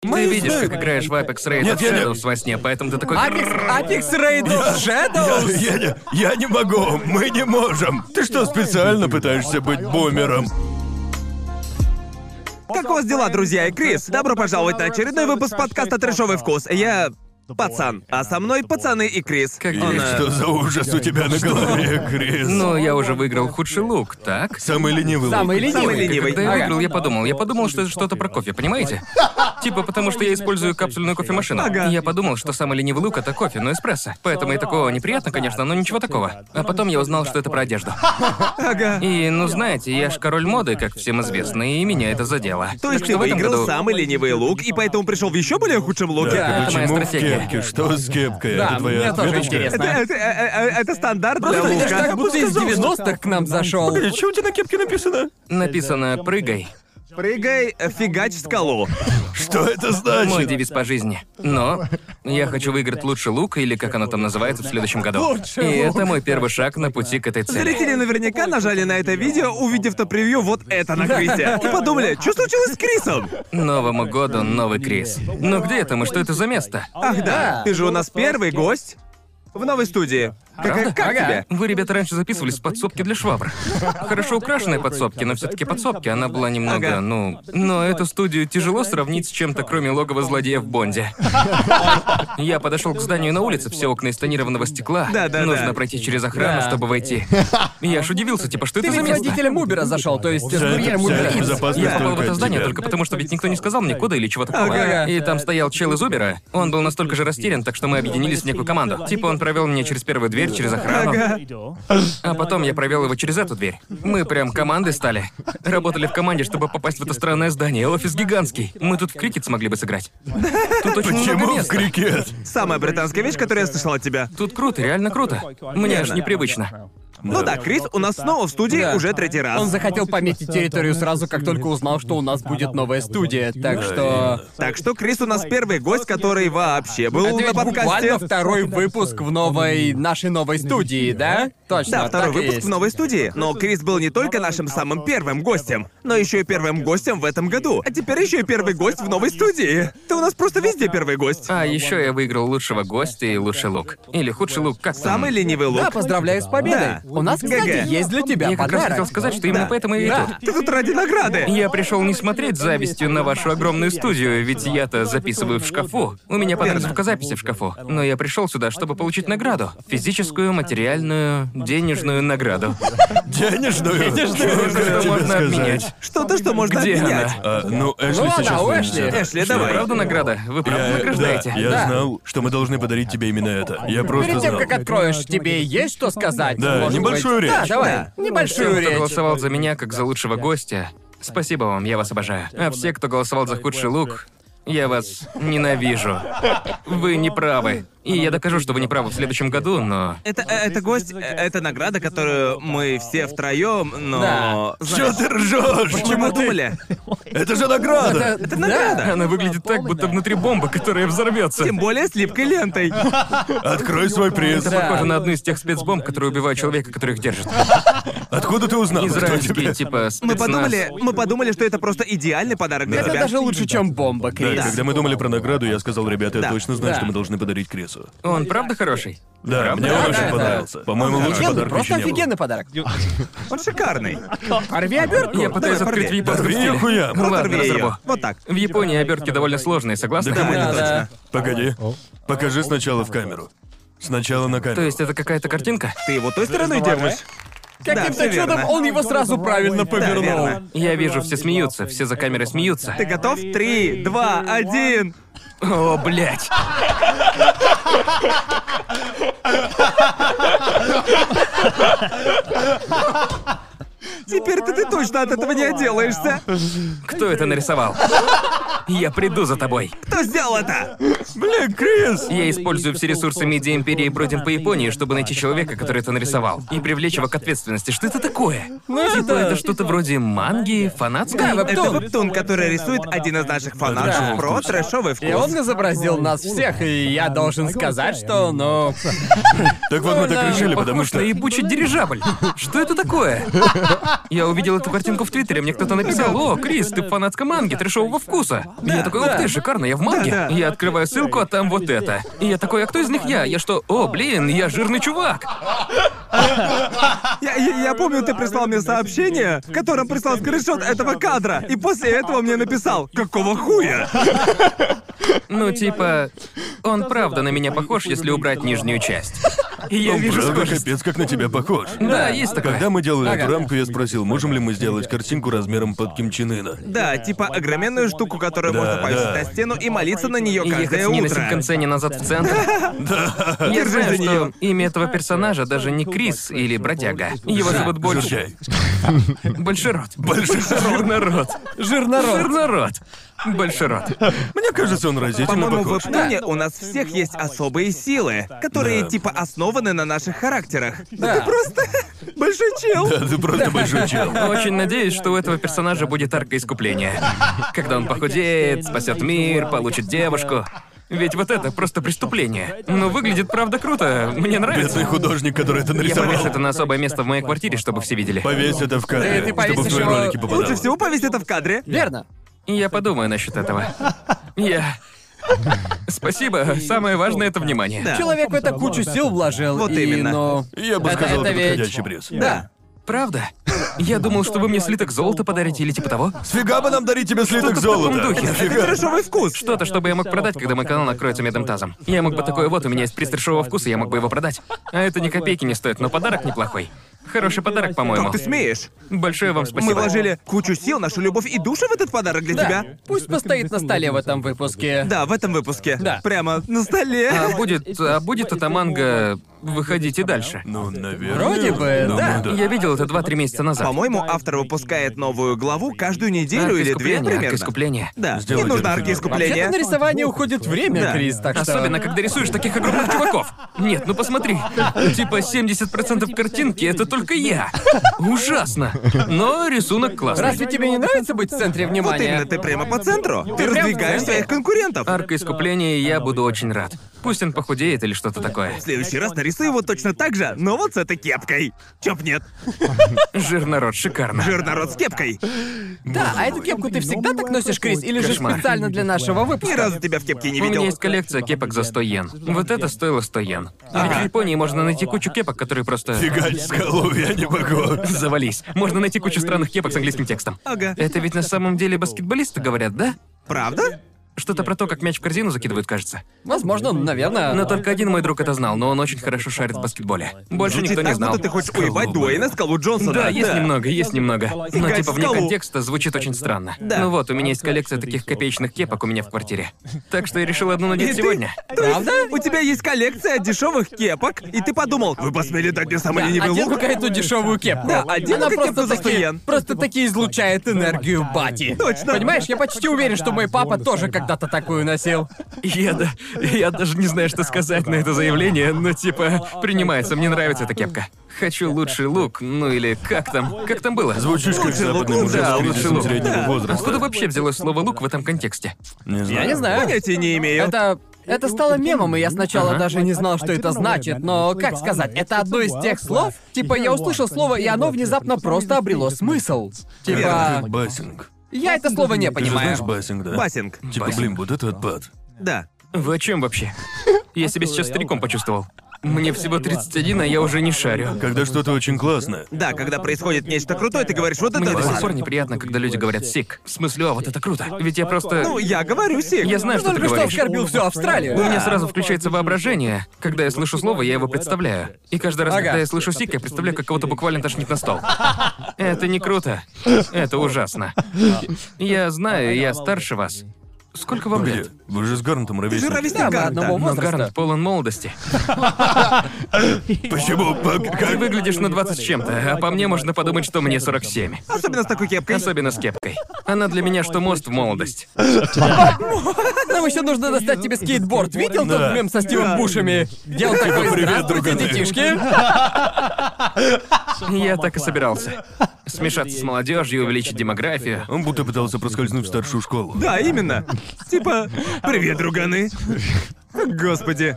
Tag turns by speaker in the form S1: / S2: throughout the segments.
S1: Ты видишь, как играешь в Apex Raid
S2: Нет, я не-
S1: Shadows во сне, поэтому ты такой...
S3: Апекс, Апекс Рейд Shadows?
S2: Я не, я не могу, мы не можем. Ты что, специально пытаешься быть бумером?
S3: Как у вас дела, друзья и Крис? Добро пожаловать на очередной выпуск подкаста «Трешовый вкус». Я пацан, а со мной пацаны и Крис.
S1: Как
S2: И
S1: Он, э,
S2: что за ужас у тебя на голове, Крис?
S1: Ну, я уже выиграл худший лук, так?
S2: Самый ленивый
S4: Самый
S2: лук.
S4: ленивый.
S3: Самый
S1: Только
S3: ленивый.
S1: Когда я
S3: Ага.
S1: выиграл, я подумал. Я подумал, что это что-то про кофе, понимаете? Типа потому, что я использую капсульную кофемашину.
S3: Ага.
S1: И Я подумал, что самый ленивый лук — это кофе, но эспрессо. Поэтому я такого неприятно, конечно, но ничего такого. А потом я узнал, что это про одежду.
S3: Ага.
S1: И, ну знаете, я ж король моды, как всем известно, и меня это задело.
S3: То есть
S1: Так
S3: ты
S1: что в этом
S3: выиграл
S1: году-
S3: самый ленивый лук, и поэтому пришел в еще более худшем луке?
S1: Да. Это моя
S2: Почему в
S1: стратегия.
S2: кепке? Что с кепкой?
S4: Да,
S2: это твоя
S4: мне тоже
S2: ответочка?
S4: интересно.
S3: Это, это- э- э- это стандарт для
S4: Просто видишь,
S3: лука.
S4: так будто из 90-х к нам зашел.
S2: Погоди, что у тебя на кепке написано?
S1: Написано «прыгай».
S3: Прыгай, э, фигач в скалу.
S2: Что это значит?
S1: Мой девиз по жизни. Но я хочу выиграть лучший лук, или как оно там называется, в следующем году.
S4: Лучший
S1: и
S4: лук.
S1: это мой первый шаг на пути к этой цели.
S3: Зрители наверняка нажали на это видео, увидев то превью вот это на Крисе. И подумали, что случилось с Крисом?
S1: Новому году новый Крис. Но где это мы? Что это за место?
S3: Ах да,
S4: да.
S3: ты же у нас первый гость в новой студии. Как, как
S4: Ага.
S3: тебе?
S1: Вы, ребята, раньше записывались в подсобке для швабр. Хорошо украшенные подсобки, но все таки подсобки, она была немного,
S3: Ага.
S1: ну... Но эту студию тяжело сравнить с чем-то, кроме логова злодея в Бонде. Я подошел к зданию на улице, все окна из тонированного стекла.
S3: Да-да-да.
S1: Нужно пройти через охрану,
S4: Да.
S1: чтобы войти. Я ж удивился, типа, что
S4: Ты
S1: это за
S4: ведь
S1: место?
S4: водителем Убера зашел, то есть с
S2: Вся эта,
S4: курьером
S2: вся
S4: Убера
S2: эта
S4: Eats.
S2: безопасность
S1: Я попал в
S2: только
S1: это
S2: от
S1: здание
S2: тебя.
S1: только потому, что ведь никто не сказал мне кода или чего такого.
S3: Ага.
S1: И там стоял чел из Убера. Он был настолько же растерян, так что мы объединились в некую команду. Типа он провел меня через первую дверь, через охрану. А потом я провел его через эту дверь. Мы прям командой стали. Работали в команде, чтобы попасть в это странное здание. Офис гигантский. Мы тут в крикет смогли бы сыграть. Тут очень много
S2: Почему в
S1: места.
S2: крикет?
S3: Самая британская вещь, которую я слышал от тебя.
S1: Тут круто, реально круто. Мне аж непривычно.
S3: Ну да, Крис у нас снова в студии
S4: Да.
S3: уже третий раз.
S4: Он захотел пометить территорию сразу, как только узнал, что у нас будет новая студия, так что...
S3: Так что Крис у нас первый гость, который вообще был
S4: Это
S3: на
S4: ведь
S3: подкасте.
S4: буквально второй выпуск в новой... нашей новой студии, да? Точно,
S3: Да, второй
S4: так и
S3: выпуск
S4: есть.
S3: в новой студии. Но Крис был не только нашим самым первым гостем, но еще и первым гостем в этом году. А теперь еще и первый гость в новой студии. Ты у нас просто везде первый гость.
S1: А еще я выиграл лучшего гостя и лучший лук. Или худший лук, как там?
S3: Самый ленивый лук.
S4: Да, поздравляю с победой.
S3: Да.
S4: У нас,
S3: ГГ.
S4: кстати, есть для тебя
S1: Я как раз хотел
S4: подарок.
S1: сказать, что именно
S3: Да.
S1: поэтому я и
S4: Да.
S1: тут.
S3: Ты тут ради награды.
S1: Я пришел не смотреть с завистью на вашу огромную студию, ведь я-то записываю в шкафу. У меня панель
S3: Верно.
S1: звукозаписи в шкафу. Но я пришел сюда, чтобы получить награду. Физическую, материальную, денежную награду.
S2: Денежную? Денежную.
S1: Что можно обменять.
S3: Что-то, что можно
S1: Где
S3: обменять.
S1: она?
S2: А, ну, Эшли
S4: Ну ладно,
S2: сейчас
S4: у
S2: вынесет.
S4: Эшли.
S3: Эшли,
S2: Что,
S3: давай.
S1: Правда награда? Вы правда
S2: Я, да,
S1: награждаете?
S2: я
S4: Да.
S2: знал, что мы должны подарить тебе именно это. Я просто
S4: Перед тем,
S2: знал.
S4: как откроешь, тебе есть что сказать?
S2: Да,
S4: может
S2: небольшую
S4: быть? Да,
S2: речь.
S4: давай,
S3: Да.
S1: Всем,
S4: небольшую
S1: кто
S4: речь.
S1: голосовал за меня как за лучшего гостя, спасибо вам, я вас обожаю. А все, кто голосовал за худший лук, я вас ненавижу. Вы не правы. И я докажу, что вы не правы в следующем году, но...
S3: Это, э, это гость, э, это награда, которую мы все втроем, но...
S2: Чё ты ржешь?
S3: Почему думали?
S2: Это же награда!
S4: Это
S3: награда.
S1: Она выглядит так, будто внутри бомба, которая взорвется.
S3: Тем более с липкой лентой.
S2: Открой свой приз.
S1: Это
S4: Да.
S1: похоже на одну из тех спецбомб, которые убивают человека, который их держит.
S3: А
S2: Откуда ты узнал? Кто тебе?
S1: Израильские, типа, спецназ.
S3: Мы подумали, мы подумали, что это просто идеальный подарок для
S4: Это
S3: тебя.
S4: даже лучше, чем бомба,
S2: Да,
S4: Крис.
S2: когда мы думали про награду, я сказал, ребята, я
S3: Да.
S2: точно знаю,
S4: Да.
S2: что мы должны подарить Крису.
S1: Он правда хороший?
S2: Да, мне он
S4: Да,
S2: очень
S4: да,
S2: понравился. По-моему, лучше
S4: Офигенный,
S2: подарок
S4: ну, просто
S2: еще не
S4: офигенный
S2: было.
S4: подарок.
S3: Он шикарный.
S4: Порви обертку.
S1: Я пытаюсь
S3: порви.
S1: открыть випад.
S2: Порви её хуям.
S1: Ладно,
S3: Оторви её.
S1: разорву.
S3: Вот так.
S1: В Японии обертки довольно сложные, согласны?
S2: Да,
S3: Да,
S2: да,
S3: да.
S2: Погоди. Покажи сначала в камеру. Сначала на камеру.
S1: То есть это какая-то картинка?
S3: Ты его той стороной держишь? Да,
S4: Каким-то
S3: всё
S4: чудом
S3: верно.
S4: он его сразу правильно повернул.
S3: верно.
S1: Я вижу, все смеются, все за камерой смеются.
S3: Ты готов? Три, два, один.
S1: О, блядь.
S3: Теперь-то ты точно от этого не отделаешься.
S1: Кто это нарисовал? Я приду за тобой.
S3: Кто сделал это?
S2: Блин, Крис!
S1: Я использую все ресурсы медиа империи и бродим по Японии, чтобы найти человека, который это нарисовал, и привлечь его к ответственности. Что это такое?
S4: Ну,
S1: типа
S4: это-
S1: это что-то вроде манги, фанатской?
S4: Да, вот-
S3: Это
S4: Вептун.
S3: Вептун, который рисует один из наших
S2: Да.
S3: фанатов про трэшовый
S4: И он
S3: вкус.
S4: изобразил нас всех, и я должен сказать, что, ну...
S2: Так вот, мы так
S4: да.
S2: решили,
S1: Похож
S2: потому
S1: на
S2: что...
S1: ебучий дирижабль. Что это такое? Я увидел эту картинку в Твиттере, мне кто-то написал, «О, Крис, ты в фанатской манге трешового вкуса». круто. я такой, ух ты, шикарно, я в манге.
S3: Да, да.
S1: Я открываю ссылку, а там вот это. И я такой, а кто из них я? Я что, о, блин, я жирный чувак.
S3: Я, я- я помню, ты прислал мне сообщение, в котором прислал скриншот этого кадра, и после этого мне написал «Какого хуя?»
S1: Ну, типа, он правда на меня похож, если убрать нижнюю часть. И я
S2: Он
S1: вижу
S2: правда
S1: схожесть.
S2: капец как на тебя похож.
S1: Да, есть
S2: Когда
S1: такое.
S2: мы делали эту рамку, я спросил, можем ли мы сделать картинку размером под Ким Чен Ына.
S3: Да, типа огроменную штуку, которую
S2: Да,
S3: можно
S2: да.
S3: повесить на стену и молиться на нее
S1: И ехать
S3: каждое
S1: с ней на
S3: утро.
S1: Синкансене назад в центр. Я
S3: Держись
S1: знаю,
S3: за неё.
S1: что имя этого персонажа даже не Крис или Бродяга. Его зовут Больш...
S2: Жирчай.
S1: Большерот. Жирнород. Жирнород. Жирнород. Большерот.
S2: Мне кажется, он разительно
S3: По-моему, в
S2: похож.
S3: Эпнуне у нас всех есть особые силы, которые
S2: Да.
S3: типа основаны на наших характерах. Ты просто большой чел.
S2: Да, ты просто большой чел.
S1: Очень надеюсь, что у этого персонажа будет арка искупления. Когда он похудеет, спасет мир, получит девушку. Ведь вот это просто преступление. Но выглядит правда круто. Мне нравится.
S2: Бедный художник, который это
S1: Я
S2: нарисовал.
S1: повешу это на особое место в моей квартире, чтобы все видели.
S2: Повесь это в
S4: Э,
S2: кадре,
S4: ты
S2: чтобы в
S4: повесишь
S2: твои
S4: его-
S2: ролики попадало.
S3: Лучше всего повесить это в кадре.
S4: Верно.
S1: И Я подумаю насчет этого. Я... Спасибо. Самое важное — это внимание.
S3: Да.
S4: Человек в это кучу сил вложил.
S3: Вот
S4: и- ну,
S3: именно.
S4: Но...
S2: Я бы
S4: Это-
S2: сказал,
S4: это
S2: это
S4: ведь-
S2: подходящий приз.
S3: Да.
S1: Правда? Я думал, что вы мне слиток золота подарите или типа того.
S2: Сфига бы нам дарить тебе слиток
S1: Что-то в таком
S2: золота.
S1: духе.
S2: Нафига?
S3: Трешовый вкус.
S1: Что-то, чтобы я мог продать, когда мой канал накроется медным тазом. Я мог бы такое, вот у меня есть приз трешового вкуса, я мог бы его продать. А это ни копейки не стоит, но подарок неплохой. Хороший подарок, по-моему.
S3: Как ты смеешь?
S1: Большое вам спасибо.
S3: Мы вложили кучу сил, нашу любовь и душу в этот подарок для
S4: Да,
S3: тебя.
S4: пусть постоит на столе в этом выпуске.
S3: Да, в этом выпуске.
S4: Да.
S3: Прямо на столе.
S1: А будет, а будет эта манга «Выходите дальше».
S2: Ну, наверное. ну
S4: Вроде бы,
S2: Думаю,
S4: да.
S1: Я видел это 2-3 месяца назад. А,
S3: По-моему, автор выпускает новую главу каждую
S1: Арка
S3: неделю или две
S1: искупления, арка
S3: примерно.
S1: искупления.
S3: Да,
S2: Сделайте
S3: не нужно
S2: это
S3: арки
S2: фигня.
S4: Вообще-то
S3: искупления.
S4: на рисование уходит время,
S3: Да.
S4: Крис, так что...
S1: Особенно, когда рисуешь таких огромных чуваков. Нет, ну посмотри. Типа 70% картинки — это только я. Ужасно. Но рисунок классный.
S4: Разве тебе не нравится быть в центре
S3: Вот
S4: внимания?
S3: именно, ты прямо по центру.
S1: Ну,
S3: Ты
S4: в
S3: раздвигаешь
S4: центре.
S3: своих конкурентов.
S1: Арка искупления, и я буду очень рад. Пусть он похудеет или что-то такое.
S3: В следующий раз нарисуй его точно так же, но вот с этой кепкой. Чё б нет?
S1: Жир народ, шикарно.
S3: Жир народ с кепкой.
S4: Да, а эту кепку ты всегда так носишь, Крис, или же
S1: Кошмар.
S4: специально для нашего
S3: Ни
S4: выпуска?
S3: разу тебя в кепке не
S1: У меня
S3: видел.
S1: есть коллекция кепок за 100 йен. Вот это стоило 100 йен. А Ведь в Японии можно найти кучу кепок, которые просто...
S2: Фигач скалу, я не могу.
S1: Завались. Можно найти кучу странных кепок с английским текстом.
S3: Ага.
S1: Это ведь на самом деле баскетболисты говорят, да?
S3: Правда?
S1: Что-то про то, как мяч в корзину закидывают, кажется.
S4: Возможно, наверное.
S3: Ну,
S1: Но только один мой друг это знал, но он очень хорошо шарит в баскетболе. Больше
S3: Звучит
S1: никто не
S3: так,
S1: знал.
S3: будто ты хочешь уебать Дуэйна Скалу Джонсона.
S1: Да, есть немного, есть немного. Но
S3: Фига,
S1: типа вне
S3: скалу.
S1: контекста звучит очень странно.
S3: Да.
S1: Ну вот, у меня есть коллекция таких копеечных кепок у меня в квартире. Так что я решил одну
S3: И
S1: надеть
S3: ты-
S1: сегодня.
S3: То есть
S4: Правда?
S3: У тебя есть коллекция дешевых кепок, и ты подумал, вы посмели дать мне самую ленивую
S4: Одену
S3: лук?
S4: какую-то дешевую кепку.
S3: Да, одену
S4: Она
S3: кепку
S4: просто
S3: за 100
S4: такие,
S3: йен.
S4: просто такие излучает энергию бати.
S3: Точно.
S4: Понимаешь, я почти уверен, что мой папа тоже когда-то такую носил.
S1: Я, да- я даже не знаю, что сказать на это заявление, но типа принимается, мне нравится эта кепка. Хочу лучший лук, ну или как там, как там было?
S2: Звучишь как
S3: Лучше
S2: западный
S3: лук,
S2: мужик
S1: да,
S2: с
S1: лучше
S2: кризисом
S1: лук. А
S2: среднего
S1: Откуда
S2: возраста.
S1: вообще взялось слово лук в этом контексте?
S2: Не знаю.
S4: Я не знаю.
S3: Понятия не имею.
S4: Это... Это стало мемом, и я сначала
S1: Ага.
S4: даже не знал, что это значит, но, как сказать, это одно из тех слов, типа я услышал слово, и оно внезапно просто обрело смысл. Типа,
S2: Верно. Басинг.
S4: я это слово не
S2: Ты же
S4: понимаю.
S2: знаешь басинг, да?
S3: Басинг.
S2: Типа, блин, вот это отпад.
S3: Да.
S1: Вы о чем вообще? Я себя сейчас стариком почувствовал. Мне всего 31, а я уже не шарю.
S2: Когда что-то очень классное.
S3: Да, когда происходит нечто крутое, ты говоришь, вот это
S1: Мне до сих
S3: да.
S1: пор неприятно, когда люди говорят «сик». В смысле, а вот это круто. Ведь я просто...
S3: Ну, я говорю, Сик.
S1: Я знаю, что ты
S4: Только что
S1: говоришь.
S4: оскорбил всю Австралию.
S1: У меня сразу включается воображение. Когда я слышу слово, я его представляю. И каждый раз,
S4: Ага.
S1: когда я слышу сик, я представляю, как кого-то буквально тошнит на стол. Это не круто. Это ужасно. Я знаю, я старше вас. Сколько вам
S2: Где?
S1: лет?
S2: Вы же с Гарнтом
S3: Ты же
S2: ровесник.
S3: ровесник
S4: Да, мы
S3: Гарнта.
S4: одного
S1: Но
S4: возраста.
S1: Гарнт полон молодости.
S2: Почему? Пап,
S1: Ты
S2: как-
S1: выглядишь на 20 с чем-то, а по мне можно подумать, что мне 47.
S3: Особенно с такой кепкой.
S1: Особенно с кепкой. Она для меня что мост в молодость.
S4: Нам еще нужно достать тебе скейтборд. Видел тот
S2: Да.
S4: мем со Стивом Бушами? Где он такой,
S2: «Привет,
S4: здравствуйте,
S2: друганы».
S4: детишки.
S1: Я так и собирался. Смешаться с молодежью, увеличить демографию.
S2: Он будто пытался проскользнуть в старшую школу.
S3: Да, именно. Типа, привет, друганы. Господи.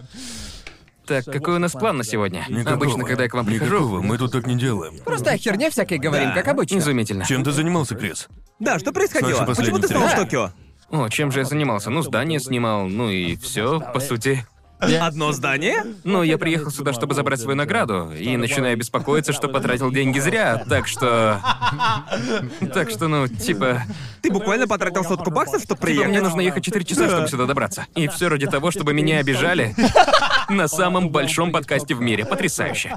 S1: Так, какой у нас план на сегодня?
S2: Никакого.
S1: Обычно, когда я к вам прихожу,
S2: Никакого, мы тут так не делаем.
S4: Просто о херне всякой говорим,
S3: Да.
S4: как обычно.
S1: изумительно.
S2: Чем ты занимался, Крис?
S3: Да, что происходило?
S2: Слушай,
S3: Почему ты снова в
S2: последний
S3: Токио?
S1: О, чем же я занимался? Ну, здание снимал, ну и все, по сути.
S3: Одно здание?
S1: Ну, я приехал сюда, чтобы забрать свою награду, и начинаю беспокоиться, что потратил деньги зря, так что... Так что, ну, типа...
S3: Ты буквально потратил сотку баксов, чтобы
S1: Типа, мне
S3: приехать?
S1: нужно ехать 4 часа, чтобы сюда добраться. И все ради того, чтобы меня обижали на самом большом подкасте в мире. Потрясающе.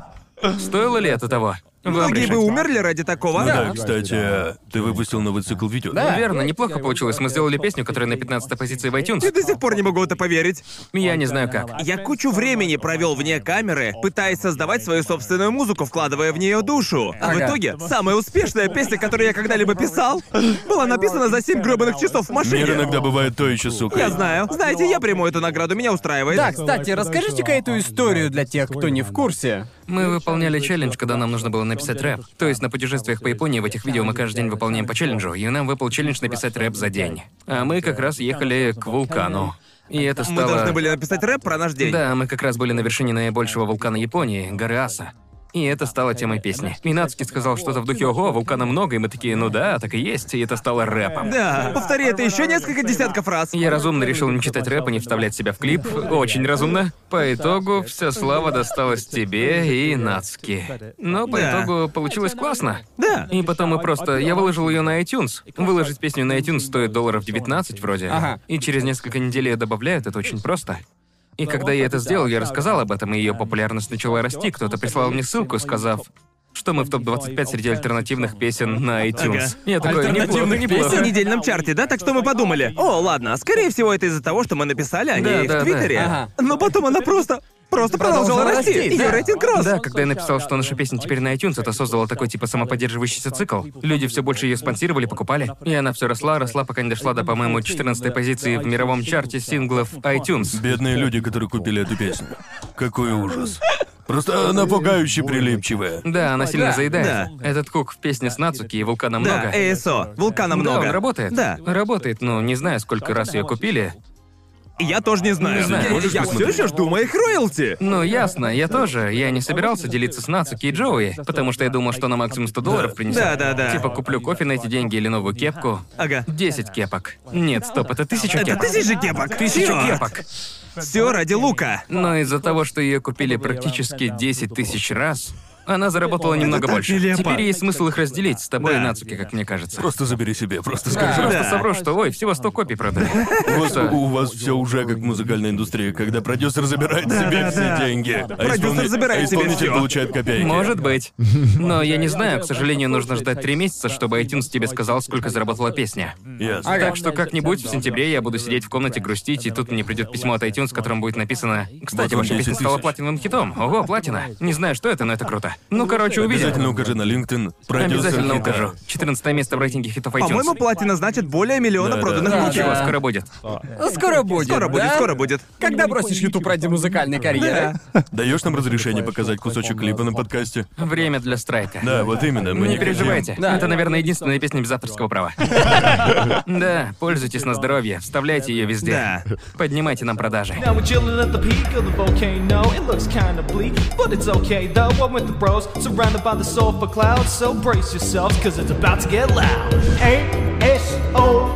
S1: Стоило ли это того? Вам
S3: Многие
S1: решать.
S3: бы умерли ради такого.
S2: Да, кстати, а, ты выпустил новый цикл видео.
S1: Ну, Верно, неплохо получилось. Мы сделали песню, которая на 15 позиции в
S3: Я до
S1: iTunes.
S3: сих пор не могу в это поверить.
S1: Я не знаю как.
S3: Я кучу времени провел вне камеры, пытаясь создавать свою собственную музыку, вкладывая в нее душу. А в
S1: Ага.
S3: итоге, самая успешная песня, которую я когда-либо писал, была написана за 7 гребаных часов в
S2: Мир
S3: машине.
S2: иногда бывает той еще, сука.
S3: Я знаю. Знаете, я приму эту награду, меня устраивает.
S4: Да, кстати, расскажите-ка эту историю для тех, кто не в курсе.
S1: Мы выполняли челлендж, когда нам нужно было написать рэп. То есть на путешествиях по Японии в этих видео мы каждый день выполняем по челленджу, и нам выпал челлендж написать рэп за день. А мы как раз ехали к вулкану. И это
S3: Мы должны
S1: стало...
S3: были написать рэп про наш день.
S1: Да, мы как раз были на вершине наибольшего вулкана Японии, горы Аса. И это стало темой песни. Минацки сказал что-то в духе «Ого, вулкана много», и мы такие «Ну да, так и есть», и это стало рэпом.
S3: Да, повтори это еще несколько десятков раз.
S1: Я разумно решил не читать рэп и не вставлять себя в клип. Очень разумно. По итогу вся слава досталась тебе и Нацке. Но по
S3: Да.
S1: итогу получилось классно.
S3: Да.
S1: И потом мы просто... Я выложил ее на iTunes. Выложить песню на iTunes стоит долларов 19 вроде.
S4: Ага.
S1: И через несколько недель ее добавляют, это очень просто. И когда я это сделал, я рассказал об этом, и ее популярность начала расти. Кто-то прислал мне ссылку, сказав, что мы в топ-25 среди альтернативных песен на iTunes. Я такой, неплохо,
S4: Альтернативных
S1: неплохо.
S3: В недельном чарте, да? Так что мы подумали. О, ладно, скорее всего, это из-за того, что мы написали о ней
S1: Да, да,
S3: в
S1: да.
S3: Твиттере.
S4: Ага.
S3: Но потом она просто. Просто продолжала
S4: Продолжала
S3: расти.
S4: расти,
S3: Ее
S4: да.
S3: рейтинг рос.
S1: Да, когда я написал, что наша песня теперь на iTunes, это создало такой типа самоподдерживающийся цикл. Люди все больше ее спонсировали, покупали. И она все росла, росла, пока не дошла до, по-моему, 14 позиции в мировом чарте синглов iTunes.
S2: Бедные люди, которые купили эту песню. Какой ужас. Просто она пугающе прилипчивая.
S1: Да, она сильно
S4: Да,
S1: заедает.
S3: да.
S1: Этот кук в песне с Нацуки и вулкана
S3: Да,
S1: много.
S3: АСО. Вулкана
S1: Да,
S3: много.
S1: он работает.
S3: Да.
S1: Работает, но не знаю, сколько раз ее купили.
S3: И Я тоже не знаю.
S1: Не знаю, можешь
S3: я все
S2: посмотреть?
S3: еще жду моих роялти.
S1: Ну, ясно, я тоже. Я не собирался делиться с Нацуки и Джоуи, потому что я думал, что на максимум 100 долларов принесет.
S3: Да, да, да.
S1: Типа куплю кофе на эти деньги или новую кепку.
S3: Ага.
S1: 10 кепок. Нет, стоп, это тысяча
S3: Это
S1: кепок.
S3: тысяча кепок.
S1: Тысяча кепок.
S3: Все ради лука.
S1: Но из-за того, что ее купили практически 10 тысяч раз, она заработала немного
S3: так
S1: больше.
S3: нелепо.
S1: Теперь есть смысл их разделить с тобой
S3: Да.
S1: и Нацуки, как мне кажется.
S2: Просто забери себе, просто
S1: Я
S2: скажи.
S1: Просто
S3: Да.
S1: совру, что ой, всего 100 копий продали.
S2: У вас, у вас все уже как музыкальная индустрия, когда продюсер забирает себе все деньги. А
S3: Продюсер
S2: исполни-
S3: забирает
S2: а
S3: себе
S2: исполнитель
S3: всё.
S2: получает копейки.
S1: Может быть. Но я не знаю, к сожалению, нужно ждать 3 месяца, чтобы iTunes тебе сказал, сколько заработала песня.
S2: Ясно.
S4: Ага.
S1: Так что как-нибудь в сентябре я буду сидеть в комнате грустить, и тут мне придет письмо от iTunes, в котором будет написано... Кстати,
S2: Вот он
S1: ваша
S2: 10
S1: песня
S2: тысяч.
S1: стала платиновым хитом. Ого, платина. Не знаю, что это, но это круто. Ну, короче,
S2: Обязательно
S1: увидим.
S2: укажи на LinkedIn. Продюсер
S1: Обязательно
S2: хита.
S1: укажу. 14 место в рейтинге хитов iTunes.
S3: По-моему, платина значит более миллиона
S2: Да,
S3: проданных
S2: А, да.
S3: лук.
S1: Ничего,
S4: Да.
S1: скоро будет.
S4: Скоро будет.
S3: Скоро будет,
S4: да?
S3: скоро будет.
S4: Когда бросишь YouTube ради музыкальной карьеры?
S2: Даешь нам разрешение показать кусочек клипа на подкасте?
S1: Время для страйка.
S2: Да, вот именно. Мы
S1: Не
S2: хотим.
S1: переживайте.
S4: Да.
S1: Это, наверное, единственная песня без авторского права. Да, пользуйтесь на здоровье, вставляйте ее везде.
S3: Да.
S1: Поднимайте нам продажи.
S5: Now we're chilling at the peak of the volcano. It looks kinda bleak, but it's okay though. I'm with the bros, surrounded by the sulfur clouds. So brace yourselves, cause it's about to get loud. ASO,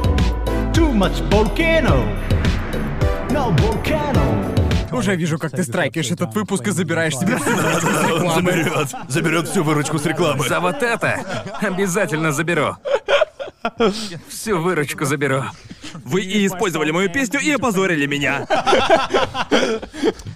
S5: too much volcano. No volcano.
S4: Уже вижу, как ты страйкаешь этот выпуск и забираешь себе всю
S2: Он заберет. Заберет всю выручку с рекламы.
S1: За вот это обязательно заберу. Всю выручку заберу.
S3: Вы и использовали мою песню и опозорили меня.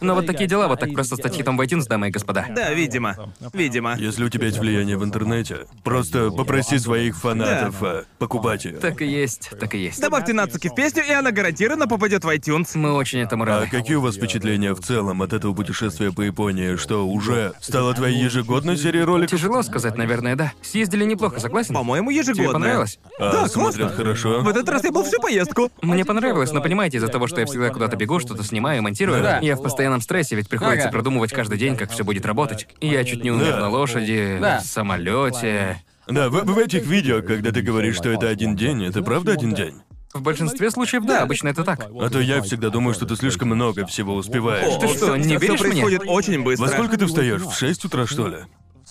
S1: Но вот такие дела, вот так просто стать хитом в iTunes, дамы и господа.
S3: Да, видимо. Видимо.
S2: Если у тебя есть влияние в интернете, просто попроси своих фанатов э, покупать ее.
S1: Так и есть, так и есть.
S3: Добавьте нацики в песню, и она гарантированно попадет в iTunes.
S1: Мы очень этому
S2: А
S1: рады.
S2: какие у вас впечатления в целом от этого путешествия по Японии, что уже стала твоей ежегодной серией роликов?
S1: Тяжело сказать, наверное, да. Съездили неплохо, согласен?
S3: По-моему,
S1: Тебе
S3: ежегодно.
S1: понравилось?
S2: А, смотрят
S3: В
S2: хорошо.
S3: этот раз я был всю поездку.
S1: Мне понравилось, но понимаете, из-за того, что я всегда куда-то бегу, что-то снимаю, монтирую,
S4: Ну Да.
S1: я в постоянном стрессе, ведь приходится
S4: Ага.
S1: продумывать каждый день, как все будет работать. И Я чуть не умер
S2: Да.
S1: на лошади,
S4: Да.
S1: в самолете.
S2: Да, в, в этих видео, когда ты говоришь, что это один день, это правда один день?
S1: В большинстве случаев, да, обычно это так.
S2: А то я всегда думаю, что ты слишком много всего успеваешь.
S1: Ты что, не
S3: Все
S1: веришь мне?
S3: происходит очень быстро.
S2: Во сколько ты встаешь? В 6 утра, что ли?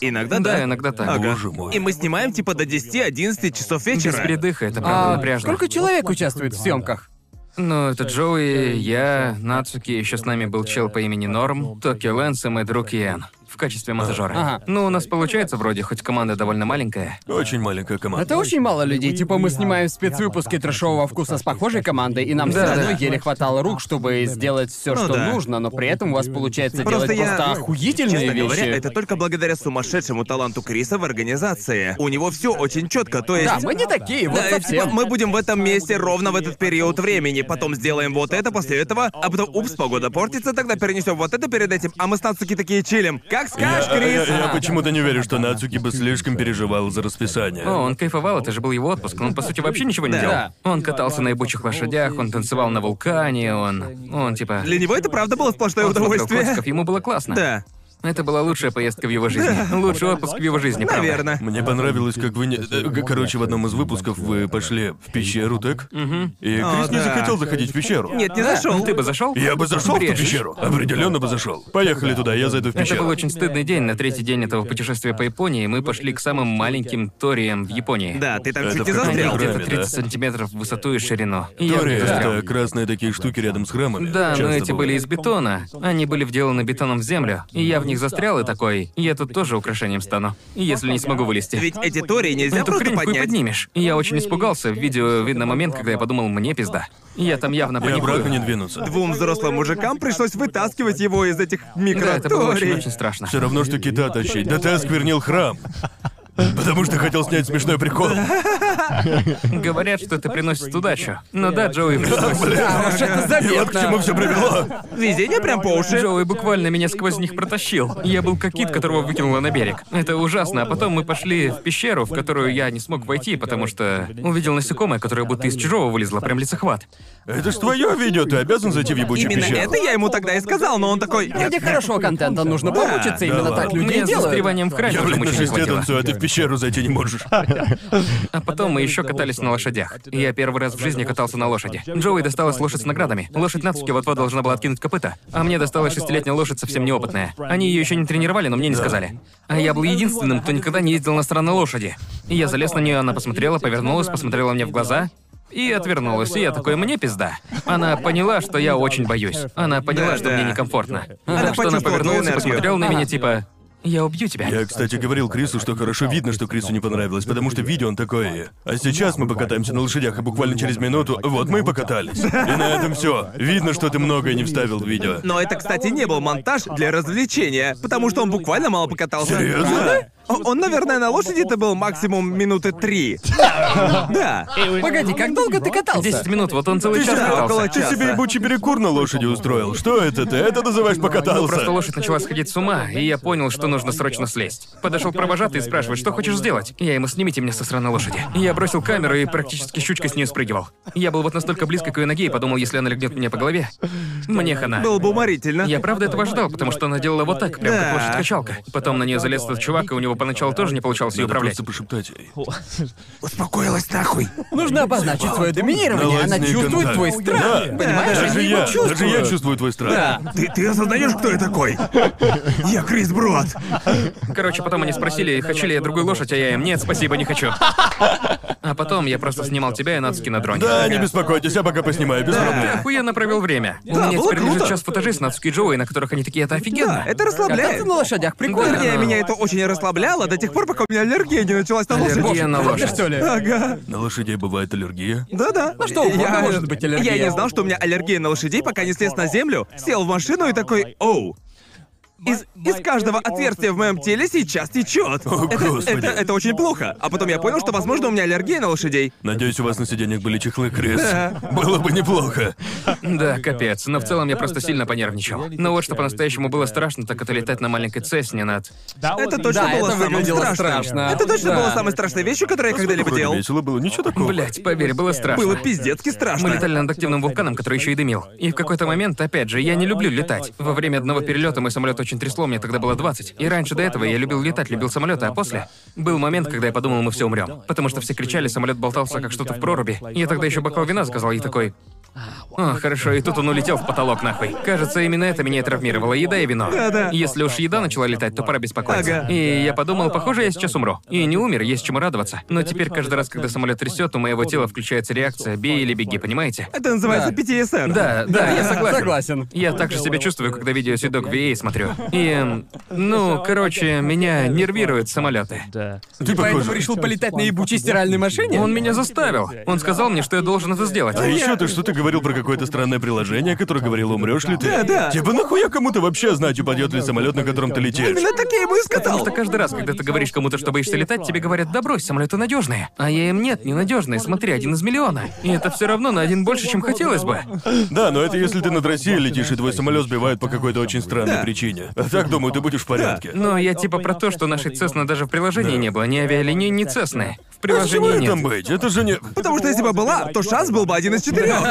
S3: Иногда да.
S1: Да, иногда так.
S3: Ага.
S2: Боже мой.
S3: И мы снимаем типа до 10-11 часов
S1: Без
S3: вечера.
S1: придыха, это правда
S4: А
S1: напряжно.
S4: сколько человек участвует в съемках?
S1: Ну, это Джоуи, я, Нацуки, еще с нами был чел по имени Норм, Токи Лэнс и мой друг Иэн. В качестве монтажера.
S4: Ага.
S1: Ну, у нас получается вроде, хоть команда довольно маленькая.
S2: Очень маленькая команда.
S4: Это очень мало людей. Типа мы снимаем спецвыпуски трешового вкуса с похожей командой, и нам все
S1: Да,
S4: равно
S1: да.
S4: еле хватало рук, чтобы сделать все,
S3: Ну
S4: что
S3: да.
S4: нужно, но при этом у вас получается
S3: Просто
S4: делать
S3: я-
S4: просто охуительные
S3: Честно
S4: вещи.
S3: говоря, это только благодаря сумасшедшему таланту Криса в организации. У него все очень четко, то есть.
S4: Да, мы не такие, вот
S3: Да, и типа,
S4: совсем.
S3: мы будем в этом месте ровно в этот период времени, потом сделаем вот это после этого, а потом, упс, погода портится, тогда перенесем вот это перед этим, а мы с Нацуки такие чилим. Как скажешь,
S2: Я, э, я-
S3: Крис?
S2: я почему-то не верю, что Нацуки бы слишком переживал за расписание.
S1: О, он кайфовал, это же был его отпуск. Он, по сути, вообще ничего не
S3: Да.
S1: делал. Он катался на ебучих лошадях, он танцевал на вулкане, он... Он, типа...
S3: Для него это правда было сплошное
S1: он смотрел
S3: удовольствие.
S1: котиков, ему было классно.
S3: Да,
S1: Это была лучшая поездка в его жизни. Лучший отпуск в его жизни, правда.
S3: наверное.
S2: Мне понравилось, как вы... не- э, г- Короче, в одном из выпусков вы пошли в пещеру, так? И
S3: О,
S2: Крис не
S3: да.
S2: захотел заходить в пещеру.
S3: Нет, не зашел.
S1: Ну, Ты бы зашел?
S2: Я бы зашел в ту
S1: Брежешь.
S2: пещеру. Определенно бы зашел. Поехали туда, я зайду в
S1: Это был
S2: пещеру.
S1: очень стыдный день. На третий день этого путешествия по Японии мы пошли к самым маленьким ториям в Японии.
S3: Да, ты там
S2: Это
S3: чуть не
S2: в каком
S1: Они
S3: застрял.
S2: городе?
S1: где-то
S2: Храме, да?
S1: 30 сантиметров в высоту и ширину. И я
S2: Тори,
S1: вот застрял.
S2: это красные такие штуки рядом с храмами.
S1: Да, но
S2: Часто
S1: эти были из бетона. Они были вделаны бетоном в землю. И я в них застрял и такой, я тут тоже украшением стану. Если не смогу вылезти.
S3: Ведь эти тории нельзя
S1: Эту
S3: просто
S1: хрень хуй
S3: поднять.
S1: поднимешь. И я очень испугался. В видео видно момент, когда я подумал, мне пизда. Я там явно
S2: И обратно не
S1: паникую.
S2: двинуться.
S3: Двум взрослым мужикам пришлось вытаскивать его из этих
S1: Да, это было
S3: микроторий.
S1: очень-очень страшно.
S2: Все равно, что кита тащить. Да ты осквернил храм. Потому что хотел снять смешной прикол.
S1: Говорят, что это приносит удачу. Но да, Джоуи пришлось.
S4: Да, уж это
S2: И вот к чему
S4: заметно.
S2: все привело.
S3: Везение прям по уши.
S1: Джоуи буквально меня сквозь них протащил. Я был как кит, которого выкинуло на берег. Это ужасно. А потом мы пошли в пещеру, в которую я не смог войти, потому что увидел насекомое, которое будто из чужого вылезло, прям лицехват.
S2: Это ж твое видео, ты обязан зайти в ебучую
S3: Именно
S2: пещеру.
S3: это я ему тогда и сказал, но он такой... «Нет,
S4: Ради хорошего контента нужно помучиться, именно
S2: да.
S4: так люди
S1: Мне
S4: и
S1: с
S4: делают.
S1: застреванием в край
S2: Я,
S1: тоже
S2: блин, на
S1: мочи не
S2: шесте
S1: хватило.
S2: танцую, а ты в пещеру зайти не можешь.
S1: А потом мы еще катались на лошадях. Я первый раз в жизни катался на лошади. Джоуи досталась лошадь с наградами. Лошадь Нацуки вот-вот должна была откинуть копыта. А мне досталась шестилетняя лошадь совсем неопытная. Они ее еще не тренировали, но мне не сказали. А я был единственным, кто никогда не ездил на странной лошади. И я залез на нее, она посмотрела, повернулась, посмотрела мне в глаза. И отвернулась, и я такой, мне пизда. Она поняла, что я очень боюсь. Она поняла,
S3: Да,
S1: что
S3: да.
S1: мне некомфортно.
S3: Она
S1: Так что она
S3: почувствовала твою
S1: повернулась и
S3: энергию.
S1: посмотрела на меня, типа, я убью тебя.
S2: Я, кстати, говорил Крису, что хорошо видно, что Крису не понравилось, потому что видео он такое. А сейчас мы покатаемся на лошадях, и буквально через минуту вот мы и покатались. И на этом все. Видно, что ты многое не вставил в видео.
S3: Но это, кстати, не был монтаж для развлечения, потому что он буквально мало покатался.
S2: Серьезно?
S3: Да. О- Он, наверное, на лошади это был максимум минуты три. Да.
S4: Погоди, как долго ты катался?
S1: 10 минут, вот он целый
S2: Ты
S1: час
S2: себе
S1: катался.
S3: около
S2: Ты себе
S3: часа.
S2: ебучий перекур на лошади устроил. Что это ты? Это называешь покатался?
S1: Просто лошадь начала сходить с ума, и я понял, что нужно срочно слезть. Подошел провожатый и спрашивает, что хочешь сделать? Я ему, снимите меня со сраной лошади. Я бросил камеру и практически щучкой с нее спрыгивал. Я был вот настолько близко к ее ноге и подумал, если она легнет меня по голове, мне хана.
S3: Было бы уморительно.
S1: Я правда этого ждал, потому что она делала вот так, прям
S3: Да.
S1: как лошадь-качалка. Потом на нее залез этот чувак, и у него поначалу тоже не получалось ее
S2: Надо
S1: управлять.
S2: просто пошептать.
S3: Успокоилась нахуй.
S4: Нужно обозначить свое доминирование, она
S2: Налазь с ней
S4: чувствует
S2: контакт.
S4: твой страх.
S2: Да.
S4: Понимаешь,
S2: Даже я,
S4: они его
S2: даже я
S4: чувствуют.
S2: чувствую твой страх.
S3: Ты, ты осознаешь, кто я такой? Я Крис Брод.
S1: Короче, потом они спросили, хочу ли я другую лошадь, а я им, нет, спасибо, не хочу. А потом я просто снимал тебя и Нацки на дроне.
S2: Да, не беспокойтесь, я пока поснимаю, без
S1: Ты
S2: проблем.
S1: охуенно провел время. У
S3: Да,
S1: меня
S3: было
S1: теперь лежит
S3: круто.
S1: час футажи с Нацуки Джоуи, на которых они такие, это
S3: Да,
S1: офигенно.
S3: это расслабляет.
S4: Кататься на лошадях прикольно.
S3: Вернее, меня это очень расслабляло до тех пор, пока у меня аллергия не началась на
S1: Аллергия
S3: лошадь.
S1: на
S4: Правда,
S1: лошадь.
S4: что ли?
S3: Ага.
S2: На лошадей бывает аллергия.
S3: Да-да.
S4: На А что угодно
S3: Я-
S4: может быть аллергия.
S3: Я не знал, что у меня аллергия на лошадей, пока не слез на землю, сел в машину и такой «Оу». Из, из каждого отверстия в моем теле сейчас течет.
S2: О,
S3: это,
S2: Господи.
S3: это, это очень плохо. А потом я понял, что, возможно, у меня аллергия на лошадей.
S2: Надеюсь, у вас на сиденьях были чехлы, Крис. Было бы неплохо.
S1: Да, капец. Но в целом я просто сильно понервничал. Но вот что по-настоящему было страшно, так это летать на маленькой цесне над...
S3: Это точно
S4: Да,
S3: было
S4: это
S3: самым
S4: выглядело
S3: страшным.
S4: страшно.
S3: Это точно
S4: Да.
S3: было самой страшной вещью, которую я когда-либо
S2: Вроде
S3: делал.
S2: Весело было, ничего такого.
S1: Блять, поверь, было страшно.
S3: Было пиздецки страшно.
S1: Мы летали над активным вулканом, который еще и дымил. И в какой-то момент, опять же, я не люблю летать. Во время одного перелета мой самолет очень трясло, мне тогда было 20. И раньше до этого я любил летать, любил самолеты, а после был момент, когда я подумал, мы все умрем. Потому что все кричали, самолет болтался как что-то в проруби. Я тогда еще бокал вина сказал ей такой. О, хорошо, и тут он улетел в потолок нахуй. Кажется, именно это меня и травмировало, еда и вино.
S3: Да-да.
S1: Если уж еда начала летать, то пора беспокоиться.
S3: Ага.
S1: И я подумал, похоже, я сейчас умру. И не умер, есть чему радоваться. Но теперь каждый раз, когда самолет трясет, у моего тела включается реакция «бей или беги», понимаете?
S3: Это называется PTSD.
S1: Да, да, я согласен.
S4: Согласен.
S1: Я также себя чувствую, когда видео седок VA смотрю. И, эм, ну, короче, меня нервируют самолеты.
S2: Ты
S4: Поэтому
S2: похож.
S4: решил полетать на ебучей стиральной машине?
S1: Он меня заставил. Он сказал мне, что я должен это сделать.
S2: А еще ты что-то говорил про какое-то странное приложение, которое говорило, умрешь ли ты?
S3: Да, да.
S2: Типа нахуя кому-то вообще знать, упадет ли самолет, на котором ты летишь?
S3: Именно так я ему и
S1: Потому
S3: сказал.
S1: что каждый раз, когда ты говоришь кому-то, что боишься летать, тебе говорят, да брось, самолеты надежные. А я им нет, ненадежные, смотри, один из миллиона. И это все равно на один больше, чем хотелось бы.
S2: Да, но это если ты над Россией летишь, и твой самолет сбивают по какой-то очень странной причине. А так, думаю, ты будешь в порядке.
S1: Но я типа про то, что нашей Цесны даже в приложении не было, ни авиалинии, ни Цесны. В
S2: Почему
S1: приложении
S2: ей там
S1: нет.
S2: быть? Это же не...
S3: Потому что если бы была, то шанс был бы один из четырех.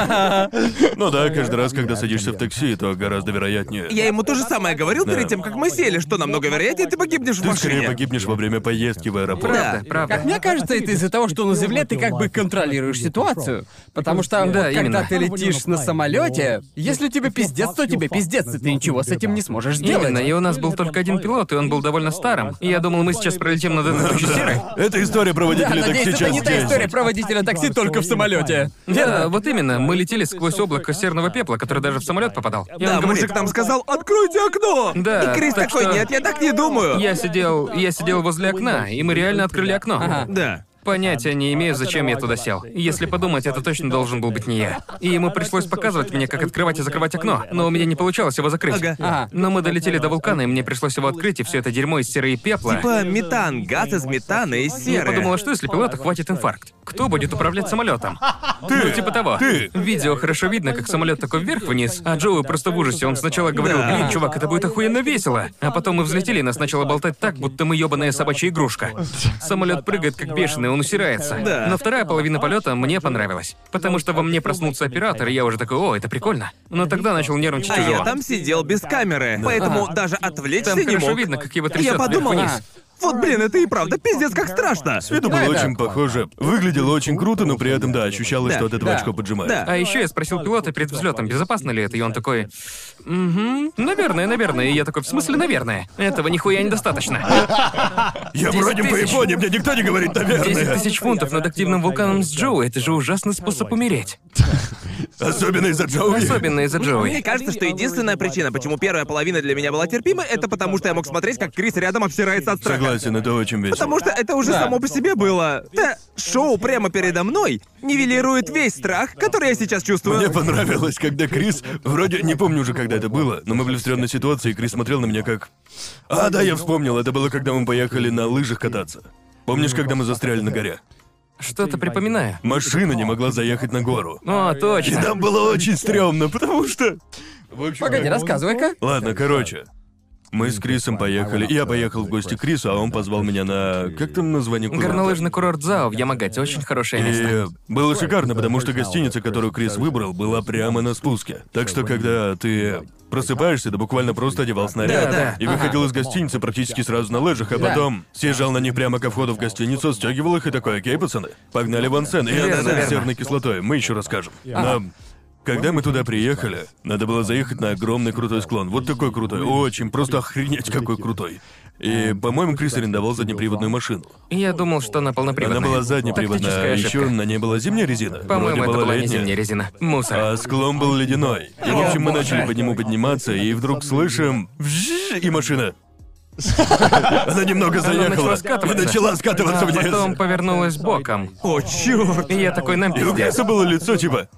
S2: Ну да, каждый раз, когда садишься в такси, то гораздо вероятнее.
S3: Я ему то же самое говорил
S2: Да.
S3: перед тем, как мы сели, что намного вероятнее ты погибнешь в
S2: Ты скорее
S3: машине.
S2: погибнешь во время поездки в аэропорт.
S1: Правда,
S3: Да.
S1: правда.
S4: Как мне кажется, это из-за того, что на Земле ты как бы контролируешь ситуацию. Потому что
S1: Да,
S4: вот когда
S1: именно.
S4: ты летишь на самолете, если тебе пиздец, то тебе пиздец, и ты ничего с этим не сможешь сделать.
S1: Именно, и у нас был только один пилот, и он был довольно старым. И я думал, мы сейчас пролетим над этой тучей серой.
S2: Это история про
S4: Да,
S2: водителей
S4: надеюсь,
S2: такси
S4: это
S2: час
S4: не та история
S2: 10.
S4: про водителя такси только в самолете.
S1: Да, вот именно. Мы летели сквозь облако серного пепла, который даже в самолет попадал. И он
S3: Да,
S1: говорит,
S3: мужик там сказал, откройте окно!
S1: Да,
S3: И Крис
S1: так
S3: такой,
S1: что-
S3: нет, я так не думаю.
S1: Я сидел, я сидел возле окна, и мы реально открыли окно.
S3: Да.
S1: Понятия не имею, зачем я туда сел. Если подумать, это точно должен был быть не я. И ему пришлось показывать мне, как открывать и закрывать окно, но у меня не получалось его закрыть.
S3: Ага.
S4: Ага.
S1: Но мы долетели до вулкана, и мне пришлось его открыть, и все это дерьмо из серы и пепла.
S3: Типа метан, газ из метана и
S1: Я
S3: серы.
S1: подумала, что если пилота хватит инфаркт, кто будет управлять самолетом? Ты! Ну, типа того.
S2: Ты!
S1: В видео хорошо видно, как самолет такой вверх-вниз, а Джоуи просто в ужасе. Он сначала говорил,
S3: Да.
S1: блин, чувак, это будет охуенно весело. А потом мы взлетели, и нас начало болтать так, будто мы ебаная собачья игрушка. Самолет прыгает как бешеный, он усирается.
S3: Да.
S1: Но вторая половина полета мне понравилась. Потому что во мне проснулся оператор, и я уже такой, о, это прикольно. Но тогда начал нервничать
S3: А
S1: тяжело.
S3: я там сидел без камеры, поэтому даже отвлечься
S1: Там
S3: не
S1: хорошо
S3: мог.
S1: видно, как его трясет
S3: Я подумал,
S1: вверх-вниз.
S3: вот блин, это и правда пиздец как страшно.
S2: С виду было
S4: Да, да.
S2: очень похоже. Выглядело очень круто, но при этом, да, ощущалось,
S3: Да,
S2: что от этого
S4: да,
S2: очко поджимает.
S3: да.
S1: А еще я спросил пилота перед взлетом, безопасно ли это, и он такой, угу, наверное, наверное. И я такой, в смысле, наверное? Этого нихуя недостаточно.
S2: Я
S1: 10
S2: вроде по
S1: тысяч.
S2: Японии, мне никто не говорит,
S1: 10
S2: наверное.
S1: тысяч фунтов над активным вулканом с Джоуи, это же ужасный способ умереть.
S2: Особенно из-за Джоуи.
S1: Особенно из-за
S3: Мне
S1: Джоуи.
S3: кажется, что единственная причина, почему первая половина для меня была терпима, это потому что я мог смотреть, как Крис рядом обсирается от страха.
S2: Согласен, это очень весело.
S3: Потому что это уже
S4: Да.
S3: само по себе было. Да, шоу прямо передо мной нивелирует весь страх, который я сейчас чувствую.
S2: Мне понравилось, когда Крис, вроде не помню уже, когда это было, но мы были в стрёмной ситуации, и Крис смотрел на меня как... А, да, я вспомнил, это было, когда мы поехали на лыжах кататься. Помнишь, когда мы застряли на горе?
S1: Что-то припоминаю.
S2: Машина не могла заехать на гору.
S1: О,
S2: И
S1: точно.
S2: там было очень стрёмно, потому что... В общем,
S4: Погоди, рассказывай-ка.
S2: Ладно, короче. Мы с Крисом поехали. Я поехал в гости к Крису, а он позвал меня на... Как там название курорта?
S1: Горнолыжный курорт Зао в Ямагате очень хорошее место.
S2: И было шикарно, потому что гостиница, которую Крис выбрал, была прямо на спуске. Так что, когда ты просыпаешься, ты буквально просто одевал
S1: Да,
S2: снаряд.
S1: да.
S2: И выходил из гостиницы практически сразу на лыжах, а потом съезжал на них прямо ко входу в гостиницу, стягивал их и такой, окей, пацаны, погнали в ансен. И
S1: Верно,
S2: это с
S1: верно.
S2: серной кислотой, мы еще расскажем. Но когда мы туда приехали, надо было заехать на огромный крутой склон. Вот такой крутой. Очень, просто охренеть, какой крутой. И, по-моему, Крис арендовал заднеприводную машину.
S1: И Я думал, что она
S2: Она была
S1: полноприводная.
S2: заднеприводная, а
S1: Тактическая
S2: еще
S1: ошибка.
S2: на ней была зимняя резина.
S1: По-моему,
S2: Вроде
S1: это
S2: была
S1: была не
S2: летняя.
S1: зимняя резина. Мусор.
S2: А склон был ледяной. И, в
S1: О,
S2: общем, мы
S1: боже.
S2: начали по нему подниматься, и вдруг слышим... «Вжж» И машина. Она немного
S1: начала
S2: заехала и
S1: скатываться.
S2: начала скатываться
S1: А
S2: вниз.
S1: потом повернулась боком.
S3: О, черт!
S1: И я такой, нам
S2: И у
S1: пиздец.
S2: Криса было лицо типа...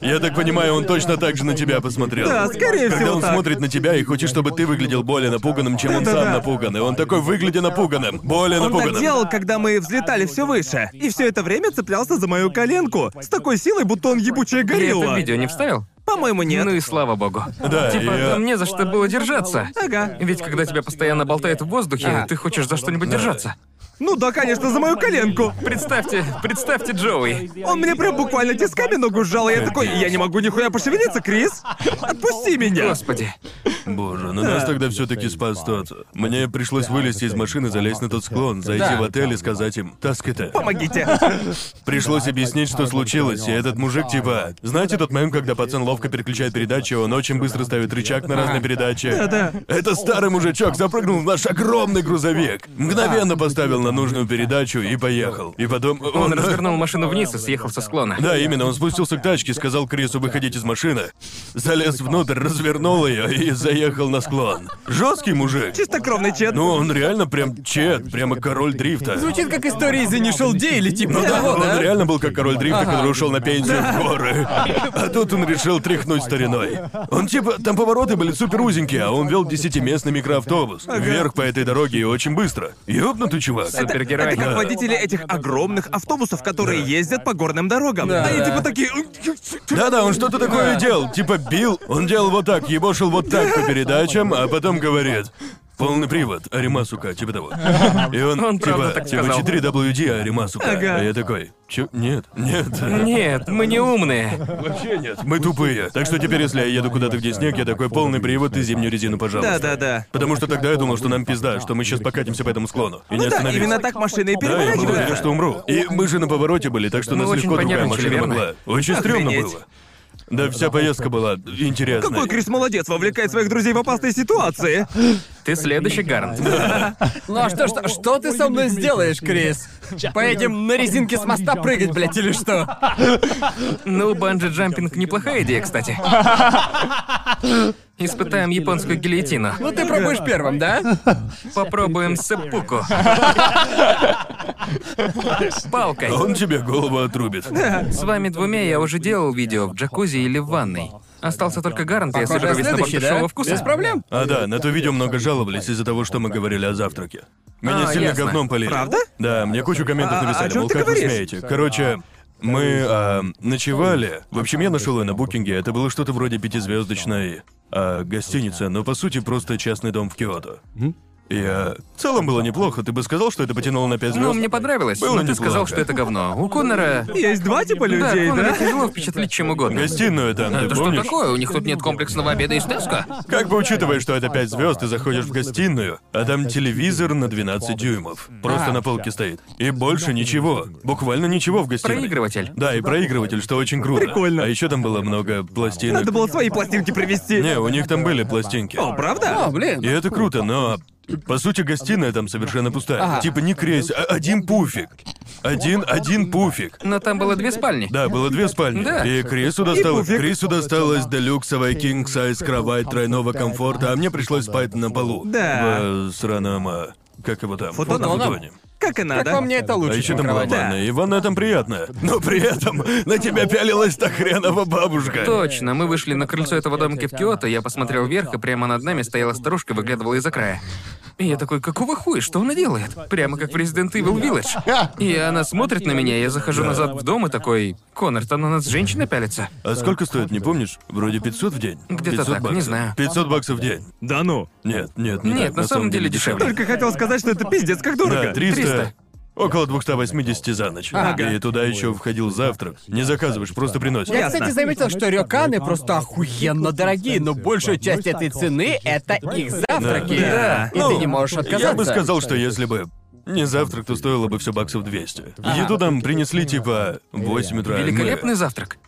S2: Я так понимаю, он точно так же на тебя посмотрел.
S3: Да, скорее
S2: Когда
S3: всего,
S2: он
S3: так.
S2: смотрит на тебя и хочет, чтобы ты выглядел более напуганным, чем он сам напуган. И он такой, выглядя напуганным, более
S3: Он так
S2: напуганным.
S3: делал, когда мы взлетали все выше, и все это время цеплялся за мою коленку с такой силой, будто он ебучая
S1: Ты это в
S3: горилла.
S1: видео не вставил?
S3: По-моему, нет.
S1: Ну и слава богу.
S2: Да,
S1: Типа,
S2: и, э,
S1: там не за что было держаться.
S3: Ага.
S1: Ведь когда тебя постоянно болтает в воздухе,
S4: Ага.
S1: ты хочешь за что-нибудь держаться.
S3: Ну да, конечно, за мою коленку.
S1: Представьте, представьте Джоуи.
S3: Он мне прям буквально тисками ногу сжал, и я такой, я не могу нихуя пошевелиться, Крис. Отпусти меня.
S1: Господи.
S2: Боже, но нас тогда все-таки спас тот. Мне пришлось вылезти из машины, залезть на тот склон, зайти
S4: Да.
S2: в отель и сказать им, таскайте.
S3: Помогите.
S2: Пришлось объяснить, что случилось, и этот мужик типа... Знаете тот мем, когда пацан ловко переключает передачи, он очень быстро ставит рычаг на разные передачи? Да-да. Это старый мужичок запрыгнул в наш огромный грузовик, мгновенно поставил на нужную передачу и поехал. И потом...
S1: Он развернул машину вниз и съехал со склона.
S2: Да, именно, он спустился к тачке, сказал Крису выходить из машины, залез внутрь, развернул ее и заехал на склон. Жесткий мужик.
S3: Чистокровный чет.
S2: Ну, он реально прям чет, прямо король дрифта.
S4: Звучит как история из Initial Day или типа
S2: Ну да,
S4: того,
S2: он
S4: да?
S2: реально был как король дрифта, который ушел на пенсию в горы. А тут он решил тряхнуть стариной. Он типа, там повороты были супер узенькие, а он вел десятиместный микроавтобус. Вверх по этой дороге и очень быстро. Ёбнутый чувак.
S1: Супергерой.
S3: Это как
S2: Да.
S3: водители этих огромных автобусов, которые ездят по горным дорогам.
S4: Да.
S3: Они типа такие...
S2: Да-да, он что-то такое делал, типа бил. Он делал вот так, ебошил вот так по передачам, а потом говорит... Полный привод, Арима, сука, типа того. И он,
S1: Он
S2: типа,
S1: правда так
S2: типа
S1: сказал.
S2: 4WD, Арима, сука.
S3: Ага.
S2: А я такой, чё? Нет, нет.
S1: Нет, мы не умные.
S2: Вообще нет. Мы тупые. Так что теперь, если я еду куда-то, где снег, я такой полный привод и зимнюю резину, пожалуйста.
S3: Да-да-да.
S2: Потому что тогда я думал, что нам пизда, что мы сейчас покатимся по этому склону. И не
S3: Ну да,
S2: остановимся.
S3: именно так машины и
S2: Да, я был уверен,
S3: переворачивают.
S2: что умру. И мы же на повороте были, так что
S3: Ну,
S1: Мы
S2: нас
S1: очень
S2: легко другая
S1: понервничали,
S2: машина
S1: верно?
S2: могла. Очень стрёмно
S3: Охренеть.
S2: было. Да, вся поездка была интересной.
S3: Какой Крис молодец, вовлекает своих друзей в опасные ситуации.
S1: Ты следующий Гарнт.
S4: Ну а что, что, что ты со мной сделаешь, Крис? Поедем на резинке с моста прыгать, блядь, или что?
S1: Ну, банджи-джампинг неплохая идея, кстати. Испытаем японскую гильотину.
S4: Ну ты пробуешь первым, да?
S1: Попробуем сэппуку. Палкой.
S2: Он тебе голову отрубит.
S1: С вами двумя я уже делал видео в джакузи или в ванной. Остался только Гарнт, и я соберу весь набор
S4: следующий, да?
S1: дешевого
S4: Без
S1: вкуса.
S4: проблем.
S2: А да, на то видео много жаловались из-за того, что мы говорили о завтраке. Меня
S1: А,
S2: сильно
S1: ясно.
S2: говном полили.
S3: Правда?
S2: Да, мне кучу комментов
S3: А, а о
S2: написали,
S3: чём
S2: мол,
S3: ты
S2: как вы
S3: говоришь?
S2: смеете. Короче, мы а, ночевали. В общем, я нашел ее на букинге. Это было что-то вроде пятизвездочной а, гостиницы, но по сути просто частный дом в Киото. И а, в целом было неплохо. Ты бы сказал, что это потянуло на пять звезд?
S1: Ну, мне понравилось,
S2: Было
S1: но ты
S2: неплохо.
S1: сказал, что это говно. У Коннора...
S3: Есть два типа людей,
S1: да, Коннора
S3: да?
S1: тяжело впечатлить чем угодно.
S2: Гостиную там, ты
S1: Это что
S2: помнишь?
S1: такое? У них тут нет комплексного обеда из Теска?
S2: Как бы учитывая, что это 5 звезд, ты заходишь в гостиную, а там телевизор на 12 дюймов. Просто на полке стоит. И больше ничего. Буквально ничего в гостиной.
S1: Проигрыватель.
S2: Да, и проигрыватель, что очень круто.
S3: Прикольно.
S2: А еще там было много пластинок.
S3: Надо было свои пластинки привезти.
S2: Не, у них там были пластинки.
S3: О, правда?
S4: О, блин.
S2: И это круто, но по сути гостиная там совершенно пустая. Типа не кресло, а один пуфик. Один, один пуфик.
S1: Но там было две спальни.
S2: Да, было две спальни.
S1: Да.
S2: И Крису досталось,
S3: пуфик.
S2: Крису досталась делюксовая king size кровать тройного комфорта, а мне пришлось спать на полу.
S3: Да.
S2: В э, сраном, а, как его там?
S3: Футоном.
S2: Футоне.
S3: Как и
S4: Как по
S3: надо.
S4: мне, это
S2: А
S4: лучше,
S2: еще
S4: чем
S2: там была
S4: кровать.
S3: Да.
S2: ванная, и ванная там приятная. Но при этом на тебя пялилась та хренова бабушка.
S1: Точно, мы вышли на крыльцо этого домика в Киото, я посмотрел вверх, и прямо над нами стояла старушка, выглядывала из-за края. И я такой, какого хуя, что она делает? Прямо как в Resident Evil Village. И она смотрит на меня, я захожу назад в дом и такой, Конор, там на нас женщина пялится.
S2: А сколько стоит, не помнишь? Вроде 500 в день?
S1: Где-то
S2: 500
S1: так, не
S2: баксов.
S1: знаю.
S2: 500 баксов в день.
S3: Да ну.
S2: Нет, нет, не
S1: Нет,
S2: так,
S1: на самом деле дешевле.
S3: Только хотел сказать, что это пиздец, как
S2: Да,
S3: дорого.
S2: 300.
S1: 300.
S2: Около 280 за ночь. И туда еще входил завтрак. Не заказываешь, просто приносишь.
S4: Я,
S3: Ясно.
S4: кстати, заметил, что рёканы просто охуенно дорогие, но большая часть этой цены — это их завтраки.
S3: Да.
S4: И ты не можешь отказаться.
S2: Ну, Я бы сказал, что если бы не завтрак, то стоило бы все баксов 200. Еду нам принесли типа в 8
S4: Э,
S2: утра. и мы-
S1: Великолепный завтрак.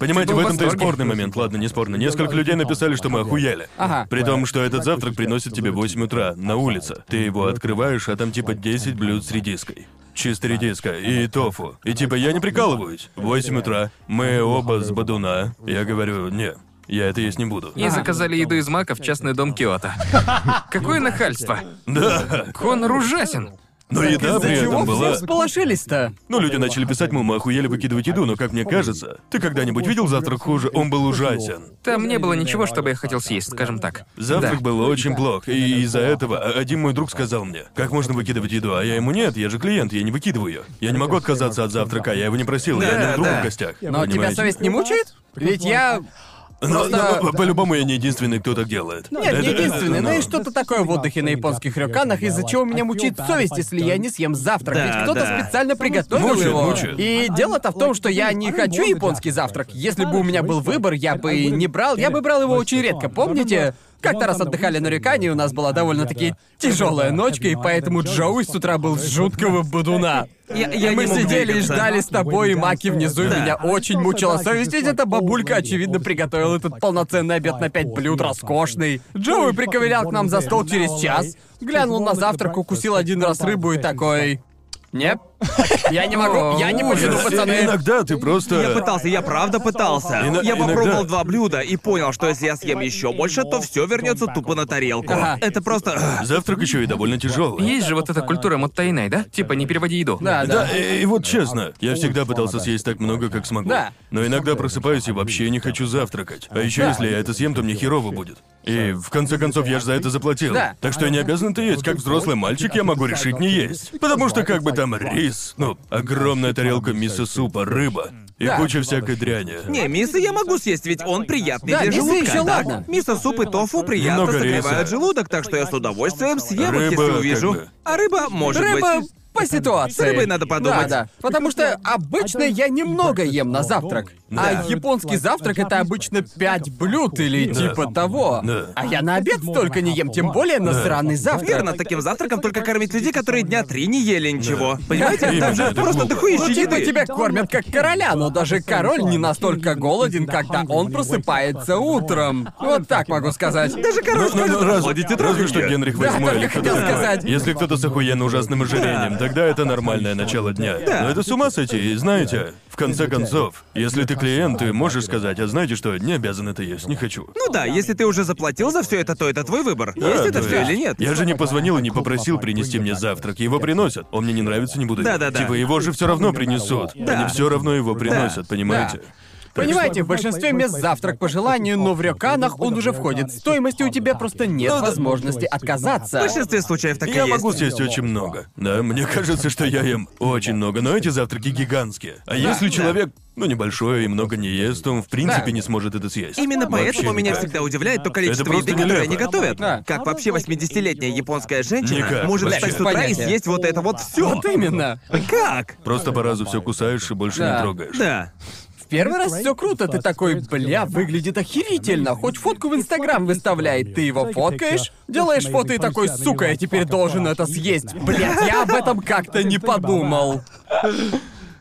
S2: Понимаете,
S1: Ты
S2: в
S1: был в
S2: этом-то и
S1: восторге?
S2: спорный момент. Ладно, не спорно. Несколько людей написали, что мы охуели.
S4: Ага.
S2: При том, что этот завтрак приносит тебе в 8 утра на улице. Ты его открываешь, а там типа 10 блюд с редиской. Чисто редиска и тофу. И типа я не прикалываюсь. В 8 утра мы оба с бадуна. Я говорю, не, я это есть не буду.
S1: И заказали еду из мака в частный дом Киото. Какое нахальство.
S2: Да.
S1: Конор ужасен.
S2: Но еда при этом
S4: Чего все
S2: была.
S4: всполошились-то?
S2: Ну, люди начали писать, мол, мы охуели выкидывать еду, но, как мне кажется, ты когда-нибудь видел завтрак хуже? Он был ужасен.
S1: Там не было ничего, что бы я хотел съесть, скажем так.
S2: Завтрак был очень плох, и из-за этого о- один мой друг сказал мне, как можно выкидывать еду, а я ему нет, я же клиент, я не выкидываю ее. Я не могу отказаться от завтрака, я его не просил, я не
S1: Да,
S2: у друга
S1: да.
S2: в гостях.
S4: Но тебя
S2: понимаете?
S4: совесть не мучает? Ведь я...
S2: Но,
S4: просто-
S2: но по- по-любому я не единственный, кто так делает.
S4: Нет, не
S2: Это-
S4: единственный, но и
S2: ну,
S4: что-то такое в отдыхе на японских рёканах, из-за чего меня мучит совесть, если я не съем завтрак.
S3: Да,
S4: Ведь кто-то
S3: да.
S4: специально приготовил
S2: Мучает,
S4: его.
S2: мучает.
S4: И дело-то в том, что я не хочу японский завтрак. Если бы у меня был выбор, я бы не брал. Я бы брал его очень редко, помните? Как-то раз отдыхали на рекане, и у нас была довольно-таки тяжелая ночка, и поэтому Джоуи с утра был с жуткого бодуна.
S3: Я- я
S4: И мы
S3: не мог
S4: сидели и
S3: двигаться.
S4: ждали с тобой и Маки внизу, и
S3: Да.
S4: меня очень мучила совесть, ведь эта бабулька, очевидно, приготовила этот полноценный обед на пять блюд, роскошный. Джоуи приковылял к нам за стол через час, глянул на завтрак, укусил один раз рыбу и такой... Нет, я не могу, я не потяну,
S2: Ужас.
S4: ну, пацаны.
S2: Э, Иногда ты просто...
S3: Я пытался, я правда пытался.
S2: Ино-
S3: я
S2: иногда-
S3: попробовал два блюда и понял, что если я съем еще больше, то все вернется тупо на тарелку.
S4: Ага.
S3: Это просто.
S2: Завтрак еще и довольно тяжелый.
S1: Есть же вот эта культура Моттайнай, да? Типа не переводи еду.
S4: Да, да.
S2: Да, и, и вот честно, я всегда пытался съесть так много, как смогу.
S4: Да.
S2: Но иногда просыпаюсь и вообще не хочу завтракать. А еще
S4: Да.
S2: если я это съем, то мне херово будет. И в конце концов я же за это заплатил.
S4: Да.
S2: Так что я не обязан это есть. Как взрослый мальчик я могу решить не есть. Потому что как бы там рис, ну, огромная тарелка мисо супа, рыба и
S4: Да.
S2: куча всякой дряни.
S3: Не, мисо я могу съесть, ведь он приятный
S4: Да,
S3: для
S4: мисо
S3: желудка.
S4: ещё
S3: да?
S4: ладно.
S3: Мисо, а суп и тофу приятно
S2: Много
S3: согревают
S2: риса.
S3: желудок, так что я с удовольствием съем их,
S2: Рыба
S3: если
S2: как
S3: увижу.
S2: бы.
S3: А рыба может
S4: Рыба
S3: быть.
S4: по ситуации.
S3: С рыбой надо подумать.
S4: Да, да. Потому что обычно я немного ем на завтрак. А
S2: Да.
S4: японский завтрак это обычно пять блюд или
S2: Да.
S4: типа того.
S2: Да.
S4: А я на обед столько не ем, тем более на
S6: Да.
S4: сраный завтрак.
S3: А Верно, таким завтраком только кормить людей, которые дня три не ели ничего. Понимаете?
S2: Именно,
S3: Там же
S2: это
S3: просто
S2: глупо.
S3: дохуище
S4: Ну, типа
S3: еды.
S4: тебя кормят как короля, но даже король не настолько голоден, когда он просыпается утром. Вот так могу сказать.
S3: Даже король
S2: Ну,
S3: скажет,
S2: ну, раз-
S3: «Ходите,
S2: разве что
S3: трахайте».
S2: Генрих
S4: Да,
S2: Восьмой
S4: только
S2: или кто-то
S4: хотел
S2: такой.
S4: сказать.
S2: Если кто-то с охуенно ужасным ожирением, тогда это нормальное начало дня.
S3: Да.
S2: Но это с ума сойти, и знаете, в конце концов, если ты клиент, ты можешь сказать, а знаете что, не обязан это есть, не хочу.
S3: Ну да, если ты уже заплатил за все это, то это твой выбор.
S2: Да,
S3: Ну, есть это
S2: А, то
S3: все
S2: есть.
S3: или нет?
S2: Я же не позвонил и не попросил принести мне завтрак. Его приносят. Он мне не нравится, не буду. есть.
S3: Да-да-да.
S2: Типа его же все равно принесут.
S6: Да.
S2: Они все равно его приносят, понимаете? Так что-
S4: Понимаете, в большинстве мест завтрак по желанию, но в рёканах он уже входит в стоимость, и у тебя просто нет
S6: Ну да.
S4: возможности отказаться.
S3: В большинстве случаев так и
S2: я
S3: есть.
S2: могу съесть очень много. Да, мне кажется, что я ем очень много, но эти завтраки гигантские. А если человек, ну, небольшой и много не ест, он в принципе
S4: Да.
S2: не сможет это съесть.
S3: Именно
S2: Вообще
S3: поэтому меня
S2: никак.
S3: всегда удивляет то количество
S2: Это просто
S3: еды, которое они
S2: нелепо.
S3: готовят.
S4: Да.
S3: Как вообще 80-летняя японская женщина
S2: Никак,
S3: может
S2: вообще.
S3: встать с утра и
S4: Понятия.
S3: съесть вот это вот все?
S4: Вот именно.
S3: Как?
S2: Просто по разу все кусаешь и больше
S4: Да.
S2: не трогаешь.
S3: Да.
S4: В первый раз все круто, ты такой, бля, выглядит охерительно. Хоть фотку в Инстаграм выставляет, ты его фоткаешь, делаешь фото и такой, сука, я теперь должен это съесть. Блядь, я об этом как-то не подумал.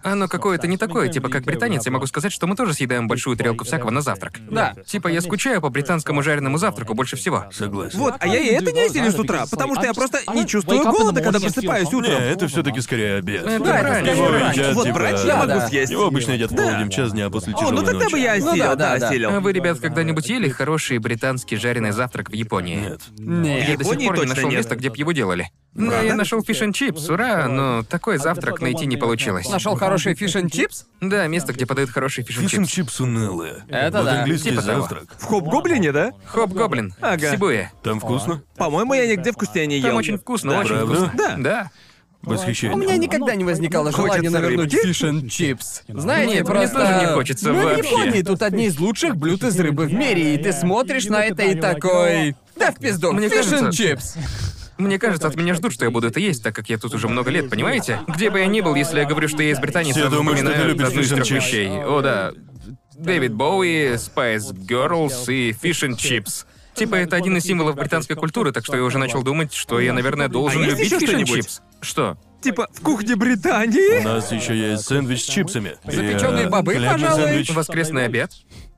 S1: Оно какое-то не такое, типа как британец, я могу сказать, что мы тоже съедаем большую тарелку всякого на завтрак.
S4: Да.
S1: Типа я скучаю по британскому жареному завтраку больше всего.
S2: Согласен.
S3: Вот, а я и это не осилю с утра, потому что я просто не чувствую голода, когда просыпаюсь
S2: Не,
S3: утром.
S2: Э, это все-таки скорее обед.
S1: Это
S4: Да, это
S1: правильно.
S4: скорее
S2: Его
S4: брать.
S2: едят,
S3: Вот
S2: типа,
S3: брать я
S4: да.
S3: могу съесть.
S2: Его обычно едят в полднем час дня после
S3: О,
S2: тяжелой
S3: ну тогда бы я
S2: ночи.
S3: осилил,
S4: Ну
S3: да,
S4: да, да, да.
S1: А
S3: осилил.
S1: вы, ребят, когда-нибудь ели хороший британский жареный завтрак в Японии?
S2: Нет.
S1: Я
S4: Нет.
S1: до сих
S3: Японии
S1: пор не
S3: точно
S1: нашел
S3: нет.
S1: места, где бы его делали. Но я нашел фиш and чипс, ура, но
S4: А
S1: такой завтрак найти не получилось.
S4: Нашел хороший фиш н чипс?
S1: Да, место, где подают хороший фиш and
S2: Фишем
S1: чипс.
S2: чипс унылые.
S4: Это
S2: вот
S4: да.
S2: английский
S1: Типа того.
S2: завтрак.
S3: В Хоп-Гоблине, да?
S1: Хоп Гоблин.
S3: Ага.
S1: Сибуя.
S2: Там вкусно?
S3: По-моему, я нигде вкуснее не ел.
S1: Там очень вкусно, очень
S2: Правда?
S1: вкусно.
S3: Да.
S1: Да.
S2: Восхищение.
S4: У
S1: Ну,
S4: меня никогда не возникало желания
S3: Хочется
S4: навернуть
S3: рыбки?
S4: фиш н чипс. Знаете,
S1: Нет, Ну, мне
S4: просто...
S1: тоже не хочется
S4: Мы в
S1: вообще.
S4: Японии, тут одни из лучших блюд из рыбы в мире, и ты смотришь на это и такой... Да в пизду,
S1: Мне
S4: фиш н
S1: кажется-
S4: чипс.
S1: Мне кажется, от меня ждут, что я буду это есть, так как я тут уже много лет, понимаете? Где бы я ни был, если я говорю, что я из Британии,
S2: Все
S1: сразу
S2: думают, что ты
S1: упоминают
S2: любишь
S1: одну из
S2: fish and
S1: трех
S2: chips.
S1: вещей. О, да. Дэвид Боуи, Spice Girls и Fish and Chips. Типа, это один из символов британской культуры, так что я уже начал думать, что я, наверное, должен
S3: А есть
S1: любить
S3: ещё
S1: Fish and
S3: что-нибудь?
S1: Chips. Что?
S3: Типа, в кухне Британии?
S2: У нас еще есть сэндвич с чипсами. И,
S4: Запечённые
S2: э,
S4: бобы,
S2: хлебный
S4: пожалуй.
S2: сэндвич.
S1: Воскресный обед?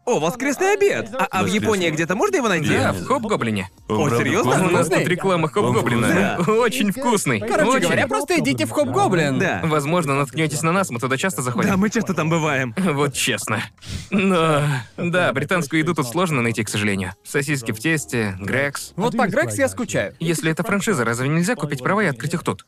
S3: О, воскресный обед! А, а в
S2: Воскресный.
S3: Японии где-то можно его найти?
S1: Да, в Хоб-Гоблине.
S2: Он, правда,
S3: серьёзно?
S1: У
S2: классный.
S1: нас тут реклама Хоб-Гоблина. Очень вкусный.
S4: Короче
S1: Очень.
S4: говоря, просто идите в Хоп-Гоблин.
S3: Да.
S1: Возможно, наткнетесь на нас, мы туда часто заходим.
S3: Да, мы часто там бываем.
S1: Вот честно. Но... Да, британскую еду тут сложно найти, к сожалению. Сосиски в тесте, Грекс.
S4: Вот по Грекс я скучаю.
S1: Если это франшиза, разве нельзя купить права и открыть их тут?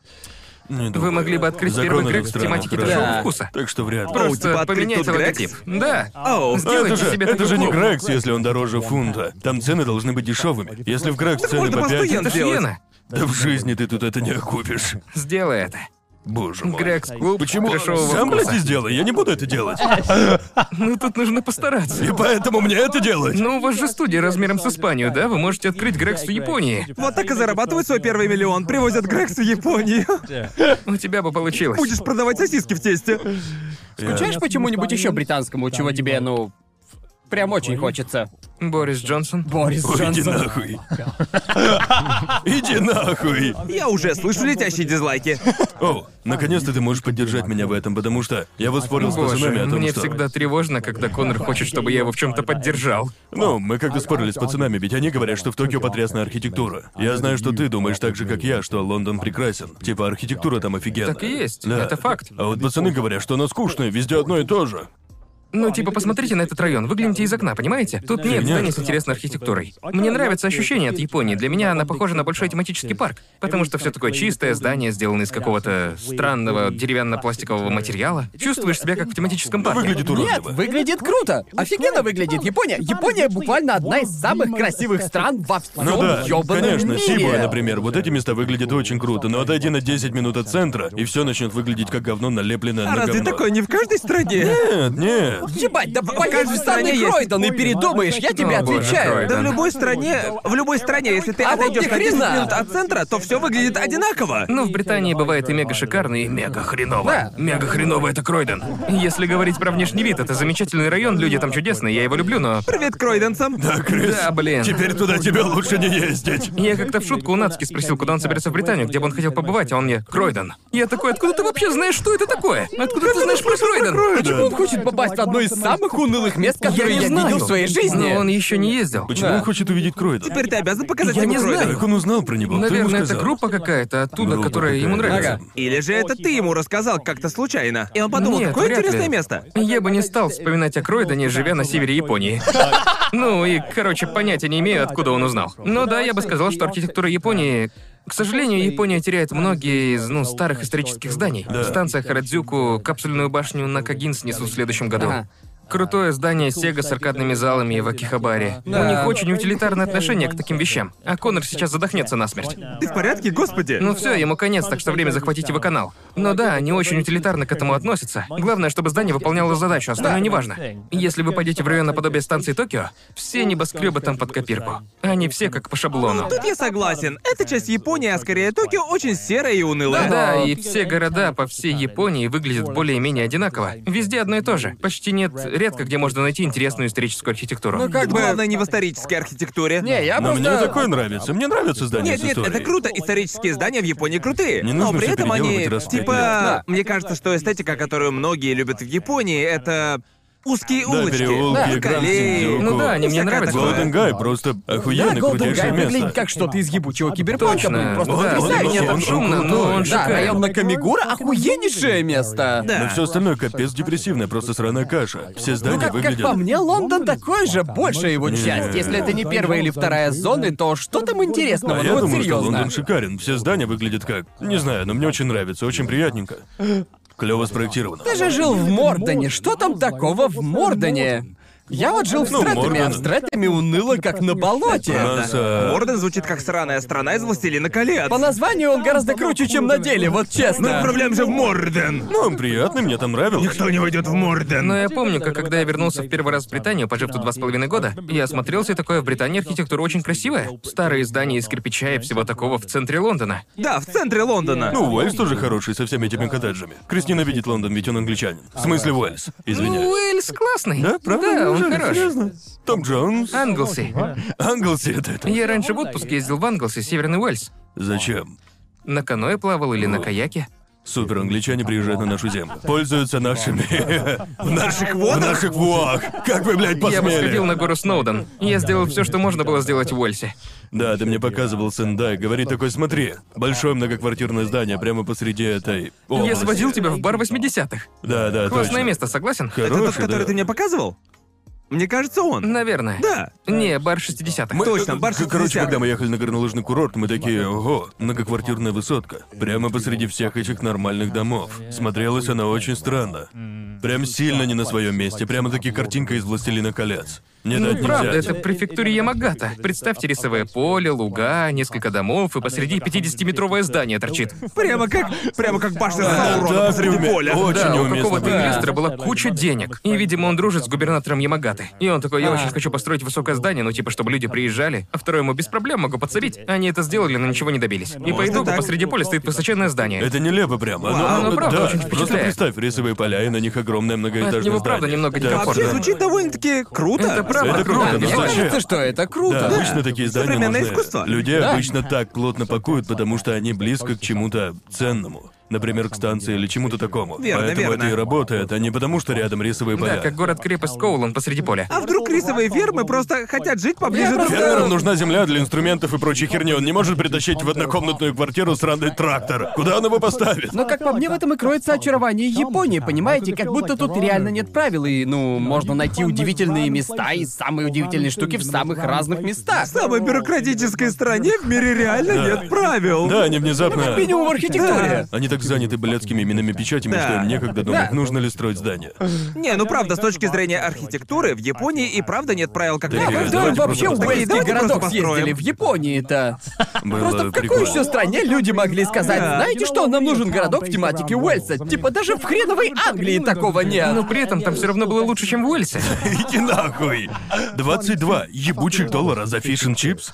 S2: Не
S1: Вы
S2: думаю.
S1: могли бы открыть
S2: Законы
S1: первый
S2: в
S1: Грекс в
S2: странах
S1: тематике
S2: разные.
S1: трешового
S4: Да.
S1: вкуса.
S2: Так что вряд ли.
S3: Просто
S1: Просто
S3: открыть
S1: поменять
S3: тут
S1: логотип.
S3: Грекс?
S1: Да.
S3: Оу,
S2: А это
S1: Сделайте
S2: же,
S1: себе
S2: это
S1: такой
S2: же не
S1: клуб.
S2: Грекс, если он дороже фунта. Там цены должны быть дешевыми. Если в Грекс цены
S3: можно
S2: по
S3: просто
S2: 5,
S3: ен
S1: Это ж
S3: делать.
S1: Вена.
S2: да в жизни ты тут это не окупишь.
S1: Сделай это.
S2: Боже мой.
S1: Грекс клуб
S2: Почему?
S1: трешового
S2: Сам,
S1: вкуса.
S2: блядь, и сделай, я не буду это делать.
S1: Ну тут нужно постараться.
S2: И поэтому мне это делать.
S1: Ну, у вас же студия размером с Испанию, да? Вы можете открыть Грекс в Японии.
S3: Вот так и зарабатывают свой первый миллион. Привозят Грекс в Японию.
S1: У тебя бы получилось.
S3: Будешь продавать сосиски в тесте.
S4: Скучаешь почему-нибудь еще британскому, чего тебе, ну... Прям очень хочется.
S1: Борис Джонсон.
S4: Борис
S2: Ой, иди
S4: Джонсон.
S2: нахуй. Иди нахуй.
S3: Я уже слышу летящие дизлайки.
S2: О, наконец-то ты можешь поддержать меня в этом, потому что я воспорил с пацанами
S1: Боже,
S2: о том,
S1: мне
S2: что...
S1: всегда тревожно, когда Конор хочет, чтобы я его в чем-то поддержал.
S2: Ну, мы как-то спорили с пацанами, ведь они говорят, что в Токио потрясная архитектура. Я знаю, что ты думаешь так же, как я, что Лондон прекрасен. Типа архитектура там офигенная.
S1: Так и есть,
S2: Да.
S1: это факт.
S2: А вот пацаны говорят, что она скучная, везде одно и то же.
S1: Ну, типа, посмотрите на этот район, выгляните из окна, понимаете? Тут нет
S2: Фигня.
S1: зданий с интересной архитектурой. Мне нравится ощущение от Японии, для меня она похожа на большой тематический парк, потому что все такое чистое, здание сделано из какого-то странного деревянно-пластикового материала. Чувствуешь себя как в тематическом парке.
S2: Выглядит
S4: Нет,
S2: уродливо.
S4: выглядит круто. Офигенно выглядит Япония. Япония буквально одна из самых красивых стран во всем
S2: Ну да,
S4: ёбаном
S2: конечно,
S4: мире.
S2: Сибуя, например, вот эти места выглядят очень круто, но отойди на 10 минут от центра, и все начнет выглядеть как говно, налепленное
S3: А
S2: на
S3: разве
S2: говно.
S3: такое не в каждой стране?
S2: Нет, нет.
S4: Ебать, да поедешь в
S3: каждой стране
S4: стране
S3: есть.
S4: Кройдон и передумаешь, я тебе
S1: О, боже,
S4: отвечаю.
S1: Кройдон.
S3: Да в любой стране, в любой стране, если ты
S4: А вот
S3: отойдешь
S4: ни
S3: на 10
S4: хрена.
S3: минут от центра, то все выглядит одинаково.
S1: Ну, в Британии бывает и мега шикарно, и мега хреново.
S4: Да.
S1: Мега хреново это Кройден. Если говорить про внешний вид, это замечательный район, люди там чудесные, я его люблю, но...
S3: Привет, Кройденсам.
S2: Да, Крис,
S1: Да, блин.
S2: теперь туда тебе лучше не ездить.
S1: Я как-то в шутку у Нацки спросил, куда он собирается в Британию, где бы он хотел побывать, а он мне «Кройден». Я такой, откуда ты вообще знаешь, что это такое? Откуда ты знаешь про Кройден?
S4: Почему он хочет попасть в одно из самых унылых мест, которые я видел в своей жизни?
S1: Но он еще не ездил.
S2: Почему он хочет увидеть Кройда?
S3: Теперь ты обязан показать
S1: Я
S3: ему
S1: не
S3: Кройден.
S1: знаю.
S2: Как он узнал про него? Кто ему
S1: Наверное, это
S2: сказал?
S1: группа какая-то оттуда,
S2: Группа
S1: которая ему
S2: какая-то.
S1: нравится.
S4: Ага.
S3: Или же это ты ему рассказал как-то случайно. И он подумал,
S1: Нет,
S3: какое
S1: вряд ли.
S3: интересное место.
S1: Я бы не стал вспоминать о Кройдене, живя на севере Японии. Ну и, короче, понятия не имею, откуда он узнал. Но да, я бы сказал, что архитектура Японии... К сожалению, Япония теряет многие из, ну, старых исторических зданий. Станция Харадзюку, капсульную башню Накагин снесут в следующем году.
S4: Ага.
S1: Крутое здание Сега с аркадными залами в Акихабаре.
S4: Да.
S1: У них очень утилитарное отношение к таким вещам. А Конор сейчас задохнется насмерть.
S3: Ты в порядке, господи?
S1: Ну все, ему конец, так что время захватить его канал. Но да, они очень утилитарно к этому относятся. Главное, чтобы здание выполняло задачу, остальное неважно. Если вы пойдете в район наподобие станции Токио, все небоскребы там под копирку. Они все как по шаблону.
S3: Ну, Тут я согласен. Эта часть Японии, а скорее Токио, очень серая и унылая.
S1: Да, и все города по всей Японии выглядят более-менее одинаково. Везде одно и то же. Почти нет, редко где можно найти интересную историческую архитектуру.
S4: Ну как бы...
S3: Главное, не в исторической архитектуре.
S4: Не, я
S2: Но
S4: просто...
S2: мне такое нравится. Мне нравятся здания
S3: Нет,
S2: с
S3: нет,
S2: историей.
S3: это круто. Исторические здания в Японии крутые.
S2: Не
S3: но
S2: нужно
S3: при
S2: всё
S3: этом они.
S2: переделывать раз в пять
S3: типа.
S2: лет.
S4: Да.
S3: Мне кажется, что эстетика, которую многие любят в Японии, это узкие
S2: Да,
S3: улочки.
S2: переулки,
S3: Да,
S2: Гранд
S3: аллеи.
S2: Синдзюку.
S1: Ну да, они мне
S3: Всякое
S1: нравятся.
S3: такое.
S2: Голден Гай просто
S4: Да,
S2: охуенный,
S4: Golden
S2: крутейшее
S4: Guy выглядит
S2: место.
S4: как что-то из ебучего киберпанка,
S1: Точно.
S4: блин, просто
S1: Да,
S2: он-
S1: да,
S4: потрясающе.
S1: нет, там
S2: он
S1: шумно, но
S2: крутой.
S1: он
S4: Да,
S1: шикарный.
S4: район Накамигура — охуеннейшее место.
S3: Да.
S2: Но все остальное капец депрессивное, просто сраная каша. Все здания
S4: Ну, как, как
S2: выглядят.
S4: по мне, Лондон такой же, большая его
S2: Не.
S4: часть. Если это не первая или вторая зоны, то что там
S2: А
S4: интересного?
S2: я
S4: ну, вот
S2: думаю, что
S4: серьезно.
S2: Лондон шикарен. Все здания выглядят как. Не знаю, но мне очень нравится, очень приятненько. Клево спроектировано.
S4: Ты же жил в Мордоне. Что там такого в Мордоне? Я вот жил в
S2: Ну,
S4: Стрэттами, а
S2: Мордон.
S4: в Стрэттами уныло, как на болоте.
S2: У нас,
S3: Да.
S2: э,
S3: Морден звучит как сраная страна из «Властелина колец».
S4: По названию он гораздо круче, чем на деле, вот
S3: Мы
S4: честно.
S3: отправляемся в Морден!
S2: Ну, он приятный, мне там нравилось.
S3: Никто не войдет в Морден!
S1: Но я помню, как когда я вернулся в первый раз в Британию, пожив тут два с половиной года, я осмотрелся и такое, в Британии архитектура очень красивая. Старые здания из кирпича и всего такого в центре Лондона.
S3: Да, в центре Лондона.
S2: Ну, Уэльс тоже хороший со всеми этими коттеджами. Крис ненавидит Лондон, ведь он англичанин. В смысле Уэльс,
S1: Ну,
S2: извиняюсь.
S1: Уэльс классный.
S2: Да,
S1: Да,
S2: правда?
S1: он
S2: Неужели?
S1: хорош.
S2: Серьезно? Том Джонс,
S1: Англси.
S2: Англси это, это.
S1: Я раньше в отпуск ездил в Англси, Северный Уэльс.
S2: Зачем?
S1: На каноэ плавал или на каяке.
S2: Супер, англичане приезжают на нашу землю. Пользуются нашими... В наших водах? В наших вуах. Как вы, блядь,
S1: Я восходил
S2: посмели?
S1: на гору Сноуден. Я сделал все, что можно было сделать в Уэльсе.
S2: Да, ты мне показывал Сендай, говори такой, смотри, большое многоквартирное здание прямо посреди этой
S1: Я
S2: области».
S1: сводил тебя в бар 80-х.
S2: Да, да,
S1: Классное
S2: точно.
S1: место, согласен?
S3: Это тот,
S2: Хороший,
S3: который
S2: да.
S3: ты мне показывал? Мне кажется, он.
S1: Наверное.
S3: Да.
S1: Не, бар 60-х.
S2: Мы- э,
S3: Точно, бар
S2: К- Короче,
S3: 60.
S2: когда мы ехали на горнолыжный курорт, мы такие, ого, многоквартирная высотка. Прямо посреди всех этих нормальных домов. Смотрелась она очень странно. Прям сильно не на своем месте, прямо-таки картинка из «Властелина колец». Нет,
S1: Ну,
S2: нет,
S1: правда,
S2: нельзя.
S1: это в префектуре Ямагата. Представьте рисовое поле, луга, несколько домов, и посреди 50-метровое здание торчит.
S3: Прямо как... Прямо как башня
S2: Да,
S3: Саурона
S2: так,
S3: посреди
S2: ребят,
S3: поля.
S2: очень
S1: Да, у
S2: неуместно
S1: какого-то
S2: было.
S1: инвестора была куча денег. И, видимо, он дружит с губернатором Ямагаты. И он такой, я
S4: А.
S1: очень хочу построить высокое здание, ну типа, чтобы люди приезжали. А второе ему без проблем могу подсобить. Они это сделали, но ничего не добились. И по
S5: Можно
S1: итогу
S3: так?
S1: посреди поля стоит высоченное здание.
S2: Это нелепо прямо. Оно-
S1: Оно правда
S2: да,
S1: очень
S2: просто
S1: впечатляет.
S2: представь рисовые поля, и на них огромное многоэтажное
S1: От него,
S2: здание.
S1: правда, немного
S2: Да.
S3: Вообще
S1: некомфортно.
S3: звучит довольно-таки круто.
S1: Это правда
S2: Это круто,
S1: круто.
S2: но
S1: Мне
S2: зачем?
S1: кажется,
S4: Кажется, что это
S2: Да,
S4: круто.
S2: обычно такие здания
S3: Современное
S2: нужны.
S3: искусство.
S2: Людей
S4: Да.
S2: обычно так плотно пакуют, потому что они близко к чему-то ценному. Например, к станции или чему-то такому.
S3: Верно,
S2: Поэтому
S3: верно.
S2: это и работает, а не потому, что рядом рисовые
S1: Да,
S2: поля.
S1: как город-крепость Коулан посреди поля.
S3: А вдруг рисовые фермы просто хотят жить поближе
S4: Я
S3: друг к
S4: просто-
S2: Фермерам
S3: другу?
S2: нужна земля для инструментов и прочей херни. Он не может притащить в однокомнатную квартиру сраный трактор. Куда он его поставит?
S1: Ну,
S4: Но, как по мне, в этом и кроется очарование Японии, понимаете? Как будто тут реально нет правил, и, ну, можно найти удивительные места и самые удивительные штуки в самых разных местах.
S3: В самой бюрократической стране в мире реально
S2: Да.
S3: нет правил.
S2: Да, они
S1: ну,
S2: внезапно...
S4: Ну, Минимум архитектуре.
S2: Они так заняты блядскими именными печатями,
S3: Да.
S2: что им некогда думать, нужно ли строить здание.
S3: Не, ну правда, с точки зрения архитектуры, в Японии и правда нет правил, как
S2: Да,
S3: таковых.
S4: Мы
S2: Ребят,
S4: вдвоем
S2: давайте
S4: вообще
S2: просто-
S4: в Уэльский
S3: Давайте просто
S4: городок съездили,
S3: построим.
S4: в Японии-то.
S2: Было
S4: Просто в какой
S2: прикольно.
S4: еще стране люди могли сказать,
S3: Да.
S4: знаете что, нам нужен городок в тематике Уэльса? Типа даже в хреновой Англии
S1: Но
S4: такого нет.
S1: при этом там все равно было лучше, чем в Уэльсе.
S2: Иди нахуй! 22 ебучих доллара за фишн чипс?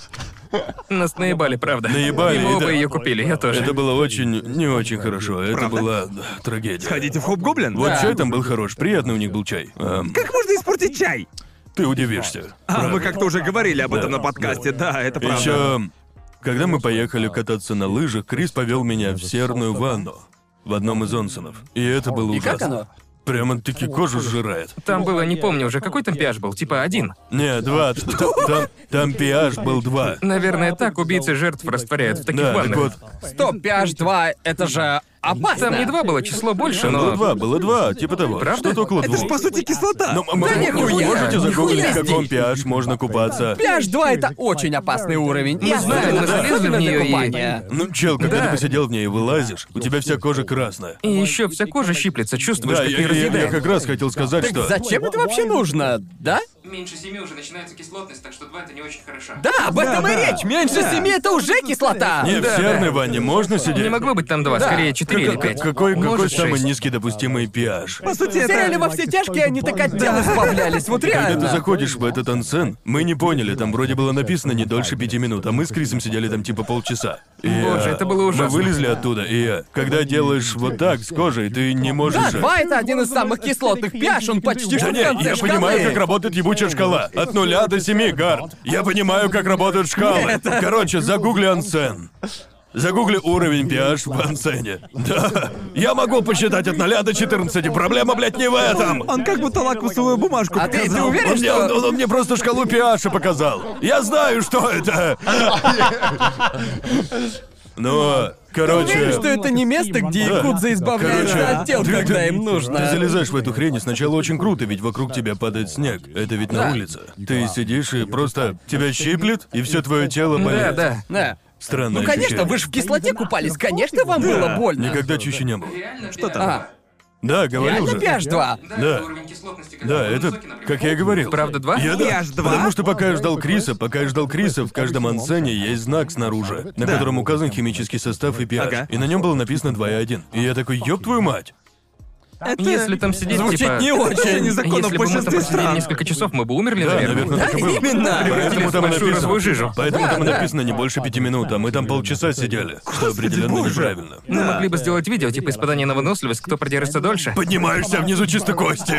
S1: Нас наебали, правда.
S2: Наебали,
S1: И мы
S2: и
S1: оба
S2: да.
S1: ее купили, я тоже.
S2: Это было очень... не очень хорошо. Это была да, трагедия.
S3: Ходите в Хоп Гоблин.
S2: Вот
S4: Да.
S2: чай там был хорош, приятный у них был чай. Эм,
S3: Как можно испортить чай?
S2: ты удивишься.
S3: А, мы как-то уже говорили об этом на подкасте, да, это правда.
S2: Еще, когда мы поехали кататься на лыжах, Крис повел меня в серную ванну в одном из онсонов. И это было
S4: И
S2: ужасно.
S4: как оно?
S2: Прямо-таки кожу сжирает.
S1: Там было, не помню уже, какой там пляж был, типа один.
S2: Не, два. т- т- Там, там pH был два.
S1: Наверное, так убийцы жертв растворяют в таких
S2: Да, так
S1: ваннах.
S2: вот,
S4: Стоп, PH2, это же опасно.
S1: Там не два было, число больше,
S2: там было
S1: но...
S2: два, было два, типа того.
S1: Ну, Правда?
S2: Что-то около
S3: Это ж
S2: двух.
S3: по сути кислота.
S2: Но м- м-
S4: нихуя,
S2: можете загуглить, в
S4: нихуя
S2: каком
S4: здесь.
S2: pH можно купаться?
S4: PH2 это очень опасный уровень.
S1: Мы
S4: Я
S1: знаем, мы залезли в нее и-
S2: Ну, чел, когда
S1: Да.
S2: ты посидел в ней и вылазишь, у тебя вся кожа красная.
S1: И еще вся кожа щиплется, чувствуешь,
S2: Да,
S1: как
S2: я,
S1: ее
S2: я- я
S1: разъедает.
S2: как раз хотел сказать, что...
S4: Зачем это вообще нужно, да?
S1: Меньше семи уже начинается кислотность, так что два это не очень хорошо.
S4: Да, об этом и
S3: да.
S4: речь. Меньше семи это уже кислота.
S2: Не,
S1: Да,
S2: в серной ванне можно сидеть?
S1: Не могло быть там два, скорее четыре или
S2: Как-
S1: пять.
S2: Какой, какой
S1: Может,
S2: самый
S1: шесть.
S2: низкий допустимый pH?
S3: По сути,
S4: Сериали
S3: это...
S4: во все тяжкие, они так от дел избавлялись, вот
S2: Когда ты
S4: реально.
S2: заходишь в этот ансен, мы не поняли, там вроде было написано не дольше пяти минут, а мы с Крисом сидели там типа полчаса. И,
S1: Боже,
S2: э,
S1: это было ужасно.
S2: Мы вылезли оттуда, и э, когда делаешь вот так с кожей, ты не
S4: Да,
S2: можешь... э,
S4: два это один из самых кислотных пяж, он почти что
S2: Да
S4: в
S2: не,
S4: конце
S2: я
S4: шкалы.
S2: понимаю, как работает ебучая шкала. От нуля до семи, Гард. Я понимаю, как работают шкалы. Короче, загугли ансен. Загугли уровень pH в ансене. Да. Я могу посчитать от нуля до 14. Проблема, блядь, не в этом.
S3: Он как будто лакмусовую бумажку
S4: А ты- ты
S3: показал.
S4: уверен?
S2: Он мне,
S4: что-
S2: он- он- он мне просто шкалу pH показал. Я знаю, что это. Ну,
S4: Уверен,
S2: короче...
S4: что это не место, где
S2: Да.
S4: якудза избавляются от тел,
S2: ты-
S4: когда
S2: ты-
S4: им
S2: Ты
S4: нужно.
S2: залезаешь в эту хрень, и сначала очень круто, ведь вокруг тебя падает снег. Это ведь на улице. Ты сидишь и просто тебя щиплет, и все твое тело болит.
S1: Да, да.
S4: Да.
S2: Странно.
S4: Ну, конечно, вы же в кислоте купались, конечно, вам было больно.
S2: Никогда чище не было.
S1: Что
S4: А,
S2: Да, говорил
S4: реально
S2: же.
S4: PH2.
S2: Да. Да, это, как я и говорил.
S1: А, Правда, два?
S2: Я да.
S3: Я ж два.
S2: Потому что пока я ждал Криса, пока я ждал Криса, в каждом ансене есть знак снаружи, на котором указан химический состав и pH.
S3: Ага.
S2: И на нем было написано 2 и 1. И я такой, ёб твою мать!
S3: Это-
S1: Если там сидеть,
S4: Звучит
S1: типа...
S4: не
S3: Вообще
S4: очень.
S3: незаконно в
S1: Если бы мы там
S3: большинстве
S1: посидели
S3: стран.
S1: несколько часов, мы бы умерли,
S2: Да,
S1: наверное.
S2: наверное, так и было.
S4: Именно.
S2: Поэтому там
S1: большую
S2: и написано.
S1: розовую жижу.
S2: Поэтому там и
S4: да.
S2: написано не больше пяти минут, а мы там полчаса сидели. Что определенно
S3: боже.
S2: неправильно.
S1: Мы могли бы сделать видео, типа испытание на выносливость, кто продержится дольше.
S2: Поднимаешься внизу чисто кости.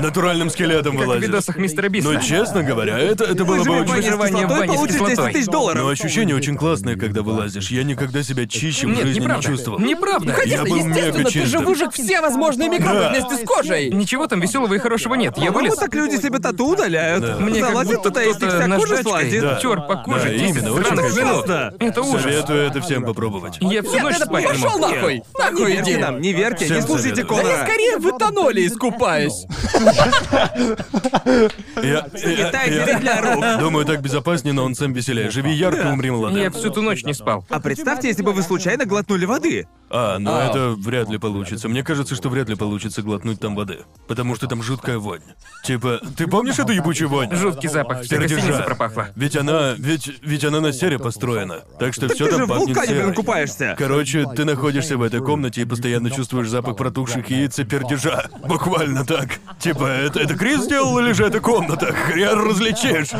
S2: Натуральным скелетом
S1: Как в
S2: вылазишь. Ну
S1: видосах мистера
S2: Но,
S1: Биста.
S2: честно говоря, это, это было бы
S1: Выживание в
S2: очень...
S3: Выживание с кислотой
S1: бане с
S3: получить 10
S1: кислотой.
S3: тысяч долларов.
S2: Но ощущение очень классное, когда вылазишь. Я никогда себя чище в
S1: Нет,
S2: жизни не
S1: неправда.
S2: чувствовал.
S1: Неправда.
S4: Ну,
S2: Я
S4: Конечно,
S2: был мега
S4: естественно, ты же
S2: чистым.
S4: выжег все возможные микробы
S2: Да.
S4: вместе с кожей.
S1: Ничего там веселого и хорошего нет. Я
S3: Почему
S1: вылез.
S3: так люди себе тату удаляют?
S1: Мне как
S3: Залазит
S1: будто э,
S3: туда, если
S1: кто-то
S3: вся кожа слазит.
S2: Да.
S1: наждачкой тер по
S2: Да,
S1: коже 10
S2: именно, очень
S1: сраных
S2: красиво.
S1: минут.
S3: Да.
S1: Это ужас.
S2: Советую это всем попробовать.
S1: Я всю
S4: Нет,
S1: ночь
S4: это
S1: спать не
S4: пошел
S1: мог.
S4: нахуй! Нахуй
S3: Верьте
S4: иди
S3: нам, не верьте,
S2: Всем
S3: не слушайте
S2: советую.
S4: Да я
S3: Конора.
S4: скорее в этаноле искупаюсь.
S2: Я, я-
S3: Китайцы
S2: я-
S3: для рук.
S2: Думаю, так безопаснее, но он сам веселее. Живи ярко, умри молодым.
S1: Я всю ту ночь не спал.
S3: А представьте, если бы вы случайно глотнули воды.
S2: А, ну
S4: А.
S2: это вряд ли получится. Мне кажется, что вряд ли получится глотнуть там воды. Потому что там жуткая вонь. Типа, ты помнишь эту ебучую вонь?
S1: Жуткий запах, вся
S2: Сердежа.
S1: гостиница пропахла.
S2: Ведь она, ведь, ведь она на сере построена. Так что все
S3: ты же
S2: там
S3: в
S2: пахнет
S3: вулкане
S2: серой.
S3: купаешься.
S2: Короче, ты находишься в этой комнате и постоянно чувствуешь запах протухших яиц и пердежа. Буквально так. Типа, это, это Крис сделал или же это комната? Хрен различишь.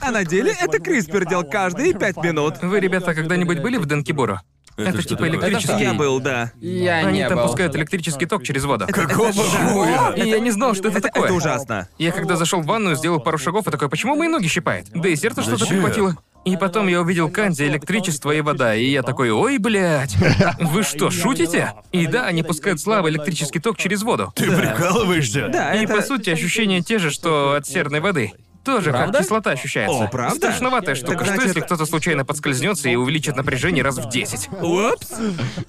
S3: А на деле это Крис пердел каждые пять минут.
S1: Вы, ребята, когда-нибудь были в Денкибуру? Это,
S2: что
S1: типа
S2: такое?
S1: электрический.
S3: Я был, да.
S4: Я
S1: Они
S4: А, не
S1: там
S4: был.
S1: пускают электрический ток через воду.
S2: Какого хуя?
S1: И я не знал, что это
S3: Это,
S1: такое.
S3: это ужасно.
S1: Я когда зашел в ванную, сделал пару шагов и такой, почему мои ноги щипает? Да и сердце что-то
S2: Зачем?
S1: прихватило. И потом я увидел Канди, электричество и вода, и я такой, ой, блядь, вы что, шутите? И да, они пускают слабый электрический ток через воду.
S2: Ты прикалываешься?
S3: Да,
S1: И
S3: это...
S1: по сути ощущения те же, что от серной воды. Тоже как кислота ощущается.
S3: О, правда?
S1: Страшноватая штука.
S3: Так
S1: Что
S3: значит-
S1: если кто-то случайно подскользнется и увеличит напряжение раз в 10?
S3: Упс.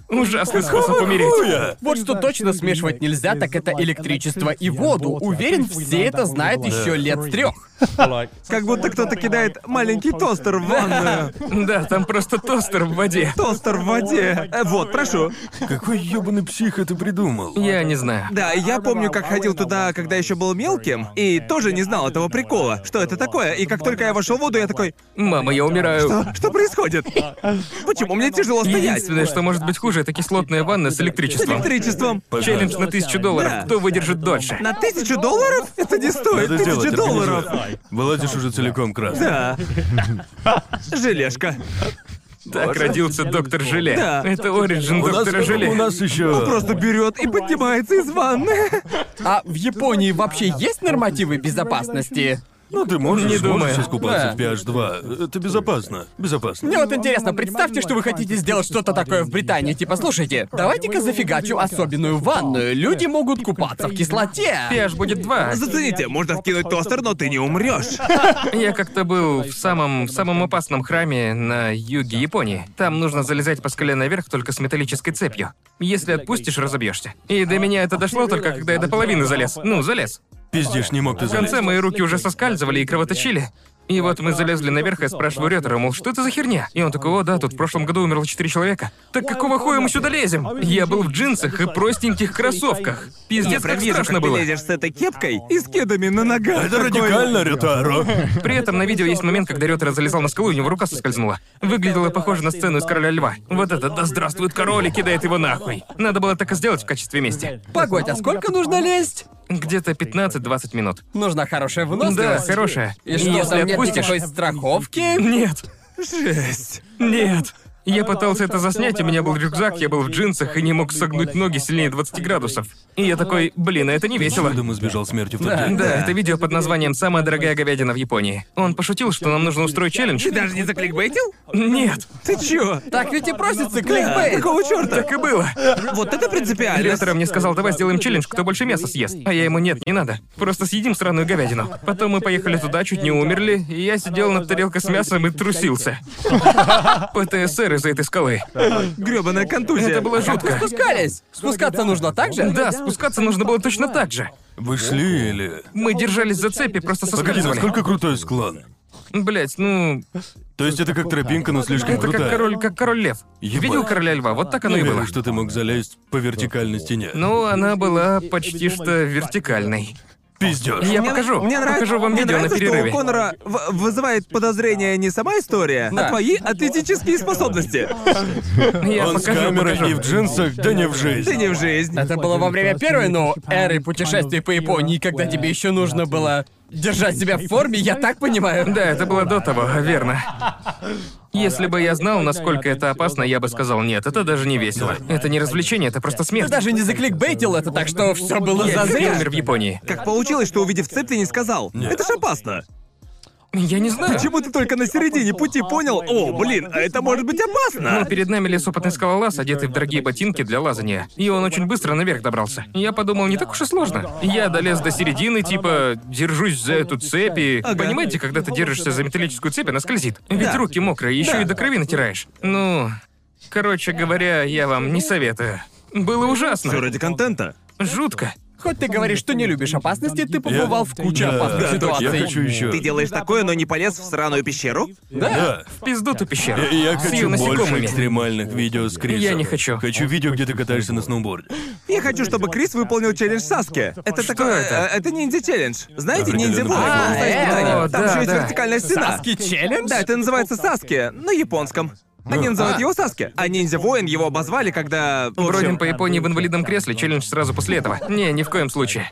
S1: Ужасный способ умереть.
S2: Хуя?
S4: Вот что точно смешивать нельзя, так это электричество и воду. Уверен, все это знают еще лет с трех.
S3: Как будто кто-то кидает маленький тостер в ванную.
S1: Да, там просто тостер в воде.
S3: Тостер в воде. Э, Вот, прошу.
S2: Какой ебаный псих это придумал?
S1: Я не знаю.
S3: Да, я помню, как ходил туда, когда еще был мелким, и тоже не знал этого прикола, что это такое. И как только я вошел в воду, я такой,
S1: Мама, я умираю.
S3: «А, что происходит? Почему мне тяжело стоять?
S1: Единственное, что может быть хуже, это кислотная ванна с
S3: С
S1: электричеством.
S3: электричеством.
S2: Пожалуйста.
S1: Челлендж на тысячу долларов.
S3: Да.
S1: Кто выдержит дольше?
S3: На тысячу долларов? Это не стоит
S2: Надо
S3: тысячи
S2: сделать,
S3: долларов.
S2: организуй. Вылазишь уже целиком красный.
S3: Да. Желешка.
S1: Так родился доктор Желе.
S3: Да.
S1: Это Ориджин
S2: У нас,
S1: доктора Желе.
S2: у нас еще.
S3: Ну, Просто берет и поднимается из ванны.
S4: А в Японии вообще есть нормативы безопасности?
S2: Ну ты можешь,
S1: Не думаю.
S2: можешь искупаться
S4: Да.
S2: в PH2. Это безопасно. Безопасно.
S4: Мне вот интересно, представьте, что вы хотите сделать что-то такое в Британии. Типа, слушайте, давайте-ка зафигачу особенную ванную. Люди могут купаться в кислоте.
S1: Пиаж будет два.
S3: Зацените, можно вкинуть тостер, но ты не умрешь.
S1: Я как-то был в самом, в самом опасном храме на юге Японии. Там нужно залезать по скале наверх только с металлической цепью. Если отпустишь, разобьешься. И до меня это дошло только когда я до половины залез. Ну, залез.
S2: Пиздишь, не мог ты
S1: В конце
S2: залезть.
S1: мои руки уже соскальзывали и кровоточили. И вот мы залезли наверх, и я спрашиваю Рётера, мол, что это за херня? И он такой, о, да, тут в прошлом году умерло четыре человека. Так какого хуя мы сюда лезем? Я был в джинсах и простеньких кроссовках. Пиздец,
S3: Просто
S1: как
S3: вижу,
S1: страшно
S3: как ты
S1: было.
S3: лезешь с этой кепкой и с кедами на ногах.
S2: Это
S3: Такой,
S2: радикально, Рютаро.
S1: При этом на видео есть момент, когда Рётер залезал на скалу, и у него рука соскользнула. Выглядело похоже на сцену из «Короля льва». Вот это «Да здравствует король» и кидает его нахуй. Надо было так и сделать в качестве мести.
S4: Погодь, а сколько нужно лезть?
S1: Где-то 15-20 минут.
S4: Нужна хорошая
S1: Да,
S4: выносливость.
S1: хорошая.
S4: И что,
S1: Если
S4: там нет
S1: отпустишь...
S4: никакой страховки?
S1: Нет.
S3: Жесть.
S1: Нет. Я пытался это заснять, у меня был рюкзак, я был в джинсах и не мог согнуть ноги сильнее 20 градусов. И я такой, блин, а это не весело.
S2: Чудом избежал смерти в тот
S1: Да,
S2: день.
S1: это видео под названием «Самая дорогая говядина в Японии». Он пошутил, что нам нужно устроить челлендж.
S3: Ты даже не закликбейтил?
S1: Нет,
S3: Ты чё?
S4: Так ведь и
S3: Да,
S4: просится кликбейт.
S3: какого черта?
S1: так и было.
S3: Вот это принципиально.
S1: Риэлтор мне сказал, давай сделаем челлендж, кто больше мяса съест. А я ему, нет, не надо. Просто съедим сраную говядину. Потом мы поехали туда, чуть не умерли, и я сидел на тарелке с мясом и трусился. ПТСР из-за этой скалы.
S3: Грёбаная контузия.
S1: Это было жутко.
S4: Спускались. Спускаться нужно так же?
S1: Да, спускаться нужно было точно так же.
S2: Вы шли или...
S1: Мы держались за цепи, просто
S2: Погоди,
S1: соскальзывали.
S2: насколько крутой склон?
S1: Блять, ну,
S2: То есть это как тропинка, но слишком
S1: это
S2: крутая.
S1: как король, как король лев.
S2: Ебать.
S1: Видел короля льва? Вот так оно
S2: Не
S1: и
S2: верю,
S1: было.
S2: что ты мог залезть по вертикальной стене.
S1: Ну, она была почти что вертикальной.
S2: Пиздёж.
S1: Я
S3: Мне-
S1: покажу.
S3: Мне нравится,
S1: покажу вам
S3: мне
S1: видео
S3: нравится,
S1: на перерыве.
S3: что у Конора в- вызывает подозрения не сама история, а
S4: Да.
S3: твои атлетические способности.
S1: Я
S2: Он с
S1: покажу,
S2: камерой
S1: покажу.
S2: и в джинсах, да не в
S3: Ты
S2: жизнь.
S3: не в жизнь.
S4: Это было во время первой, ну, эры путешествий по Японии, когда тебе еще нужно было держать себя в форме, я так понимаю.
S1: Да, это было до того, верно. Если бы я знал, насколько это опасно, я бы сказал, нет, это даже не весело. Это не развлечение, это просто
S4: Ты
S1: смерть.
S4: даже не закликбейтил это, так что все было
S1: Я
S4: зазря.
S1: умер в Японии.
S3: Как получилось, что увидев цепь, ты не сказал? Это ж опасно.
S1: Я не знаю.
S3: Почему ты только на середине пути понял? О, блин, а это может быть
S1: Ну,
S3: опасно.
S1: перед нами лес опытный скалолаз, одетый в дорогие ботинки для лазания. И он очень быстро наверх добрался. Я подумал, не так уж и сложно. Я долез до середины, типа, держусь за эту цепь и...
S3: Ага.
S1: Понимаете, когда ты держишься за металлическую цепь, она скользит. Ведь
S3: Да.
S1: руки мокрые, еще
S3: Да.
S1: и до крови натираешь. Ну... Короче говоря, я вам не советую. Было ужасно.
S3: Всё ради контента.
S1: Жутко.
S4: Хоть ты говоришь, что не любишь опасности, ты побывал в куче
S2: Да,
S4: опасных
S2: да,
S4: ситуаций.
S2: Я хочу еще.
S3: Ты делаешь такое, но не полез в сраную пещеру?
S2: Да.
S1: В пизду ту пещеру.
S2: Я, я
S1: С
S2: хочу
S1: её
S2: больше
S1: насекомыми.
S2: экстремальных видео с Крисом.
S1: Я не хочу.
S2: Хочу видео, где ты катаешься на сноуборде.
S3: Я хочу, чтобы Крис выполнил челлендж Саски. Это
S5: Что
S3: такое...
S1: это?
S3: э, Это ниндзя-челлендж. Знаете,
S2: Определенно
S3: ниндзя
S2: прикольно.
S3: А,
S1: А, э,
S3: испытание.
S1: о,
S3: Там
S1: да,
S3: еще есть
S1: да.
S3: вертикальная стена.
S4: Саски челлендж?
S3: Да, это называется Саски, на японском. Они называют
S4: А.
S3: его Саски. А ниндзя-воин его обозвали, когда... в общем,
S1: Бродим по Японии в инвалидном кресле, челлендж сразу после этого. Не, ни в коем случае.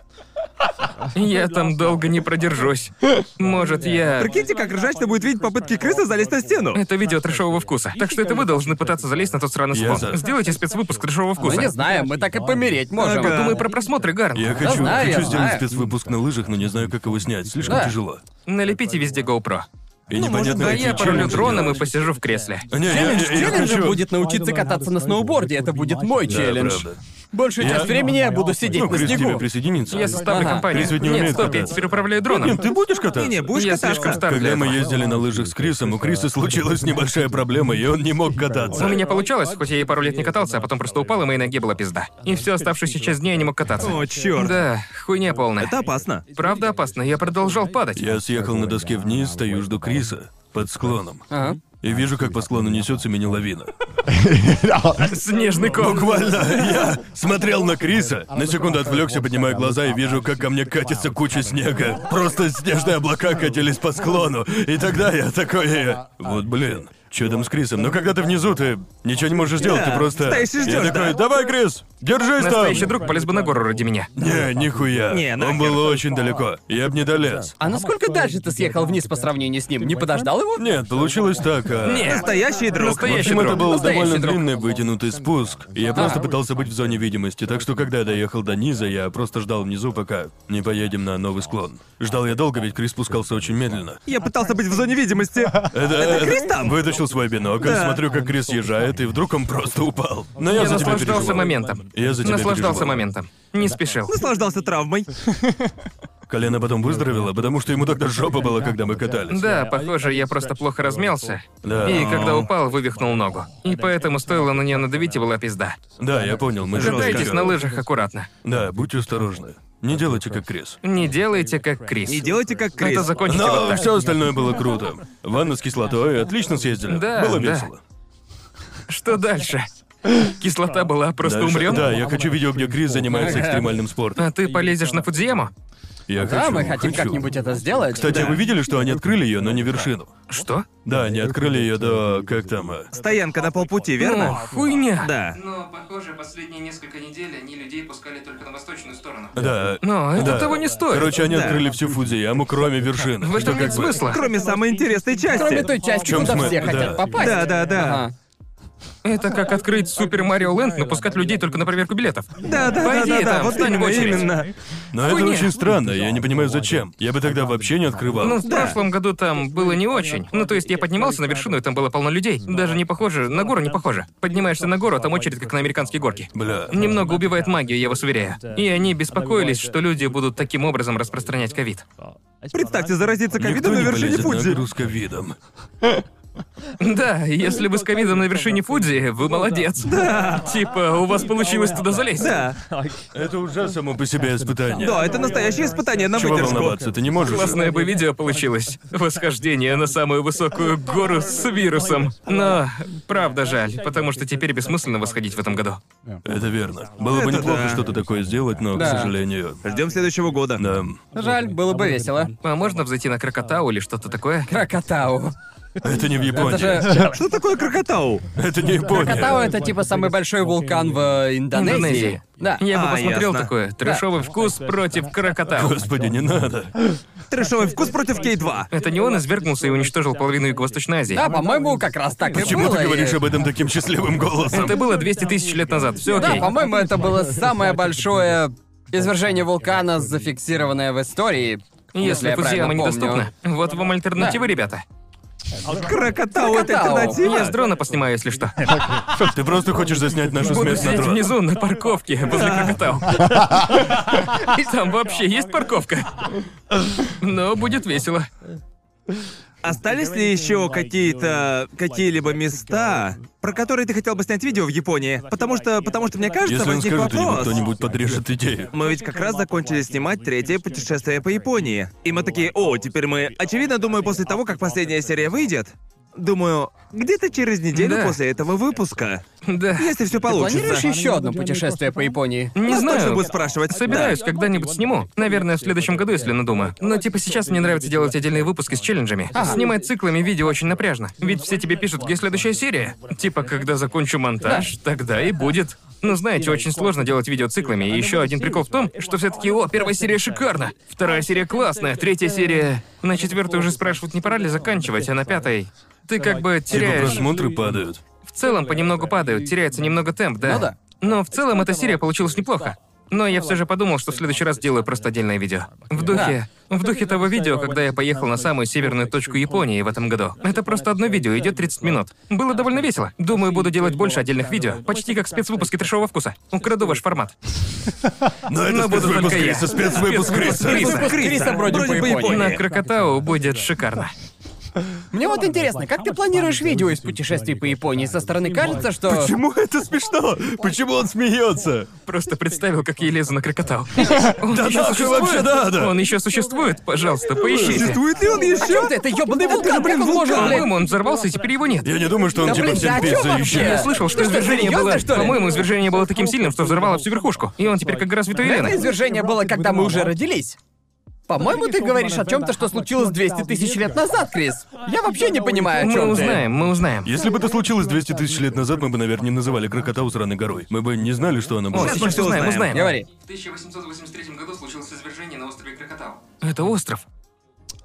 S1: Я там долго не продержусь. Может, я...
S3: Прикиньте, как ржачно будет видеть попытки Криса залезть на стену.
S1: Это видео трешового вкуса. Так что это вы должны пытаться залезть на тот сраный
S2: Я
S1: слон.
S2: за.
S1: Сделайте спецвыпуск трешового
S4: Мы
S1: вкуса.
S4: не знаем, мы так и помереть можем.
S3: Ага.
S1: Думаю про просмотры, Гарн.
S2: Я хочу,
S4: знаю,
S2: хочу
S4: я
S2: сделать
S4: знаю.
S2: спецвыпуск на лыжах, но не знаю, как его снять. Слишком
S4: Да.
S2: тяжело.
S1: Налепите везде GoPro.
S2: И
S3: Ну, может,
S2: непонятно,
S3: да,
S2: какие
S1: Я порулю
S2: челленджи
S1: дроном и
S2: делать. А,
S1: посижу в кресле.
S2: Не, я-
S4: Челлендж
S2: я- я
S4: челленджа
S2: хочу-
S4: будет научиться кататься на сноуборде, это будет мой
S6: Да,
S2: Да,
S4: челлендж.
S2: правда.
S4: Большую
S2: Я-
S4: часть времени я буду сидеть
S2: Ну,
S4: на
S2: Крис к тебе
S4: снегу.
S2: присоединится.
S1: Я составлю
S4: Ага.
S1: компанию.
S2: Крис ведь не
S1: Нет,
S2: умеет
S1: стоп, я
S2: кататься.
S1: теперь управляю дроном.
S2: Нет, ты будешь кататься?
S3: Не, будешь
S1: я слишком
S3: кататься?
S1: стар для
S2: Когда мы
S1: этого.
S2: ездили на лыжах с Крисом, у Криса случилась небольшая проблема, и он не мог кататься.
S1: У меня получалось, хоть я и пару лет не катался, а потом просто упал, и моей ноге была пизда. И всю оставшуюся часть дня я не мог кататься.
S3: О, черт.
S1: Да, хуйня полная.
S3: Это опасно.
S1: Правда опасно, я продолжал падать.
S2: Я съехал на доске вниз, стою, жду Криса под склоном.
S4: Ага.
S2: И вижу, как по склону несется мини-лавина.
S1: Снежный ком.
S2: Буквально я смотрел на Криса, на секунду отвлекся, поднимаю глаза и вижу, как ко мне катится куча снега. Просто снежные облака катились по склону. И тогда я такой... э, Вот блин, что там с Крисом? Но когда ты внизу, ты ничего не можешь делать, ты
S3: Да,
S2: просто...
S3: стоишь и
S2: Я
S3: ждёшь,
S2: такой,
S3: да?
S2: давай, Крис, держись там!
S1: Настоящий друг полез бы на гору ради меня.
S2: Не, нихуя.
S3: Не,
S2: Он
S3: нахер.
S2: был очень далеко. Я бы не долез.
S4: А насколько дальше ты съехал вниз по сравнению с ним? Не подождал его?
S2: Нет, получилось так. а-
S1: Нет.
S3: Настоящий друг.
S2: В
S1: Настоящий
S2: общем, это
S1: друг.
S2: был
S4: Настоящий
S2: довольно
S4: друг.
S2: длинный вытянутый спуск. И Я просто пытался быть в зоне видимости, так что когда я доехал до низа, я просто ждал внизу, пока не поедем на новый склон. Ждал я долго, ведь Крис спускался очень медленно.
S3: Я пытался быть в зоне видимости.
S2: Это,
S3: Крис там?
S2: Вытащил свой бинокль, смотрю, как Крис езжает, и вдруг он просто упал. Но
S1: Я
S2: я, за тебя
S1: наслаждался
S2: переживал.
S1: моментом.
S2: Я за тебя
S1: Наслаждался
S2: переживал.
S1: моментом. Не спешил.
S3: Наслаждался травмой.
S2: Колено потом выздоровело, потому что ему тогда жопа была, когда мы катались.
S1: Да, похоже, я просто плохо размялся.
S2: Да.
S1: И когда упал, вывихнул ногу. И поэтому стоило на нее надавить, и была пизда.
S2: Да, я понял, мы
S1: Катайтесь
S2: жёстко.
S1: на лыжах аккуратно.
S2: Да, будьте осторожны. Не делайте как Крис.
S1: Не делайте как Крис.
S3: Не делайте как Крис.
S1: Это закончите вот
S2: Но
S1: так.
S2: все остальное было круто. Ванна с кислотой, отлично съездили.
S1: Да,
S2: было
S1: да.
S2: весело.
S1: Что дальше? Кислота была, просто
S2: Дальше-
S1: умрем?
S2: Да, я хочу видео, где Крис занимается экстремальным спортом.
S1: А ты полезешь на Фудзиему?
S2: Я
S3: А,
S2: хочу,
S4: Да, мы хотим
S2: хочу.
S4: как-нибудь это сделать.
S2: Кстати, вы видели, что они открыли ее, но не вершину?
S1: Что?
S2: Да, они открыли ее до... как там... э,
S3: Стоянка на полпути,
S1: Ну,
S3: верно?
S1: хуйня.
S3: Да.
S1: Но, похоже, последние несколько недель они людей пускали только на восточную сторону.
S2: Да.
S1: Но это
S2: да.
S1: того не стоит.
S2: Короче, они
S3: Да.
S2: открыли всю Фудзияму, кроме вершины.
S1: В этом нет смысла.
S3: Кроме самой интересной части.
S4: Кроме той части,
S2: чём
S4: куда
S2: смы-
S4: все
S2: да.
S4: хотят попасть.
S3: Да, да, да.
S4: Ага.
S1: Это как открыть Супер Марио Лэнд, но пускать людей только на проверку билетов.
S3: Да, да, да,
S1: Пойди
S3: да, да,
S1: там,
S3: вот
S1: встань в
S3: именно,
S1: очередь.
S3: именно.
S2: Но это
S1: Хуйня.
S2: очень странно, я не понимаю, зачем. Я бы тогда вообще не открывал.
S1: Ну, в прошлом году там было не очень. Ну, то есть я поднимался на вершину, и там было полно людей. Даже не похоже, на гору не похоже. Поднимаешься на гору, а там очередь, как на американские горки.
S2: Бля.
S1: Немного убивает магию, я вас уверяю. И они беспокоились, что люди будут таким образом распространять ковид.
S3: Представьте, заразиться
S2: Никто
S3: ковидом на
S2: не
S3: вершине
S2: полезет
S3: Фудзи.
S2: нагрузка видом.
S1: Да, если вы с ковидом на вершине Фудзи, вы молодец. Ну Да. Типа, у вас получилось туда залезть.
S3: Да.
S2: Это уже само по себе испытание.
S3: Да, это настоящее испытание на
S2: Чего
S3: выдержку.
S2: волноваться, ты не можешь.
S1: Классное бы видео получилось. Восхождение на самую высокую гору с вирусом. Но, правда, жаль, потому что теперь бессмысленно восходить в этом году.
S2: Это верно. Было бы
S3: Это
S2: неплохо
S3: да.
S2: что-то такое сделать, но,
S4: Да.
S2: к сожалению...
S3: Ждем следующего года.
S2: Да.
S4: Жаль, было бы весело.
S1: А можно взойти на Крокотау или что-то такое?
S4: Крокотау.
S2: Это не в Японии.
S4: Это
S2: Это,
S4: же...
S3: Что такое крокотау?
S2: не Япония.
S4: Крокотау — это типа самый большой вулкан в э, Индонезии.
S1: Индонезии.
S4: Да.
S1: Я бы
S3: А,
S1: посмотрел
S3: ясно.
S1: такое. Трешовый вкус против Крокотау.
S2: Господи, не надо.
S3: Трэшовый вкус против Кей-2.
S1: Это не он извергнулся и уничтожил половину Юго-Восточной Азии.
S4: Да, по-моему, как раз так и
S2: Почему
S4: было.
S2: ты говоришь
S4: и-
S2: об этом таким счастливым голосом?
S1: Это было 200 тысяч лет назад. Все
S4: Да,
S1: окей.
S4: по-моему, это было самое большое извержение вулкана, зафиксированное в истории.
S1: Если
S4: я
S1: Фудзияма
S4: правильно помню.
S1: недоступна. Вот вам альтернатива, ребята.
S3: Крокотау это
S4: Крокотау.
S1: Я с
S3: альтернатива.
S1: дрона поснимаю, если что.
S2: Ты просто хочешь заснять нашу
S1: Буду
S2: смерть на
S1: сидеть
S2: дрон.
S1: внизу на парковке возле Крокотау. Там вообще есть парковка? Но будет весело.
S3: Остались ли еще какие-то какие-либо места, про которые ты хотел бы снять видео в Японии? Потому что, потому что мне кажется,
S2: Если он
S3: возник
S2: скажет, ему
S3: вопрос.
S2: кто-нибудь подрежет идею.
S3: Мы ведь как раз закончили снимать третье путешествие по Японии. И мы такие, о, теперь мы... Очевидно, думаю, после того, как последняя серия выйдет, думаю, где-то через неделю
S1: Да.
S3: после этого выпуска,
S1: Да.
S3: если все
S4: Планируешь
S3: получится.
S4: еще одно путешествие по Японии?
S1: Не
S3: Нас точно
S1: знаю.
S3: будут спрашивать.
S1: Собираюсь,
S3: Да.
S1: когда-нибудь сниму. Наверное, в следующем году, если надумаю. Но типа сейчас мне нравится делать отдельные выпуски с челленджами. Снимать циклами видео очень напряжно. Ведь все тебе пишут, где следующая серия. Типа, когда закончу монтаж, тогда и будет. Ну, знаете, очень сложно делать видео циклами. И еще один прикол в том, что все таки о, первая серия шикарна, вторая серия классная, третья серия... На четвертой уже спрашивают, не пора ли заканчивать, а на пятой... Ты как бы
S2: Типа
S1: теряешь...
S2: просмотры падают.
S1: В целом понемногу падают, теряется немного темп, да.
S4: Ну да.
S1: Но в целом эта серия получилась неплохо. Но я все же подумал, что в следующий раз делаю просто отдельное видео. В духе... В духе того видео, когда я поехал на самую северную точку Японии в этом году. Это просто одно видео, идет 30 минут. Было довольно весело. Думаю, буду делать больше отдельных видео. Почти как спецвыпуски трешового вкуса. Украду ваш формат.
S2: Но Ну, это
S1: Но Ну, буду
S2: спецвыпуск
S1: только я.
S2: Криса, спецвыпуск Криса.
S1: Криса.
S4: Выпуск Криса бродим по Японии.
S1: На Крокотау будет шикарно.
S4: Мне вот интересно, как ты планируешь видео из путешествий по Японии? Со стороны кажется, что...
S2: Почему это смешно? Почему он смеется?
S1: Просто представил, как я лезу на Крокотау.
S2: Да нахуй вообще надо?
S1: Он еще существует? Пожалуйста, поищите.
S3: Существует ли он
S4: О чём
S3: еще?
S4: ты? Это ёбаный вулкан, блин, он может, блин.
S1: По-моему, он взорвался, и теперь его нет.
S2: Я не думаю, что он
S4: Да,
S2: типа
S4: блин, да
S2: всем
S4: о чём
S2: пицца
S4: вообще?
S1: Я
S2: ещё.
S1: слышал, что
S4: Ты что,
S1: извержение
S4: серьёзно,
S1: было...
S4: что ли?
S1: По-моему, извержение было таким сильным, что взорвало всю верхушку. И он теперь как горазвитая
S4: Это
S1: Елена.
S4: извержение было, когда мы уже родились. По-моему, ты говоришь о чем-то, что случилось 200 тысяч лет назад, Крис. Я вообще не понимаю, о
S1: Мы
S4: чем ты.
S1: узнаем, мы узнаем.
S2: Если бы это случилось 200 тысяч лет назад, мы бы, наверное, не называли Крокотау сраной горой. Мы бы не знали, что она была.
S1: О, сейчас
S3: всё
S1: узнаем,
S3: узнаем.
S1: узнаем.
S4: Говори.
S1: В 1883 году случилось извержение на острове Крокотау. Это остров.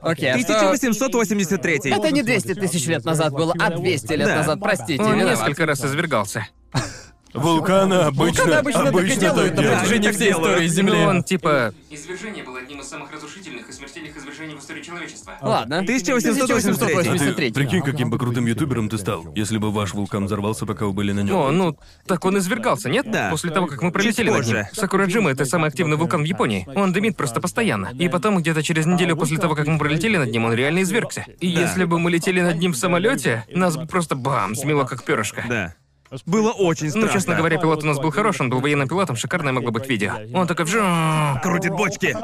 S4: Окей, а что-
S3: 1883.
S4: Это не 200 тысяч лет назад было, а 200 лет
S3: Да.
S4: назад, простите.
S2: Ну,
S1: Он
S4: виноват.
S1: несколько раз извергался.
S2: Вулканы
S4: Вулканы
S2: обычно,
S4: обычно так и делают,
S2: так
S4: на
S2: делают.
S4: протяжении
S3: Они так
S4: всей
S3: делают.
S4: истории Земли.
S1: Но он типа...
S6: Извержение было одним из самых разрушительных и смертельных извержений в истории человечества.
S4: Ладно.
S3: 1883.
S2: А ты
S4: 1883.
S2: прикинь, каким бы крутым ютубером ты стал, если бы ваш вулкан взорвался, пока вы были на нем.
S1: О, ну, так он извергался, нет?
S3: Да.
S1: После того, как мы пролетели над ним.
S3: позже.
S1: Сакураджима — это самый активный вулкан в Японии. Он дымит просто постоянно. И потом, где-то через неделю после того, как мы пролетели над ним, он реально извергся. И если бы мы летели над ним в самолете, нас бы просто бам, смело как перышко.
S3: Да. Было очень
S1: Ну,
S3: страшно.
S1: честно говоря, пилот у нас был хорош, он был военным пилотом, шикарное могло быть видео. Он такой «Вжу».
S3: крутит бочки.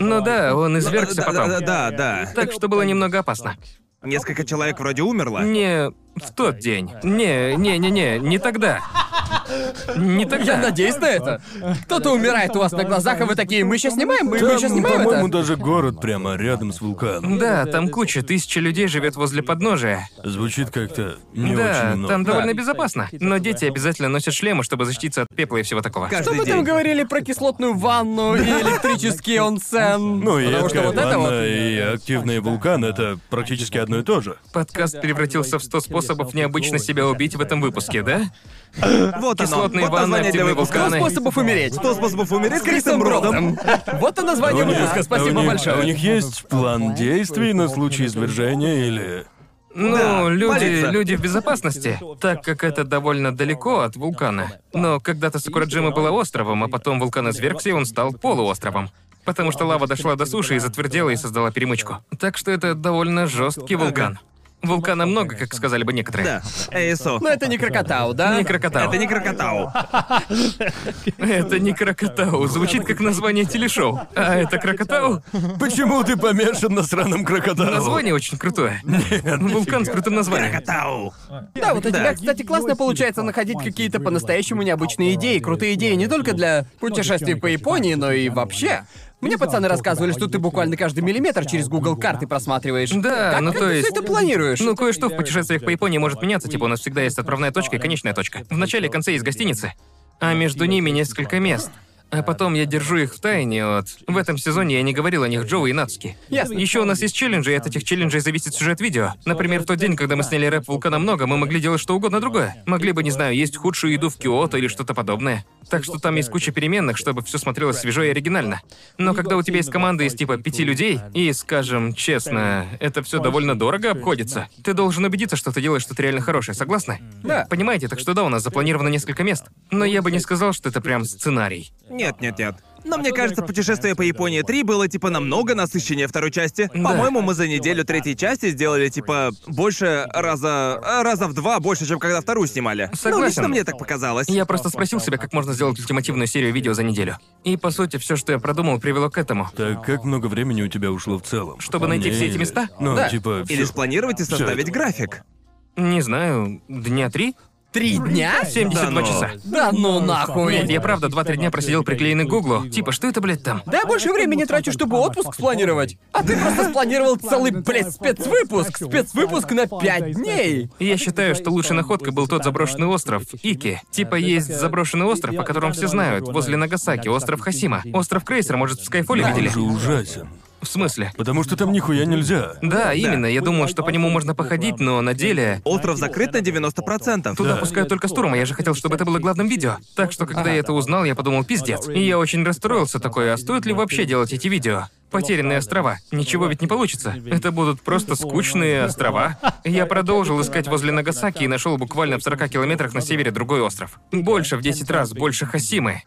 S1: Ну да, он извергся
S3: Да,
S1: потом.
S3: да, да, да.
S1: Так что было немного опасно.
S3: Несколько человек вроде умерло.
S1: Не в тот день. Не, не, не, не, не тогда. Не
S4: Я
S1: тогда.
S4: надеюсь на это. Кто-то умирает у вас на глазах, а вы такие, мы еще снимаем, мы, мы еще
S2: Там,
S4: снимаем
S2: по-моему,
S4: это.
S2: даже город прямо рядом с вулканом.
S1: Да, там куча, тысяча людей живет возле подножия.
S2: Звучит как-то не
S1: да,
S2: очень много.
S1: там довольно безопасно. Но дети обязательно носят шлемы, чтобы защититься от пепла и всего такого.
S3: Каждый
S4: Что мы там
S3: день.
S4: говорили про кислотную ванну и электрический онсен?
S2: Ну, и
S4: Потому что
S2: яркая
S4: вот это
S2: ванна
S4: вот...
S2: и активные вулканы — это практически одно и то же.
S1: Подкаст превратился в 100 способов необычно себя убить в этом выпуске, да?
S3: Вот оно.
S1: Кислотные
S3: Вот
S1: ванны,
S3: название для
S1: активные
S3: выпуска.
S4: Сто
S1: вулканы.
S4: способов умереть.
S3: 100 способов умереть
S4: С Крисом Бродом. Вот и название
S2: У них-
S4: выпуска,
S2: а у
S4: спасибо
S2: них- а У
S4: большое.
S2: них есть план действий на случай извержения или...
S1: Ну,
S3: Да,
S1: люди,
S3: полиция.
S1: люди в безопасности, так как это довольно далеко от вулкана. Но когда-то Сакураджима была островом, а потом вулкан извергся, и он стал полуостровом. Потому что лава дошла до суши и затвердела и создала перемычку. Так что это довольно жесткий вулкан. Вулкана много, как сказали бы некоторые.
S3: Да. Э, ЭСО.
S4: Но Ну, это не крокотау, да?
S1: Не крокотау.
S3: Это не крокотау.
S1: Это не крокотау. Звучит как название телешоу. А это крокотау?
S2: Почему ты помешан на сраном крокодиле?
S1: Название очень крутое. Вулкан с крутым названием.
S3: Крокотау.
S4: Да, вот у
S3: Да.
S4: тебя, кстати, классно получается находить какие-то по-настоящему необычные идеи, крутые идеи не только для путешествий по Японии, но и вообще. Мне пацаны рассказывали, что ты буквально каждый миллиметр через Google карты просматриваешь.
S1: Да,
S4: как,
S1: ну
S4: как
S1: то
S4: ты
S1: есть-
S4: все это планируешь?
S1: Ну, кое-что в путешествиях по Японии может меняться, типа у нас всегда есть отправная точка и конечная точка. В начале и конце есть гостиницы, а между ними несколько мест. А потом я держу их в тайне от... В этом сезоне я не говорил о них Джоуи и Нацки.
S4: Ясно.
S1: Еще у нас есть челленджи, и от этих челленджей зависит сюжет видео. Например, в тот день, когда мы сняли рэп «Вулкана много», мы могли делать что угодно другое. Могли бы, не знаю, есть худшую еду в Киото или что-то подобное. Так что там есть куча переменных, чтобы все смотрелось свежо и оригинально. Но когда у тебя есть команда из типа пяти людей, и, скажем честно, это все довольно дорого обходится, ты должен убедиться, что ты делаешь что-то реально хорошее, согласны?
S4: Да.
S1: Понимаете, так что да, у нас запланировано несколько мест. Но я бы не сказал, что это прям сценарий.
S3: Нет, нет, нет. Но мне кажется, путешествие по Японии 3 было типа намного насыщеннее второй части. По-моему, мы за неделю третьей части сделали типа больше раза а, раза в два больше, чем когда вторую снимали. Ну,
S1: Согласен.
S3: лично мне так показалось.
S1: Я просто спросил себя, как можно сделать ультимативную серию видео за неделю. И по сути, все, что я продумал, привело к этому.
S2: Так как много времени у тебя ушло в целом?
S1: Чтобы найти
S2: Не-
S1: все эти места?
S2: Ну,
S1: Да.
S2: типа,
S3: Или
S2: всё.
S3: спланировать и составить
S2: это.
S3: график.
S1: Не знаю, дня три?
S4: Три дня?
S1: 72
S2: Да ну.
S1: часа.
S4: Да ну
S1: Нет,
S4: нахуй.
S1: я правда 2-3 дня просидел приклеенный к гуглу. Типа, что это, блядь, там?
S4: Да я больше времени трачу, чтобы отпуск спланировать. А ты просто спланировал целый, блядь, спецвыпуск. Спецвыпуск на пять дней.
S1: Я считаю, что лучшей находкой был тот заброшенный остров, Ики. Типа есть заброшенный остров, о котором все знают, возле Нагасаки, остров Хасима. Остров Крейсер, может, в Скайфоле
S2: Он
S1: видели?
S2: же ужасен.
S1: В смысле?
S2: Потому что там нихуя нельзя.
S1: Да, именно, я думал, что по нему можно походить, но на деле...
S3: Остров закрыт на 90%.
S1: Туда
S2: Да.
S1: пускают только стурма, я же хотел, чтобы это было главным видео. Так что, когда я это узнал, я подумал, пиздец. И я очень расстроился такой, а стоит ли вообще делать эти видео? Потерянные острова. Ничего ведь не получится. Это будут просто скучные острова. Я продолжил искать возле Нагасаки и нашел буквально в 40 километрах на севере другой остров. Больше в 10 раз, больше Хасимы.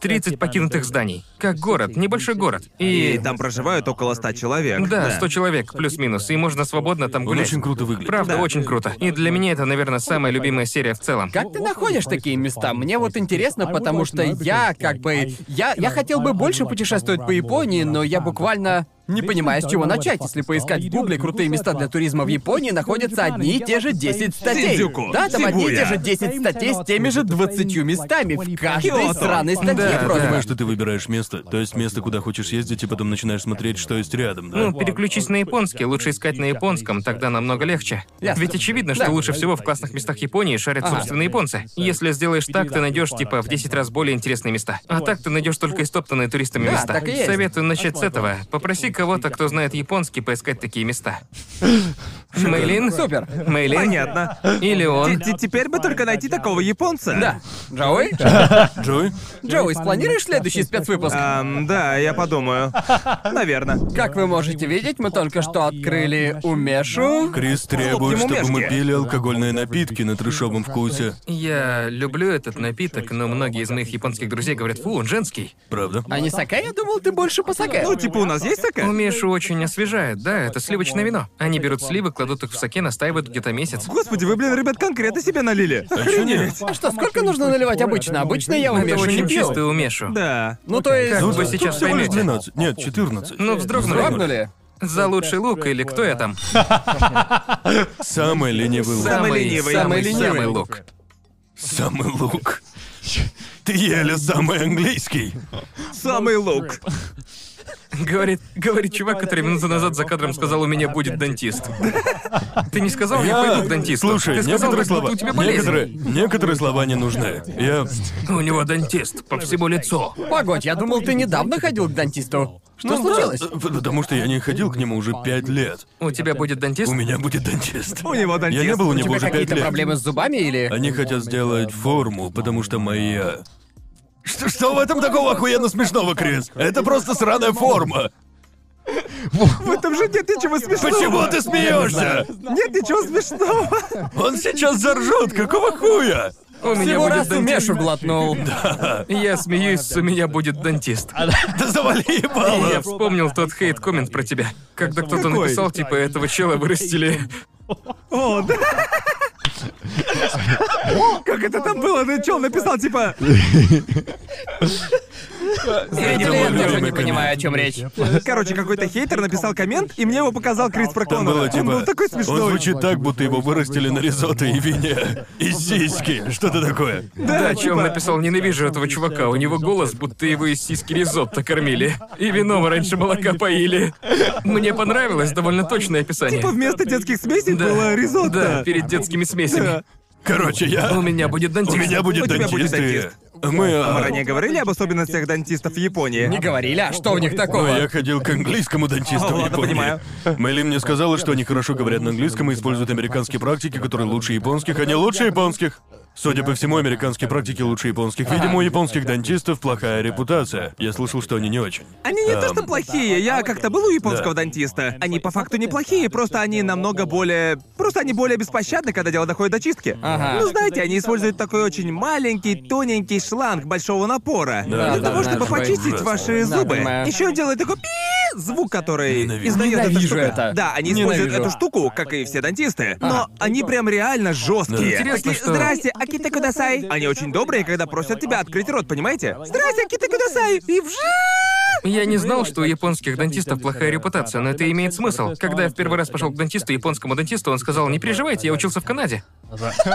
S1: 30 покинутых зданий. Как город, небольшой город.
S3: И
S1: И...
S3: там проживают около 100 человек.
S1: Да, 100 человек, плюс-минус, и можно свободно там
S2: Он
S1: гулять.
S2: очень круто выглядит.
S1: Правда, очень круто. И для меня это, наверное, самая любимая серия в целом.
S4: Как ты находишь такие места? Мне вот интересно, потому что я как бы... Я, я хотел бы больше путешествовать по Японии, но я буквально не понимаю, с чего начать. Если поискать в Гугле крутые места для туризма в Японии, находятся одни и те же 10 статей.
S3: Синдзюку,
S4: Да, там одни и те
S3: Сибуя.
S4: же 10 статей с теми же 20 местами в каждой
S3: Киото.
S4: сраной статье
S1: Да,
S2: Ты
S4: вроде бы.
S2: понимаешь, что ты выбираешь место, то есть место, куда хочешь ездить, и потом начинаешь смотреть, что есть рядом, да?
S1: Ну, переключись на японский, лучше искать на японском, тогда намного легче.
S4: Ясно.
S1: Ведь очевидно, что
S4: Да.
S1: лучше всего в классных местах Японии шарят
S4: Ага.
S1: собственные японцы. Если сделаешь так, ты найдешь типа в 10 раз более интересные места. А так ты найдешь только истоптанные туристами
S4: Да,
S1: места.
S4: так и есть.
S1: Советую начать с этого. Попроси кого-то, кто знает японский, поискать такие места. Мейлин?
S4: Супер.
S1: Мейлин?
S3: Понятно.
S1: Или он?
S3: Те- те- Теперь бы только найти такого японца.
S4: Да. Джоуи?
S2: Джой?
S4: Джоуи, спланируешь следующий спецвыпуск?
S3: Эм, да, я подумаю. Наверное.
S4: Как вы можете видеть, мы только что открыли Умешу.
S2: Крис
S1: ну,
S2: требует,
S3: ему
S2: чтобы мы
S3: мешки.
S2: пили алкогольные напитки на трешовом вкусе.
S1: Я люблю этот напиток, но многие из моих японских друзей говорят, фу, он женский.
S2: Правда?
S4: А не саке? Я думал, ты больше по саке.
S3: Ну, типа, у нас есть
S1: У
S3: такая?
S1: Мишу очень освежает, да, это сливочное вино. Они берут сливы, кладут их в соке, настаивают где-то месяц.
S3: Господи, вы, блин, ребят, конкретно себе налили. Охренеть.
S4: А что, сколько нужно наливать обычно? Обычно я
S1: Это
S4: умешу не
S1: очень
S4: пью.
S1: чистый умешу.
S3: Да.
S4: Ну то есть...
S1: Как бы
S2: Тут
S1: сейчас
S2: всего лишь
S1: поймете.
S2: 12. Нет, 14.
S1: Ну, вздрогнули.
S4: Дрогнули?
S1: За лучший лук или кто я там?
S2: Самый ленивый лук.
S3: Самый
S1: ну, Самый,
S3: ленивый.
S4: Самый ленивый.
S1: самый лук.
S2: Самый лук. Ты еле самый английский.
S3: Самый лук.
S1: Говорит, говорит чувак, который минуту назад за кадром сказал, у меня будет дантист. Ты не сказал, Ну, я пойду к дантисту.
S2: Слушай,
S1: Ты сказал,
S2: некоторые
S1: как будто
S2: слова...
S1: у тебя болезнь.
S2: Некоторые, некоторые слова не нужны. Я...
S1: У него дантист по всему лицу.
S4: Погодь, я думал, ты недавно ходил к дантисту. Что
S2: Ну да,
S4: случилось?
S2: э, Потому что я не ходил к нему уже пять лет.
S1: У тебя будет дантист?
S2: У меня будет дантист.
S3: У него
S2: Я не
S3: дантист.
S2: был у
S4: У
S2: него
S4: тебя
S2: уже пять
S4: какие-то
S2: лет.
S4: проблемы с зубами или...
S2: Они хотят сделать форму, потому что моя... Что, что в этом такого охуенно смешного, Крис? Это просто сраная форма.
S3: В этом же нет ничего смешного.
S2: Почему ты смеешься?
S3: Нет ничего смешного.
S2: Он сейчас заржет, какого хуя?
S1: У меня
S4: Всего
S1: будет
S4: раз
S1: дантист.
S4: Умешу глотнул.
S1: Я смеюсь, у меня будет дантист.
S2: Да завали
S1: И Я
S2: ебало.
S1: вспомнил тот хейт-коммент про тебя, когда кто-то
S3: Какой?
S1: написал, типа, этого чела вырастили.
S3: О, да. Как это там было? Ну, чел написал, типа...
S4: Зрители,
S2: мой
S4: я тоже
S2: любимый
S4: не понимаю, о чем речь.
S3: Короче, какой-то хейтер написал коммент, и мне его показал Крис
S2: Там
S3: Проконнор.
S2: было
S3: Он был
S2: типа...
S3: такой
S2: Он
S3: смешной.
S2: звучит так, будто его вырастили на ризотто и вине. И сиськи. Что-то такое.
S1: Да, чем написал, ненавижу этого чувака. У него голос, будто его из сиськи ризотто кормили. И вином раньше молока поили. Мне понравилось довольно точное описание.
S3: Типа вместо детских смесей было ризотто.
S1: Да, перед детскими смесями.
S2: Короче,
S1: У
S2: я...
S1: меня будет
S2: У
S1: дантист.
S2: меня будет
S3: тебя будет
S2: дантист. и- Мы...
S3: Мы
S2: а,
S3: ранее говорили об особенностях дантистов в Японии.
S4: Не говорили, а что у них
S2: Ну,
S4: такого?
S2: я ходил к английскому дантисту
S3: А,
S2: в
S3: ладно,
S2: Японии.
S3: понимаю.
S2: Мэйли мне сказала, что они хорошо говорят на английском и используют американские практики, которые лучше японских, а не лучше японских. Судя по всему, американские практики лучше японских. Видимо, у японских дантистов плохая репутация. Я слышал, что они не очень.
S3: Они не то
S2: Эм.
S3: что плохие, я как-то был у японского дантиста. Они по факту неплохие, просто они намного более... Просто они более беспощадны, когда дело доходит до чистки.
S4: Ага.
S3: Ну, знаете, они используют такой очень маленький, тоненький шланг большого напора.
S2: Да,
S3: для
S2: да,
S3: того,
S2: да,
S3: чтобы
S2: это
S3: почистить
S2: ужасно.
S3: ваши
S4: Да,
S3: зубы.
S4: понимаю.
S3: Еще он делает такой пи звук, который
S2: Ненавижу.
S3: издает эта
S4: Ненавижу
S3: штука.
S4: это.
S3: Да, они используют
S4: Ненавижу.
S3: эту штуку, как и все дантисты. Но они прям реально жесткие.
S1: Интересно,
S3: Такие,
S1: что-
S3: Здрасте, Акита Кудасай. Они очень добрые, когда просят тебя открыть рот, понимаете? Здрасте, Акита Кудасай. И вжи!
S1: Я не знал, что у японских дантистов плохая репутация, но это имеет смысл. Когда я в первый раз пошел к дантисту, японскому дантисту, он сказал, не переживайте, я учился в Канаде.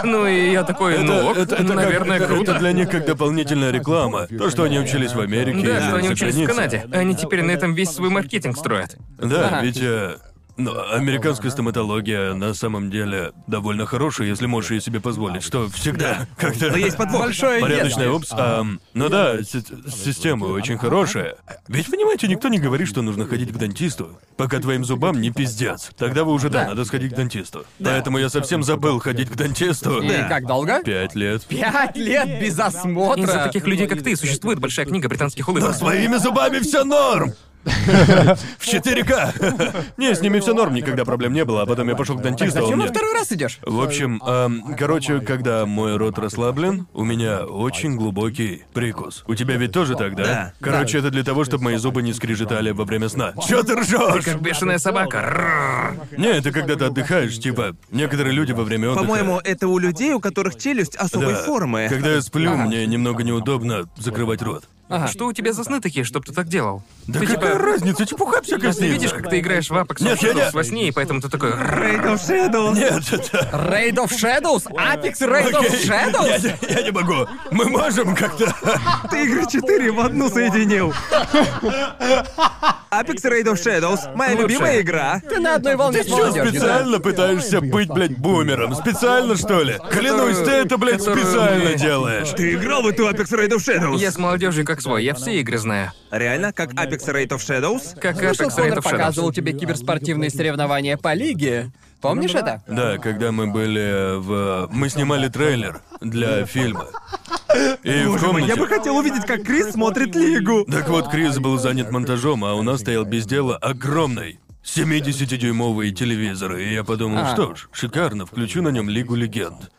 S1: Ну и я такой, ну ок,
S2: это как-
S1: наверное,
S2: это-
S1: круто.
S2: Это для них как дополнительная реклама. То, что они учились в Америке.
S1: Да,
S2: или
S1: что они
S2: за
S1: учились в
S2: границей.
S1: Канаде. Они теперь на этом весь свой маркетинг строят.
S2: Да, ведь э, ну, американская стоматология на самом деле довольно хорошая, если можешь ее себе позволить, что всегда как-то...
S3: Но есть подвох.
S4: Большое нет.
S2: Порядочная опс. ам, ну да, си- система очень хорошая. Ведь понимаете, никто не говорит, что нужно ходить к дантисту, пока твоим зубам не пиздец. Тогда вы уже да, надо сходить к дантисту. Поэтому я совсем забыл ходить к дантисту.
S4: И как долго?
S2: Ну, Пять лет.
S4: Пять лет без осмотра.
S1: Из-за таких людей, как ты, существует большая книга британских улыбок.
S2: Но с моими зубами все норм! В 4К! Не, с ними все норм, никогда проблем не было, а потом я пошел к дантисту. он
S4: Зачем во
S2: мне-
S4: второй раз идешь?
S2: В общем, эм, короче, когда мой рот расслаблен, у меня очень глубокий прикус. У тебя ведь тоже так, да?
S3: Да.
S2: Короче, это для того, чтобы мои зубы не скрежетали во время сна. Чё ты ржешь?
S1: Как бешеная собака. Рррр.
S2: Не, это когда ты отдыхаешь, типа, некоторые люди во время отдыха...
S3: По-моему, это у людей, у которых челюсть особой
S2: Да.
S3: формы.
S2: Когда я сплю, мне немного неудобно закрывать рот.
S1: Что у тебя за сны такие, чтоб ты так делал?
S2: Да
S1: ты
S2: какая
S1: типа...
S2: разница, чепуха всякая
S1: Ты
S2: снится.
S1: видишь, как ты играешь в Apex
S2: Нет, я
S1: Shadows
S2: не-
S1: во сне, и поэтому ты такой... «Рррр».
S3: Raid of Shadows.
S2: Нет, это...
S4: Raid of Shadows? Apex Raid of
S2: Окей. Я,
S4: Shadows?
S2: не- я не могу. Мы можем как-то...
S3: Ты игры 4 в одну соединил. Apex Raid of Shadows. Моя
S1: Лучше.
S3: любимая игра.
S4: Ты на одной волне с
S2: Чё,
S4: молодежью, да?
S2: специально пытаешься быть, блядь, бумером? Специально, что ли? Клянусь, ты это, блядь,
S1: Которую-
S2: специально делаешь.
S3: Ты играл в эту Apex Raid of Shadows?
S1: Я с молодежью как свой, я все игры знаю.
S3: Реально, как Apex Raid of Shadows?
S1: Как
S4: Слышал,
S1: Apex Raid
S4: Конор
S1: of Shadows.
S4: показывал тебе киберспортивные соревнования по лиге. Помнишь это?
S2: Да, когда мы были в... Мы снимали трейлер для фильма. И в комнате...
S3: Я бы хотел увидеть, как Крис смотрит Лигу.
S2: Так вот, Крис был занят монтажом, а у нас стоял без дела огромный 70-дюймовый телевизор. И я подумал,
S4: А.
S2: что ж, шикарно, включу на нем Лигу Легенд.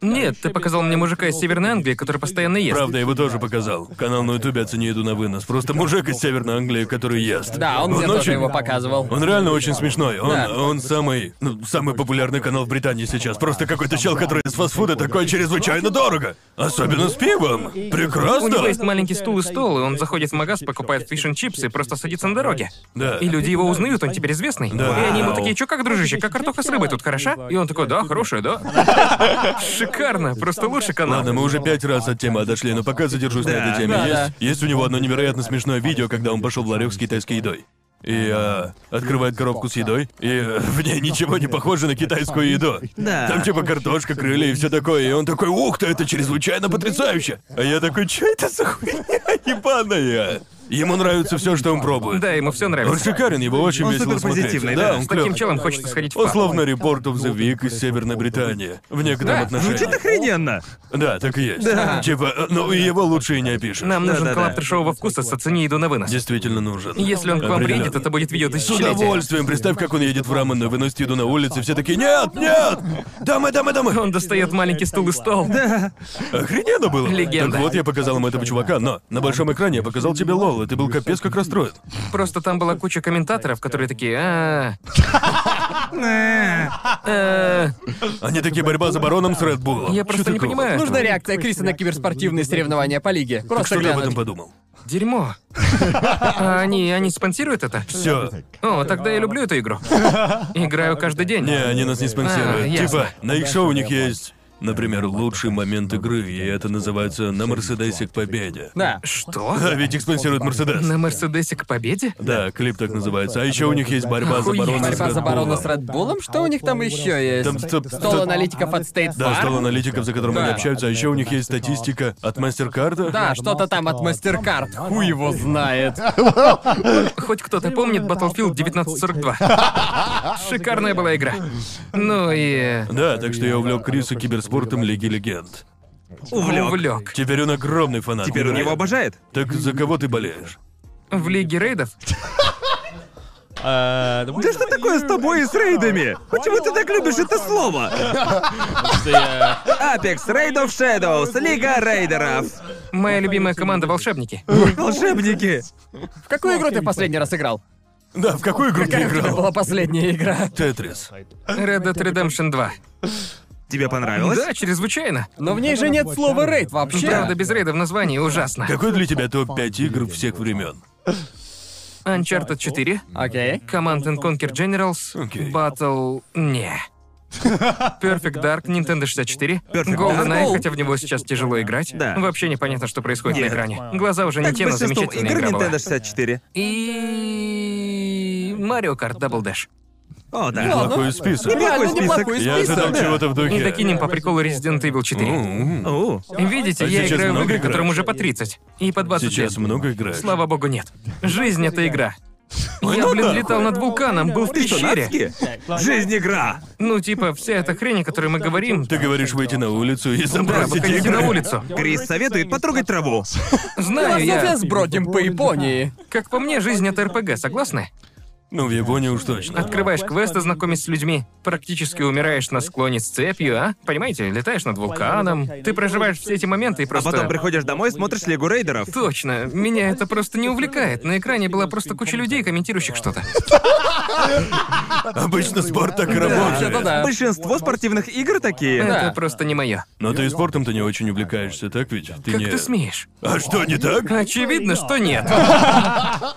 S1: Нет, ты показал мне мужика из Северной Англии, который постоянно ест.
S2: Правда, я его тоже показал. Канал на ютубе оцени иду на вынос. Просто мужик из Северной Англии, который ест.
S4: Да, он мне тоже
S2: очень-
S4: его показывал.
S2: Он реально очень смешной. Он,
S4: Да.
S2: он самый, ну, самый популярный канал в Британии сейчас. Просто какой-то чел, который из фастфуда такой чрезвычайно дорого. Особенно с пивом.
S1: У него есть
S2: Прекрасно.
S1: маленький стул и стол, и он заходит в магаз, покупает фиш чипсы и просто садится на дороге.
S2: Да.
S1: И люди его узнают, он теперь известный.
S2: Да.
S1: И они ему такие, чё как, дружище, как картоха с рыбой тут хороша? И он такой, да, хорошая, да. Шикарно, просто лучше канал.
S2: Ладно, мы уже пять раз от темы отошли, но пока задержусь на этой теме.
S4: Да,
S2: есть,
S4: да.
S2: есть у него одно невероятно смешное видео, когда он пошел в ларек с китайской едой. И а, открывает коробку с едой, и э, в ней ничего не похоже на китайскую еду.
S3: Да.
S2: Там типа картошка, крылья и все такое. И он такой, ух ты, это чрезвычайно потрясающе! А я такой, что это за хуйня ебаная? Ему нравится все, что он пробует.
S1: Да, ему все
S2: Он
S1: нравится.
S2: шикарен, его очень
S3: Он
S2: весело смотреть.
S3: суперпозитивный, да.
S2: Да, он
S1: С таким
S2: клёв.
S1: челом хочется сходить в
S2: Он
S1: паб.
S2: словно репорт в The Week из Северной Британии. В некотором
S1: Да,
S2: отношении.
S3: Звучит охрененно.
S2: Да, так и есть. Типа, э, ну и его лучше и не опишешь.
S1: Нам нужен
S3: Да-да-да.
S1: коллап трешового вкуса с «Оцени еду на вынос».
S2: Действительно нужен.
S1: Если он к вам
S2: Определенно.
S1: приедет, это будет видео
S2: С
S1: тысячелетия.
S2: удовольствием. Представь, как он едет в раменную, выносит еду на улице, все такие «Нет, нет! Дамы, дамы, дамы!»
S1: Он достает маленький стул и стол.
S2: Охрененно было.
S1: Легенда.
S2: Так вот, я показал им этого чувака, но на большом экране я показал тебе Лол, и ты был капец как расстроен.
S1: Просто там была куча комментаторов, которые такие... «А, э,
S2: Они такие «Борьба за бароном с Ред Буллом».
S1: Я
S2: Чё
S1: просто не
S2: такого?
S1: понимаю.
S4: Нужна реакция Криса на киберспортивные соревнования по лиге.
S2: Так
S4: Просто
S2: что ты об этом
S4: глянуть.
S2: подумал?
S1: Дерьмо. А они, они спонсируют это?
S2: Все.
S1: О, тогда я люблю эту игру. Играю каждый день.
S2: Не, они нас не
S1: А,
S2: спонсируют.
S1: ясно.
S2: типа, на их шоу у них есть, например, лучший момент игры, и это называется «На Мерседесе к победе».
S4: Да.
S1: Что?
S2: Да, ведь их спонсирует Мерседес.
S1: На Мерседесе к победе?
S2: Да, клип так называется. А еще у них есть борьба за
S1: Охуеть.
S2: барона с
S4: Борьба за
S2: Red
S4: барона
S2: Bull'ом.
S4: с Рэдбулом? Что у них там еще
S2: Там
S4: есть?
S2: ст- ст-
S4: Стол аналитиков от State
S2: Да,
S4: Farm?
S2: стол аналитиков, за которым они
S4: Да.
S2: общаются, а еще у них есть статистика от Мастеркарда.
S4: Да, что-то там от Мастеркард. Хуй его знает.
S1: Хоть кто-то помнит Battlefield 1942. Шикарная была игра. Ну и...
S2: Да, так что я увлек Криса киберспортом Лиги Легенд.
S3: Увлек.
S1: Увлек.
S2: Теперь он огромный фанат.
S3: Теперь он его обожает.
S2: Так за кого ты болеешь?
S1: В Лиге Рейдов?
S7: Да
S3: Да что такое с тобой и с рейдами? Почему ты так любишь это слово? Apex Raid of Shadows, Лига рейдеров.
S1: Моя любимая команда волшебники.
S3: Волшебники.
S4: В какую игру ты в последний раз играл?
S2: Да, в какую игру ты
S4: Какая у тебя
S2: играл?
S4: была последняя игра?
S2: Тетрис.
S1: Red Dead Redemption 2.
S3: Тебе понравилось?
S1: Да, чрезвычайно.
S4: Но в ней же нет слова рейд вообще.
S1: Правда, без рейда в названии ужасно.
S2: Какой для тебя топ-5 игр всех времен?
S1: Uncharted 4.
S4: Окей.
S1: Command and Conquer Generals.
S2: Окей.
S1: Battle... Не. Perfect Dark, Nintendo 64.
S3: Perfect
S1: GoldenEye,
S3: Dark.
S1: хотя в него сейчас тяжело играть.
S3: Да.
S1: Вообще непонятно, что происходит
S3: Нет.
S1: на экране. Глаза уже не
S3: Как
S1: те, но
S3: большинство
S1: замечательная
S3: игр
S1: игра была.
S3: Nintendo 64.
S1: И... Mario Kart Double Dash.
S3: О, да.
S2: Ну, Неплохой список.
S4: Реально
S3: список.
S4: неплохой
S2: Я ожидал
S4: список. да.
S2: чего-то в
S1: И
S2: духе.
S1: докинем по приколу Resident Evil 4.
S2: М, м.
S3: О,
S1: Видите,
S2: А
S1: я
S2: сейчас
S1: играю в
S2: много
S1: игры,
S2: играешь?
S1: которым уже по 30. И по 20 лет.
S2: Сейчас много играешь.
S1: Слава богу, нет. Жизнь — это игра. Я,
S2: Ну да.
S1: блин, летал над вулканом, был в
S3: ты что,
S1: пещере.
S3: нацки? Жизнь игра.
S1: Ну, типа, вся эта хрень, о которой мы говорим...
S2: Ты говоришь выйти на улицу и
S1: Да,
S2: забросить
S1: выходите
S2: игры.
S1: на улицу.
S3: Крис советует потрогать траву. а
S1: Знаю
S4: Философия
S1: я.
S4: с бродим по Японии.
S1: Как по мне, жизнь — это РПГ, согласны?
S2: Ну, в Японии уж точно.
S1: Открываешь квесты, знакомишься с людьми, практически умираешь на склоне с цепью, а? Понимаете, летаешь над вулканом, ты проживаешь все эти моменты и
S3: А
S1: просто...
S3: потом приходишь домой и смотришь Лигу рейдеров.
S1: Точно, меня это просто не увлекает. На экране была просто куча людей, комментирующих что-то.
S2: Обычно спорт так и
S4: Вообще-то
S2: работает.
S4: да.
S3: Большинство спортивных игр такие.
S1: Это просто не мое.
S2: Но ты и спортом-то не очень увлекаешься, так ведь? Ты
S1: Как
S2: не...
S1: ты смеешь?
S2: А что, не так?
S1: Очевидно, что нет.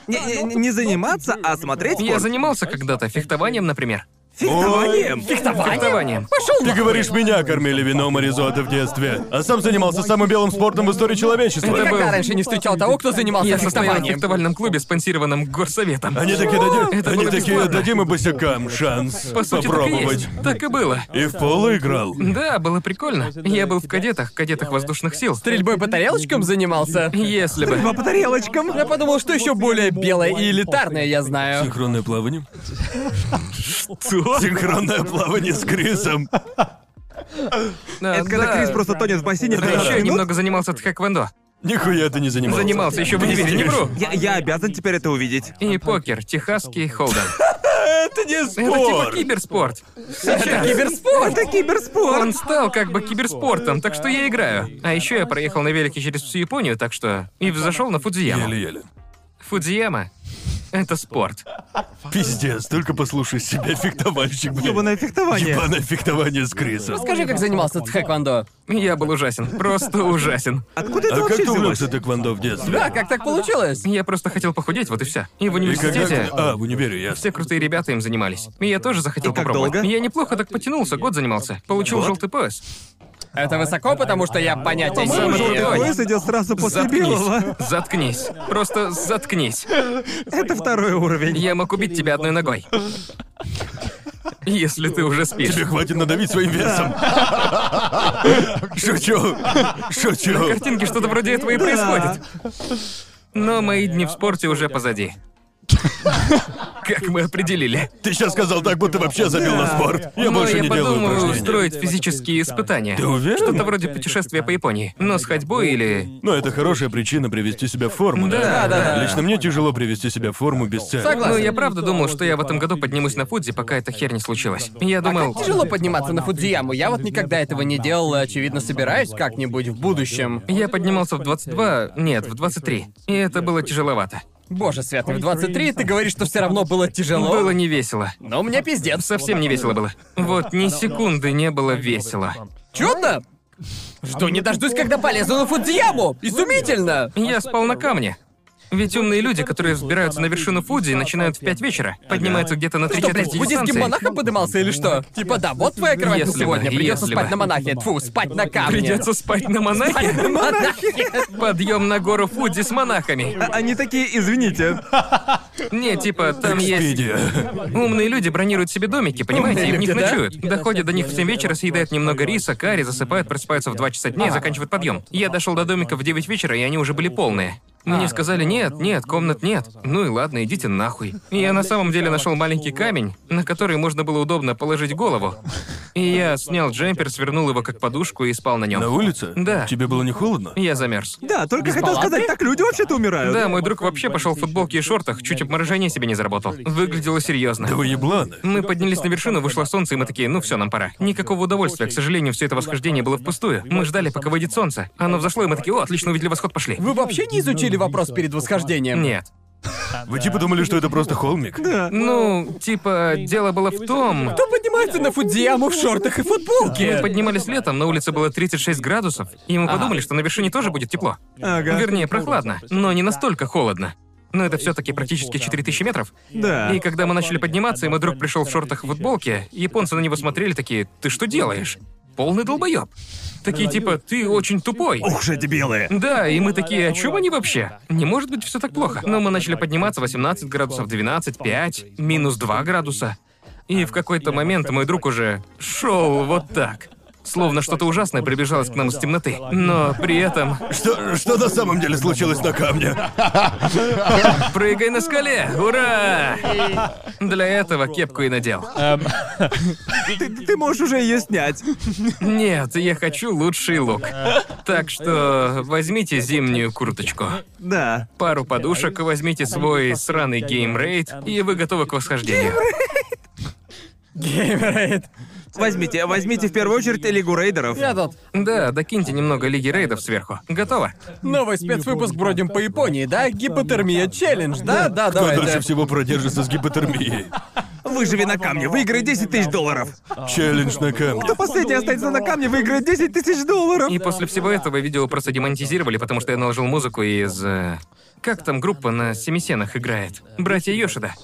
S3: Не, не- не заниматься, а смотреть
S1: Я
S3: спорт.
S1: занимался когда-то фехтованием, например.
S3: Фехтованием.
S1: Фехтованием.
S2: Ты говоришь, меня кормили вином и ризотто в детстве, а сам занимался самым белым спортом в истории
S1: Это
S2: человечества.
S1: был-
S4: Никогда раньше не встречал того, кто занимался
S1: Я состоял в
S4: фехтованием.
S1: фехтовальном клубе, спонсированном горсоветом.
S2: Они такие, дадим,
S1: Это
S2: они
S1: было
S2: такие,
S1: бесплатно.
S2: дадим и босикам шанс
S1: По сути, так и
S2: попробовать.
S1: есть. Так и было.
S2: И в поло играл.
S1: Да, было прикольно. Я был в кадетах, кадетах воздушных сил.
S4: Стрельбой по тарелочкам занимался.
S1: Если бы.
S3: По тарелочкам.
S4: Я подумал, что еще более белое и элитарное я знаю.
S2: Синхронное плавание. Что? Синхронное плавание с Крисом.
S1: Да,
S3: Это когда
S1: да.
S3: Крис просто тонет в бассейне в
S1: Да,
S3: 12
S1: еще я
S3: минут.
S1: немного занимался тхэквондо.
S2: Нихуя ты не занимался.
S1: Занимался еще в универе, не вру.
S3: Я, я обязан теперь это увидеть.
S1: И покер, техасский холден.
S2: Это не
S1: Это типа
S2: спорт.
S1: киберспорт.
S4: Это киберспорт.
S3: Это киберспорт.
S1: Он стал как бы киберспортом, так что я играю. А еще я проехал на велике через всю Японию, так что... И взошел на Фудзияму.
S2: Еле-еле.
S1: Фудзияма — это спорт.
S2: Пиздец, только послушай себя, фехтовальщик, блин.
S3: Ёбаное фехтование.
S2: Ебаное фехтование с Крисом.
S4: Скажи, как занимался тхэквондо.
S1: Я был ужасен, просто ужасен.
S3: Откуда это
S2: А как
S3: вообще
S2: ты
S3: взялось?
S2: увлекся тэквондо в детстве?
S4: Да, как так получилось?
S1: Я просто хотел похудеть, вот и все. И в
S2: И когда-
S1: университете...
S2: А, в универе, ясно.
S1: Все крутые ребята им занимались. И я тоже захотел
S3: И как
S1: попробовать.
S3: долго?
S1: Я неплохо так потянулся, год занимался. Получил желтый пояс.
S4: Это высоко, потому что я понятия не
S1: По-моему,
S4: имею.
S1: желтый
S3: Пояс идет сразу после белого.
S1: Заткнись. Заткнись. Просто заткнись.
S3: Это второй уровень.
S1: Я мог убить тебя одной ногой. Если ты уже спишь.
S2: Тебе хватит надавить своим весом. Шучу. Шучу.
S1: картинке что-то вроде этого и происходит. Но мои дни в спорте уже позади. Как мы определили.
S2: Ты сейчас сказал так, будто вообще забил на спорт. Я
S1: Но Ну,
S2: больше
S1: я
S2: не делаю
S1: подумываю
S2: упражнений.
S1: устроить физические испытания.
S2: Ты уверен?
S1: Что-то вроде путешествия по Японии. Но с ходьбой или...
S2: Но это хорошая причина привести себя в форму, да?
S1: Да, да, да.
S2: Лично мне тяжело привести себя в форму без цели.
S4: Согласен.
S1: Ну, я правда думал, что я в этом году поднимусь на Фудзи, пока эта херь не случилась. Я думал...
S4: Тяжело подниматься на Фудзияму. Я вот никогда этого не делал и, очевидно, собираюсь как-нибудь в будущем.
S1: Я поднимался в 22... Нет, в 23. И это было тяжеловато.
S4: Боже святый, в 23 ты говоришь, что все равно было тяжело.
S1: Было не весело.
S4: Но мне пиздец.
S1: Совсем не весело было. Вот ни секунды не было весело.
S4: Чудно! Жду не дождусь, когда полезу на Фудзияму! Изумительно!
S1: Я спал на камне. Ведь умные люди, которые взбираются а на вершину Фудзи, начинают в 5 вечера, поднимаются где-то на три
S4: Что, блядь,
S1: четверти
S4: буддийским
S1: дистанции.
S4: монахом подымался или что? Типа, да, вот твоя кровать на
S1: Если бы,
S4: сегодня. Придется
S1: если
S4: спать
S1: бы.
S4: на монахе. Тьфу, спать на камне.
S1: Придется спать на
S4: на
S1: монахе.
S4: монахе.
S1: Подъем на гору Фудзи с монахами.
S3: А- Они такие, извините.
S1: Не, типа, там есть...
S2: Экспедия.
S1: Умные люди бронируют себе домики, понимаете, и в них
S4: люди, да.
S1: ночуют. Доходят до них в 7 вечера, съедают немного риса, карри, засыпают, просыпаются в 2 часа дня и заканчивают подъем. Я дошел до домика в 9 вечера, и они уже были полные. Мне сказали, нет, нет, комнат нет. Ну и ладно, идите нахуй. Я на самом деле нашел маленький камень, на который можно было удобно положить голову. И я снял джемпер, свернул его как подушку и спал на нем.
S2: На улице?
S1: Да.
S2: Тебе было не холодно?
S1: Я замерз.
S3: Да, только хотел сказать, так люди вообще-то умирают.
S1: Да, мой друг вообще пошел в футболке и шортах, чуть обморожение себе не заработал. Выглядело серьезно.
S2: Да вы ебланы.
S1: Мы поднялись на вершину, вышло солнце, и мы такие, ну все, нам пора. Никакого удовольствия, к сожалению, все это восхождение было впустую. Мы ждали, пока выйдет солнце. Оно взошло, и мы такие, о, отлично, увидели восход, пошли.
S4: Вы вообще не изучили вопрос перед восхождением?
S1: Нет.
S2: Вы типа думали, что это просто холмик? Да.
S1: Ну, типа, дело было в том...
S4: Кто поднимается на Фудзияму в шортах и футболке?
S1: Мы поднимались летом, на улице было 36 градусов, и мы подумали, что на вершине тоже будет тепло.
S3: Ага.
S1: Вернее, прохладно, но не настолько холодно. Но это все-таки практически 4000 метров.
S3: Да.
S1: И когда мы начали подниматься, и мой друг пришел в шортах и футболке, японцы на него смотрели такие, ты что делаешь? Полный долбоеб. Такие типа, ты очень тупой.
S3: Ух же эти белые.
S1: Да, и мы такие, о чем они вообще? Не может быть все так плохо. Но мы начали подниматься 18 градусов, 12, 5, минус 2 градуса. И в какой-то момент мой друг уже шел вот так. Словно что-то ужасное приближалось к нам из темноты. Но при этом...
S2: Что, что на самом деле случилось на камне?
S1: Прыгай на скале! Ура! Для этого кепку и надел.
S3: Ты, ты можешь уже ее снять.
S1: Нет, я хочу лучший лук. Так что возьмите зимнюю курточку.
S3: Да.
S1: Пару подушек, возьмите свой сраный геймрейд, и вы готовы к восхождению.
S4: Геймерейд.
S3: Возьмите, возьмите в первую очередь Лигу Рейдеров.
S4: Я тут.
S1: Да, докиньте немного Лиги Рейдов сверху. Готово?
S4: Новый спецвыпуск бродим по Японии, да? Гипотермия челлендж, да? Да,
S2: Кто
S4: давай.
S2: дольше
S4: да.
S2: всего продержится с гипотермией?
S3: Выживи на камне, выиграй 10 тысяч долларов.
S2: Челлендж на камне.
S3: Кто последний останется на камне, выиграет 10 тысяч долларов.
S1: И после всего этого видео просто демонтизировали, потому что я наложил музыку из... э, Как там группа на семисенах играет? Братья Йошида.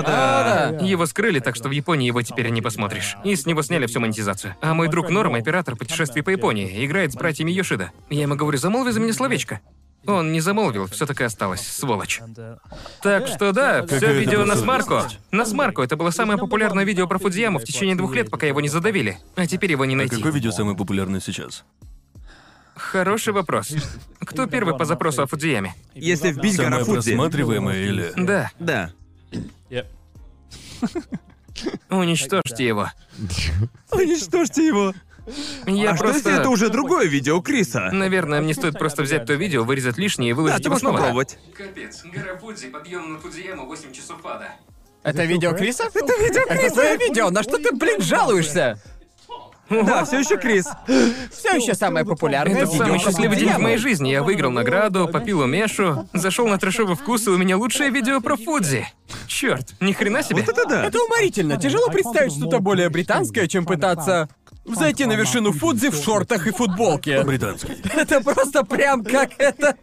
S1: А,
S4: А,
S3: да.
S1: Его скрыли, так что в Японии его теперь не посмотришь. И с него сняли всю монетизацию. А мой друг Норм, оператор путешествий по Японии, играет с братьями Йошида. Я ему говорю, замолви за меня словечко. Он не замолвил, все таки осталось, сволочь. Так что да, все
S2: это
S1: видео на
S2: жестокость.
S1: смарку. На смарку это было самое популярное видео про Фудзияму в течение двух лет, пока его не задавили. А теперь его не найти.
S2: Какое видео самое популярное сейчас?
S1: Хороший вопрос. Кто первый по запросу о Фудзияме?
S3: Если вбить гора
S2: Самое
S3: Фудзи.
S2: просматриваемое или...
S1: Да,
S3: Да.
S1: уничтожьте его.
S3: Уничтожьте его.
S1: Я
S3: а
S1: просто...
S3: что если это уже другое видео Криса? А
S1: Наверное, мне стоит просто взять то видео, вырезать лишнее и
S3: Да,
S1: выложить
S3: ты
S1: его
S3: можешь
S1: снова.
S3: попробовать.
S6: Капец, гора Фудзи, подъем на Фудзияму 8 часов пада.
S4: Это видео Криса? Это видео Криса! Это твое видео, на что ты, блин, жалуешься?
S3: Да, все еще Крис.
S4: Все еще самое популярное
S1: Это
S4: видео.
S1: самый
S4: по
S1: счастливый день в
S4: Фудзияму.
S1: моей жизни. Я выиграл награду, попил умешу, зашел на трешовый вкус, и у меня лучшее видео про Фудзи. Черт, ни хрена себе.
S3: Вот это да.
S4: Это уморительно. Тяжело представить что-то более британское, чем пытаться зайти на вершину Фудзи в шортах и футболке.
S2: Британский.
S4: Это просто прям как это...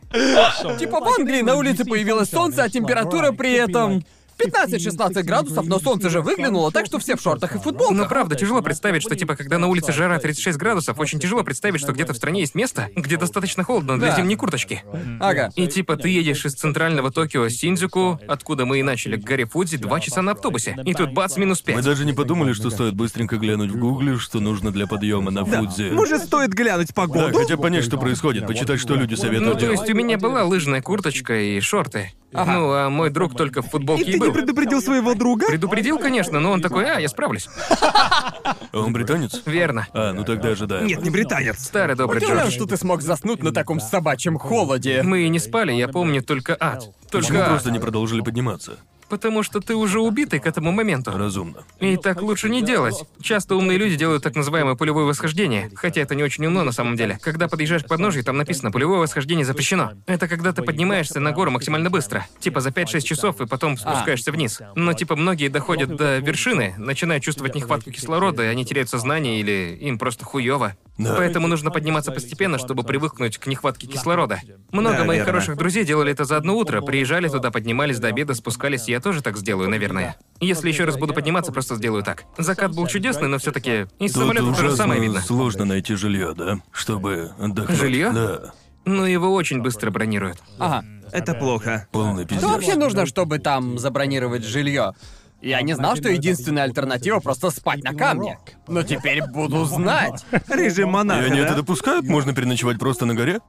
S4: Типа в Англии на улице появилось солнце, а температура при этом... 15-16 градусов, но солнце же выглянуло, так что все в шортах и
S1: Но
S4: футболках.
S1: Ну, правда, тяжело представить, что типа, когда на улице жара 36 градусов, очень тяжело представить, что где-то в стране есть место, где достаточно холодно для
S4: Да.
S1: зимней курточки.
S4: Ага.
S1: И типа ты едешь из центрального Токио Синдзюку, откуда мы и начали к горе Фудзи, два часа на автобусе. И тут бац, минус
S2: Мы
S1: пять.
S2: даже не подумали, что стоит быстренько глянуть в гугле, что нужно для подъема на Фудзи.
S3: Может, стоит глянуть
S2: Да,
S3: погоду?
S2: хотя понять, что происходит, почитать, что люди
S1: Ну,
S2: советуют
S1: то
S2: делать.
S1: есть у меня была лыжная курточка и шорты. Ну, а мой друг только в
S3: И
S1: футболке и
S3: ты не
S1: был.
S3: предупредил своего друга?
S1: Предупредил, конечно, но он такой, а, я справлюсь.
S2: Он британец?
S1: Верно.
S2: А, ну тогда же да.
S3: Нет, не британец.
S1: Старый добрый
S4: Удивлен,
S1: Джордж.
S4: что ты смог заснуть на таком собачьем холоде.
S1: Мы и не спали, я помню только ад.
S2: Почему
S1: Только ад.
S2: просто не продолжили подниматься?
S1: Потому что ты уже убитый к этому моменту.
S2: Разумно.
S1: И так лучше не делать. Часто умные люди делают так называемое пулевое восхождение, хотя это не очень умно на самом деле. Когда подъезжаешь к подножию, там написано «пулевое восхождение запрещено». Это когда ты поднимаешься на гору максимально быстро, типа за 5-6 часов, и потом спускаешься вниз. Но типа многие доходят до вершины, начинают чувствовать нехватку кислорода, и они теряют сознание или им просто хуёво.
S2: Да.
S1: Поэтому нужно подниматься постепенно, чтобы привыкнуть к нехватке кислорода. Много
S3: Да,
S1: моих
S3: верно.
S1: хороших друзей делали это за одно утро. Приезжали туда, поднимались до обеда, спускались. Я тоже так сделаю, наверное. Если еще раз буду подниматься, просто сделаю так. Закат был чудесный, но все-таки из
S2: Тут
S1: самолета то же
S2: ужасно
S1: самое видно.
S2: сложно найти жилье, да? Чтобы отдохнуть.
S1: Жилье?
S2: Да.
S1: Но его очень быстро бронируют.
S4: Ага.
S3: Это плохо.
S2: Полный
S4: Что
S2: пиздец.
S4: вообще нужно, чтобы там забронировать жилье? Я не знал, что единственная альтернатива просто спать на камне. Но теперь буду знать.
S3: Режим
S2: И
S3: монаха,
S2: они это
S3: да?
S2: допускают? Можно переночевать просто на горе?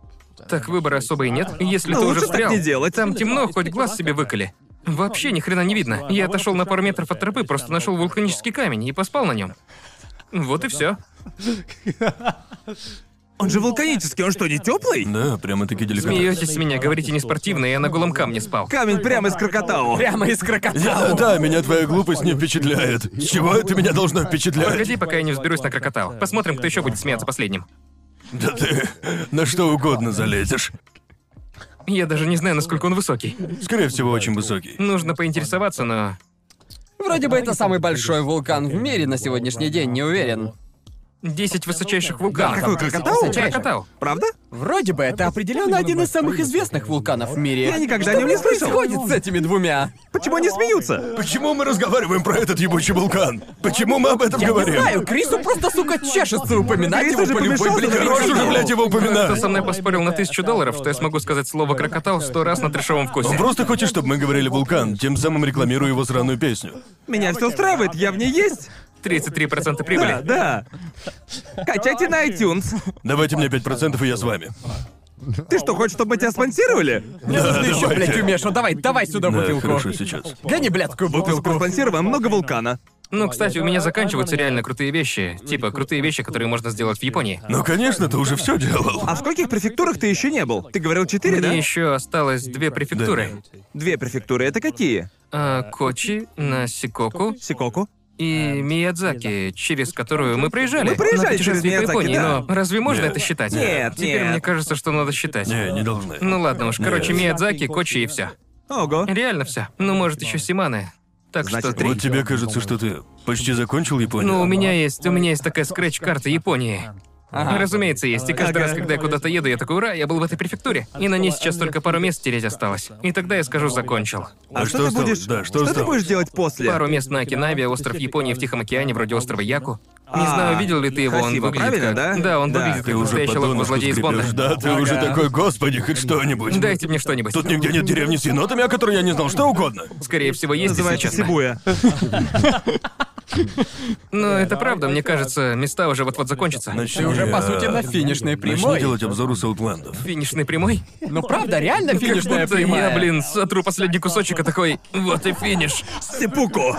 S1: Так выбора особо и нет. Если
S3: Ну,
S1: ты
S3: лучше
S1: уже
S3: так
S1: встрял,
S3: не делать.
S1: там темно, хоть глаз себе выколи. Вообще ни хрена не видно. Я отошел на пару метров от тропы, просто нашел вулканический камень и поспал на нем. Вот и все.
S3: Он же вулканический, он что, не теплый?
S2: Да, прямо-таки деликатно.
S1: Смеетесь с меня, говорите не спортивно, я на голом камне спал.
S3: Камень прямо из крокотау.
S4: Прямо из крокодила.
S2: Да, да, меня твоя глупость не впечатляет. С чего это меня должно впечатлять?
S1: Погоди, пока я не взберусь на крокотал. Посмотрим, кто еще будет смеяться последним.
S2: Да ты на что угодно залезешь.
S1: Я даже не знаю, насколько он высокий.
S2: Скорее всего, очень высокий.
S1: Нужно поинтересоваться, но...
S4: Вроде бы это самый большой вулкан в мире на сегодняшний день, не уверен.
S1: 10 высочайших вулканов.
S3: какой крокотау?
S1: Крокотау.
S3: Правда?
S4: Вроде бы это определенно один из самых известных вулканов в мире.
S3: Я никогда о
S4: Что
S3: нем не
S4: блин
S3: слышал.
S4: происходит с этими двумя?
S3: Почему они смеются?
S2: Почему мы разговариваем про этот ебучий вулкан? Почему мы об этом
S4: Не
S2: говорим?
S4: знаю, Крису просто, сука, чешется упоминать
S3: Крис
S4: его
S3: же
S4: по любой
S3: помешался
S4: блин
S3: на
S2: Хорош уже,
S4: причине.
S2: блядь, его
S1: Кто
S2: упоминать.
S1: со мной поспорил на тысячу долларов, что я смогу сказать слово крокотал сто раз на трешовом
S2: Он
S1: вкусе.
S2: просто хочет, чтобы мы говорили вулкан, тем самым рекламируя его сраную песню.
S3: Меня все устраивает, я в ней есть.
S1: 33%
S3: Да,
S1: прибыли.
S3: да. Качайте на iTunes.
S2: Давайте мне 5% и я с вами.
S3: Ты что, хочешь, чтобы мы тебя спонсировали?
S2: Ну,
S4: Мне нужно еще,
S2: давайте.
S4: блядь, умеша. Давай, давай сюда
S2: Да,
S4: бутылку.
S2: хорошо сейчас.
S4: Гони блядскую бутылку.
S3: Спонсируем много вулкана.
S1: Ну, кстати, у меня заканчиваются реально крутые вещи. Типа, крутые вещи, которые можно сделать в Японии.
S2: Ну, конечно, ты уже все делал.
S3: А в скольких префектурах ты еще не был? Ты говорил четыре, да?
S1: Мне еще осталось две префектуры.
S3: Две префектуры. Это какие?
S1: А, Кочи, Насикоку
S3: Сикоку.
S1: и Миядзаки, через которую мы проезжали.
S3: Мы проезжали
S1: на путешествии
S3: через
S1: по
S3: Миядзаки,
S1: Японии,
S3: да.
S1: но разве можно это считать?
S3: Нет,
S1: Теперь
S3: нет.
S1: мне кажется, что надо считать.
S2: Не, не должны.
S1: Ну ладно уж, короче,
S2: Нет.
S1: Миядзаки, Кочи и все.
S3: Ого.
S1: Реально все. Ну, может, еще Симаны. Так
S3: Значит,
S1: что три.
S2: Вот тебе кажется, что ты почти закончил Японию.
S1: Ну, у меня есть, у меня есть такая скретч-карта Японии. Разумеется, есть. И каждый раз, когда я куда-то еду, я такой, ура, я был в этой префектуре. И на ней сейчас только пару мест тереть осталось. И тогда я скажу, закончил.
S2: что
S3: А что ты
S2: осталось?
S3: будешь...
S2: Да, что
S3: Что ты
S2: осталось?
S3: будешь делать после?
S1: Пару мест на Окинаве, остров Японии в Тихом океане, вроде острова Яку. Не знаю, видел ли ты его, он
S3: Хасиба,
S1: выглядит
S3: правильно,
S1: как-
S3: да?
S1: Да, он
S3: Да.
S1: выглядит
S2: Ты
S1: как
S2: уже
S1: настоящий логово
S2: подонок
S1: злодей из Бонда.
S2: скребёшь, Да, ты уже такой, господи, хоть что-нибудь.
S1: Дайте мне что-нибудь.
S2: Тут нигде нет деревни с енотами, о которой я не знал, что угодно.
S1: Скорее всего, есть, если
S3: Называется
S1: честно.
S3: Сибуя.
S1: Но это правда, мне кажется, места уже вот-вот закончатся.
S4: Ты уже, по сути, на финишной
S2: э, Начни
S4: прямой.
S2: делать обзоры саутлендов.
S1: Финишной прямой?
S4: Ну правда, реально финишная
S1: Как будто
S4: прямая.
S1: я, блин, сотру последний кусочек, а такой, вот и финиш.
S3: Сипуку.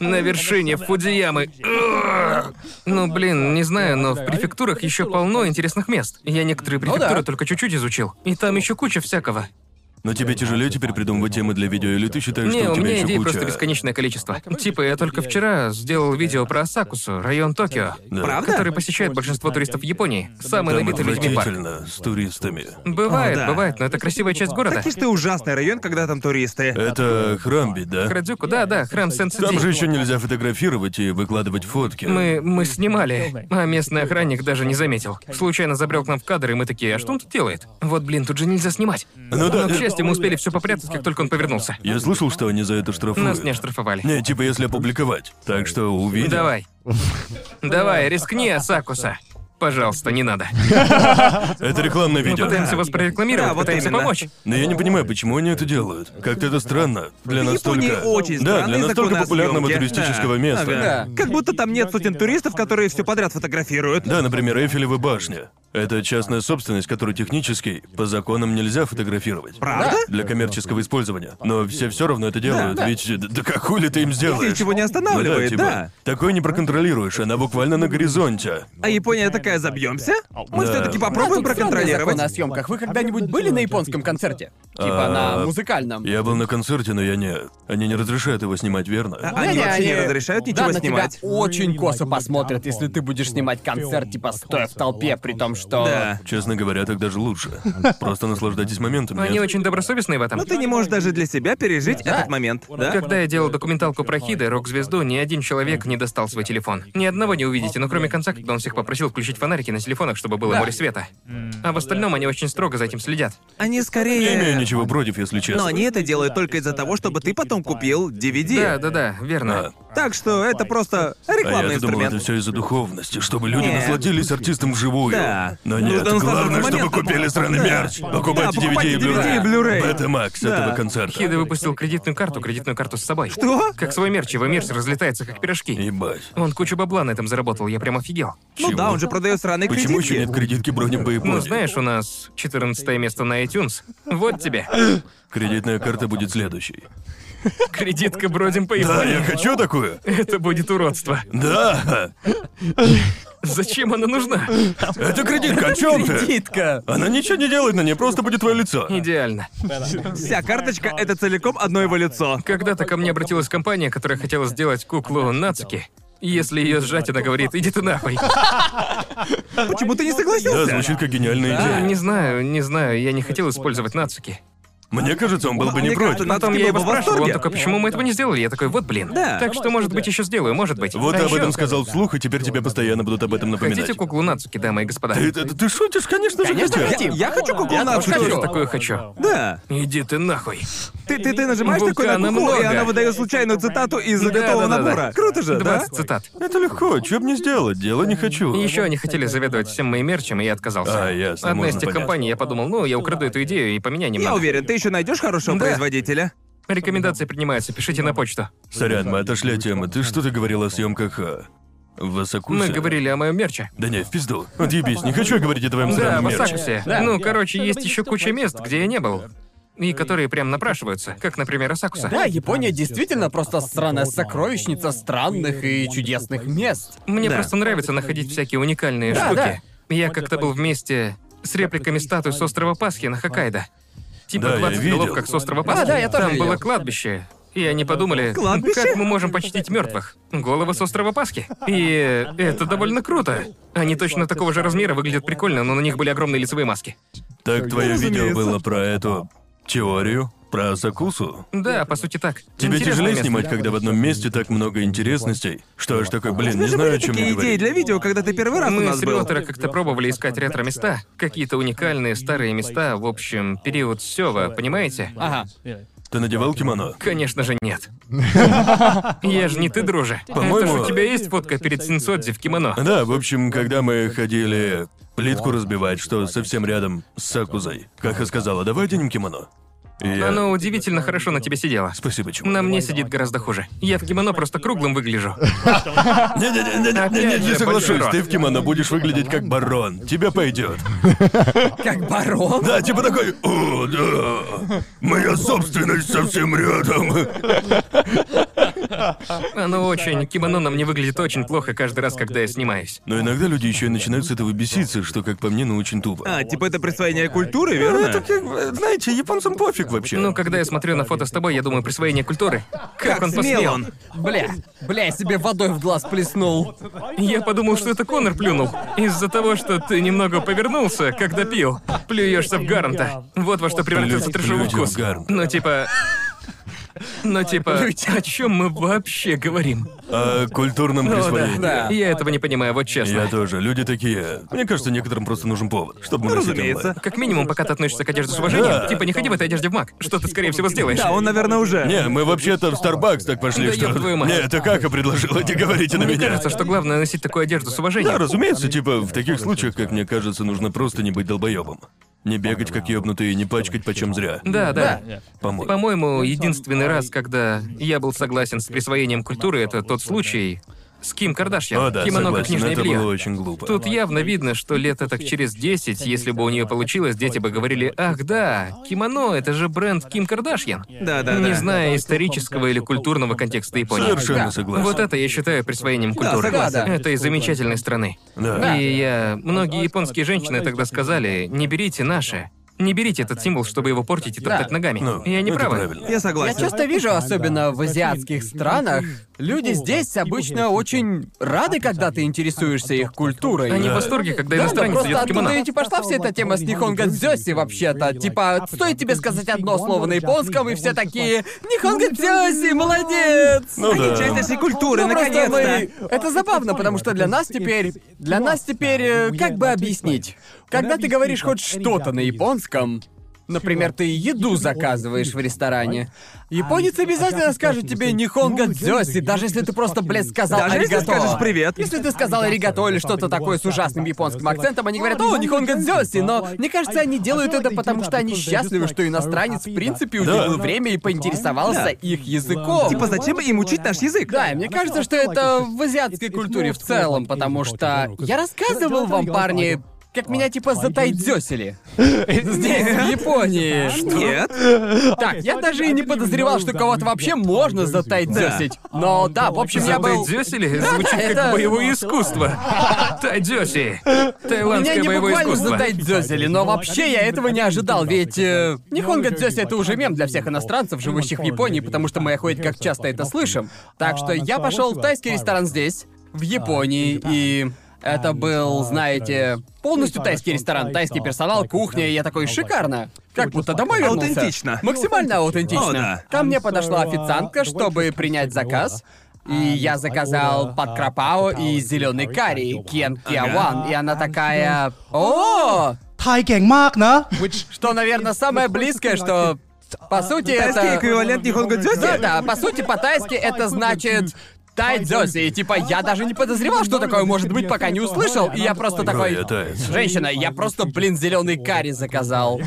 S1: На вершине Фудзиямы. Ugh. Ну, блин, не знаю, но в префектурах еще полно интересных мест. Я некоторые префектуры
S4: да.
S1: только чуть-чуть изучил. И там еще куча всякого.
S2: Но тебе тяжелее теперь придумывать темы для видео, или ты считаешь,
S1: Не,
S2: что у
S1: у
S2: тебя
S1: меня
S2: еще
S1: идей
S2: куча...
S1: просто бесконечное количество. Типа, я только вчера сделал видео про Асакусу, район Токио,
S2: Да.
S3: Правда?
S1: который посещает большинство туристов Японии. Самый
S2: Там
S1: набитый людьми парк.
S2: отвратительно, с туристами.
S1: Бывает,
S3: да.
S1: бывает, но это красивая часть города.
S3: Такие ж ты ужасный район, когда там
S2: Э,
S3: туристы.
S2: Это храм ведь, да?
S1: Храдзюку, да, да, храм сен
S2: Там же еще нельзя фотографировать и выкладывать фотки.
S1: Мы, мы снимали, а местный охранник даже не заметил. Случайно забрел к нам в кадр, и мы такие, а что он тут делает? Вот, блин, тут же нельзя снимать.
S2: Ну да,
S1: Но, к
S2: э,
S1: счастью, мы успели все попрятать, как только он повернулся.
S2: Я слышал, что они за это штрафуют.
S1: Нас не оштрафовали.
S2: Не, типа если опубликовать. Так что увидим.
S3: Ну,
S1: Давай. Давай, рискни, Асакуса. Пожалуйста, не надо.
S2: Это рекламное
S1: Мы
S2: видео.
S1: пытаемся вас прорекламировать,
S3: Да, вот
S1: пытаемся
S3: именно.
S1: помочь.
S2: Но я не понимаю, почему они это делают. Как-то это странно. Для
S3: В
S2: настолько...
S3: Японии очень
S2: Да, для
S3: странные
S2: настолько
S3: законы о
S2: популярного
S3: съёмке.
S2: туристического
S3: Да,
S2: места.
S3: ага.
S4: Да.
S3: Как будто там нет сотен туристов, которые все подряд фотографируют.
S2: Да, например, Эйфелева башня. Это частная собственность, которую технически по законам нельзя фотографировать.
S3: Правда?
S2: Для коммерческого использования. Но все все равно это делают, ведь э, да, да как хули ты им сделаешь?
S3: Ничего
S2: Ну
S3: не
S2: да,
S3: останавливает,
S2: типа,
S3: да.
S2: такое не проконтролируешь, она буквально на горизонте.
S3: А Япония такая, забьемся? Мы
S2: Да.
S3: все-таки
S4: Да,
S3: попробуем
S4: тут странные законы о
S3: проконтролировать.
S4: съемках. Вы когда-нибудь были на японском концерте? Типа на музыкальном.
S2: Я был на концерте, но я не... Они не разрешают его снимать, верно?
S3: Они
S4: Не-не,
S3: вообще не
S4: они-
S3: разрешают
S4: Да,
S3: ничего
S4: на тебя
S3: снимать.
S4: очень косо посмотрят, если ты будешь снимать концерт, типа стоя в толпе, при том, что...
S3: Да.
S2: А, Честно говоря, так даже лучше. Просто наслаждайтесь моментом,
S1: Они
S2: нет?
S1: очень добросовестные в этом.
S3: Но Ну ты не можешь даже для себя пережить этот момент, да?
S1: Когда я делал документалку про Хиды, рок-звезду, ни один человек не достал свой телефон. Ни одного не увидите, но кроме конца, когда он всех попросил включить фонарики на телефонах, чтобы было море света. А в остальном они очень строго за этим следят.
S3: Они
S2: Не имею
S3: скорее...
S2: ничего против, если честно.
S3: Но Ну, они это делают только из-за того, чтобы ты потом купил
S1: Да,
S3: DVD.
S1: да, да, верно.
S2: Да.
S3: Так что это просто
S2: А
S3: рекламный
S2: я думал, это
S3: инструмент.
S2: все из-за духовности, чтобы люди
S3: Нет.
S2: насладились артистом вживую.
S3: Да.
S2: Но
S3: Нужно
S2: нет,
S3: наслаждаться
S2: главное, чтобы
S3: моментом.
S2: купили сраный
S3: Да.
S2: мерч. Покупайте
S3: Да, покупайте
S2: DVD и
S3: DVD и
S2: Blu-ray.
S3: Blu-ray.
S2: Бета-макс
S3: Да.
S2: этого концерта.
S1: Хида выпустил кредитную карту, кредитную карту с собой.
S3: Что?
S1: Как свой мерч, его мерч разлетается, как пирожки.
S2: Ебать.
S1: Он кучу бабла на этом заработал, я прям офигел.
S3: Ну
S2: Чего?
S3: да, он же продает сраные
S2: Почему еще
S3: кредитки.
S2: нет кредитки бронем по Японии?
S1: Ну, знаешь, у нас 14 место на iTunes. Вот тебе.
S2: Кредитная карта будет следующей.
S1: Кредитка бродим по
S2: Да,
S1: Японии.
S2: я хочу такую.
S1: Это будет уродство.
S2: Да.
S1: Зачем она нужна?
S2: Это кредитка, о чем ты?
S4: Кредитка.
S2: Она ничего не делает на ней, просто будет твое лицо.
S1: Идеально.
S3: Вся карточка — это целиком одно его лицо.
S1: Когда-то ко мне обратилась компания, которая хотела сделать куклу Нацуки. Если ее сжать, она говорит, иди ты нахуй.
S3: Почему ты не
S2: Да,
S3: согласился?
S2: звучит как гениальная
S1: А, Не
S2: идея.
S1: знаю, не знаю, я не хотел использовать Нацуки.
S2: Мне кажется, он был бы не
S3: Мне кажется,
S2: против.
S3: на-
S1: Потом
S3: Нацуки
S1: я
S3: был
S1: его
S3: бы в
S1: спрашивал, он
S3: восторге.
S1: такой, почему мы этого не сделали? Я такой, вот блин.
S3: Да.
S1: Так что, может быть, еще сделаю, может быть.
S2: Вот
S1: А
S2: ты об
S1: еще
S2: этом сказал вслух, и теперь тебе постоянно будут об этом напоминать.
S1: Хотите куклу Нацуки, дамы и господа?
S2: Ты, ты- ты шутишь, конечно же,
S3: Я-
S2: хотим.
S3: Я, хочу куклу на
S1: тоже
S3: обзор.
S1: такое хочу.
S3: Да.
S1: Иди ты нахуй.
S3: Ты, ты, ты нажимаешь такой на
S1: Вулкана
S3: куклу, и
S1: много.
S3: она выдает случайную цитату из готового
S1: Да-да-да-да.
S3: набора. Круто же, да?
S1: 20 цитат.
S2: Это легко, чё б не сделать, дела не хочу.
S1: И еще они хотели заведовать всем моим мерчем, и я отказался.
S2: А, ясно,
S1: Одна из
S2: можно
S1: тех
S2: понять.
S1: компаний, я подумал, ну, я украду эту идею и поменяю немного.
S3: Я уверен, ты еще найдешь хорошего
S1: Да.
S3: производителя.
S1: Рекомендации принимаются, пишите на почту.
S2: Сорян, мы отошли от темы. Ты что-то говорил о съемках а, в Асакусе?
S1: Мы говорили о моем мерче.
S2: Да не, в пизду. Отъебись, не хочу я говорить о твоем
S1: Да, в
S2: сраном мерче.
S1: Асакусе.
S4: Да.
S1: Ну, короче, есть еще куча мест, где я не был. И которые прям напрашиваются, как, например, Асакуса.
S4: Да, Япония действительно просто странная сокровищница странных и чудесных мест.
S1: Мне
S3: Да.
S1: просто нравится находить всякие уникальные
S4: Да,
S1: штуки. Я как-то был вместе с репликами статуи с острова Пасхи на Хоккайдо. Типа
S2: Да, я
S1: 20
S2: видел.
S1: голов, как с острова Пасхи.
S4: А, да, я тоже
S1: Там было
S4: видел.
S1: кладбище. И они подумали,
S3: Кладбище?
S1: как мы можем почтить мертвых? Головы с острова Пасхи. И это довольно круто. Они точно такого же размера выглядят прикольно, но на них были огромные лицевые маски.
S2: Так твое видео
S3: разумеется.
S2: было про эту теорию, про Асакусу.
S1: Да, по сути так.
S2: Тебе
S1: Интересное
S2: тяжелее
S1: место.
S2: снимать, когда в одном месте так много интересностей? Что ж такое, блин,
S3: У
S2: не
S3: тебя же
S2: знаю,
S3: были
S2: о чем
S3: такие
S2: я
S3: идеи
S2: говорю.
S3: для видео, когда ты первый раз у
S1: Мы
S3: нас
S1: с
S3: был.
S1: Риотера как-то пробовали искать ретро-места, какие-то уникальные старые места, в общем, период Сева, понимаете?
S4: Ага.
S2: Ты надевал кимоно?
S1: Конечно же нет. Я же не ты, друже.
S2: По-моему-
S1: Это ж у тебя есть фотка перед Синсодзи в кимоно?
S2: Да, Э, в общем, когда мы ходили плитку разбивать, что совсем рядом с Сакузой, как и сказала, давай оденем кимоно. И я-
S1: Оно удивительно хорошо на тебе сидело.
S2: Спасибо, чувак.
S1: На мне сидит гораздо хуже. Я в кимоно просто круглым выгляжу.
S2: Не-не-не,
S1: Опять
S2: не
S1: же,
S2: соглашусь,
S1: Бальдеро.
S2: ты в кимоно будешь выглядеть как барон. Тебе пойдет.
S4: Как барон?
S2: Да, типа такой, о, да, моя собственность совсем рядом.
S1: Оно очень... Кимоно на мне выглядит очень плохо каждый раз, когда я снимаюсь.
S2: Но иногда люди еще и начинают с этого беситься, что, как по мне, ну очень тупо.
S3: А, типа это присвоение культуры,
S2: Ну,
S3: верно?
S2: это как бы, знаете, японцам пофиг вообще.
S1: Ну, когда я смотрю на фото с тобой, я думаю, присвоение культуры. Как он
S3: Смел
S1: посмел?
S3: он.
S4: Бля, бля, я себе водой в глаз плеснул.
S1: Я подумал, что это Конор плюнул. Из-за того, что ты немного повернулся, когда пил. Плюешься в Гарнта. Вот во что превратился
S2: Плюнь-
S1: трешовый
S2: плюйте в
S1: вкус.
S2: Гарнт.
S1: Ну типа... Ну типа, о чем мы вообще говорим?
S2: О А культурном
S1: Ну да,
S2: присвоении.
S1: да. Я этого не понимаю, вот
S2: Я
S1: честно.
S2: тоже. Люди такие. Мне кажется, некоторым просто нужен повод, чтобы мы
S3: Ну,
S2: носили
S3: разумеется.
S2: онлайн.
S1: Как минимум, пока ты относишься к одежде с уважением,
S2: Да.
S1: типа не ходи в этой одежде в маг, что ты, скорее всего, сделаешь.
S3: Да, он, наверное, уже.
S2: Не, мы вообще-то в Starbucks так пошли,
S1: Да
S2: что...
S1: ёб твою мать.
S2: Не, это Кака предложила, не говорите на
S1: Мне
S2: меня.
S1: кажется, что главное носить такую одежду с уважением.
S2: Да, разумеется, типа, в таких случаях, как мне кажется, нужно просто не быть долбоебом. Не бегать как ёбнутый и не пачкать почем зря.
S1: Да, Типа, да.
S2: По-моему.
S1: По-моему, единственный раз, когда я был согласен с присвоением культуры, это тот случай с Ким Кардашьян.
S2: О, да,
S1: Кимоно как
S2: согласен,
S1: нижнее
S2: это
S1: белье.
S2: было очень глупо.
S1: Тут явно видно, что лет так через 10, если бы у нее получилось, дети бы говорили, ах да, кимоно, это же бренд Ким Кардашьян.
S3: Да, да,
S1: Не
S3: да.
S1: зная исторического или культурного контекста Японии.
S2: Совершенно
S4: Да.
S2: согласен.
S1: Вот это я считаю присвоением культуры.
S4: согласен.
S1: Это из замечательной страны.
S2: Да.
S1: И я... Многие японские женщины тогда сказали, не берите наши. Не берите этот символ, чтобы его портить и топтать ногами.
S2: Ну,
S1: И они
S2: это
S1: правы.
S2: правильно.
S3: Я
S4: Я
S3: согласен.
S4: часто вижу, особенно в азиатских странах, люди здесь обычно очень рады, когда ты интересуешься их культурой.
S1: Они в
S2: Да.
S1: восторге, когда
S4: Да, да,
S1: иностранец идет
S4: просто
S1: в кимоно.
S4: оттуда и пошла вся эта тема с Нихонго Дзёси вообще-то. Типа, стоит тебе сказать одно слово на японском, и все такие «Нихонго Дзёси, молодец!»
S2: Ну да.
S3: Часть нашей культуры,
S4: Ну, просто
S3: наконец-то.
S4: мы- Это забавно, потому что для нас теперь... Для нас теперь... э, Как бы объяснить? Когда ты говоришь хоть что-то на японском, Например, ты еду заказываешь в ресторане. Японец обязательно скажет тебе «Нихонго дзёси», даже если ты просто, блядь, сказал
S3: Даже если
S4: «аригато».
S3: скажешь «привет».
S4: Если ты сказал «аригато» или что-то такое с ужасным японским акцентом, Ну, они говорят «О, нихонго дзёси», но мне кажется, они делают это потому, что они счастливы, что иностранец в принципе уделил
S2: Да.
S4: время и поинтересовался
S3: Да.
S4: их языком.
S3: Типа, зачем им учить наш язык?
S4: Да, и мне кажется, что это в азиатской культуре в целом, потому что я рассказывал вам, парни, Как меня типа затайдзёсили. Здесь, в Японии.
S3: Нет?
S4: Так, я даже и ну, не подозревал, что кого-то вообще можно затайдзёсить. Но да, Ну, в общем, я был...
S1: Затайдёсили звучит как
S4: это-
S1: боевое искусство. Тайдёси.
S4: Меня
S1: Таиландское
S4: не
S1: боевое
S4: буквально
S1: искусство.
S4: затайдзёсили, но вообще я этого не ожидал, ведь... э, Нихонго дзёси — это уже мем для всех иностранцев, живущих в Японии, потому что мы охоть как часто это слышим. Так что я пошел в тайский ресторан здесь, в Японии, и... Это был, знаете, полностью тайский ресторан, тайский персонал, кухня, и я такой, шикарно. Как будто домой вернулся.
S3: Аутентично.
S4: Максимально аутентично.
S3: О, да.
S4: Ко мне подошла официантка, чтобы принять заказ. И я заказал под крапао и зеленый карри, кен киаван. А, И она такая... О!
S7: ไทยเก่งมากนะ
S4: Что, наверное, самое близкое, что... По сути,
S3: Тайский
S4: это... Ну
S3: эквивалент Нихонго Дзёси?
S4: Да, да, по сути, по-тайски это значит... Тайдзёси, и типа я даже не подозревал, что такое может быть, пока не услышал, и я просто
S2: Бро,
S4: такой...
S2: я таец.
S4: Женщина, я просто, блин, зеленый карри заказал.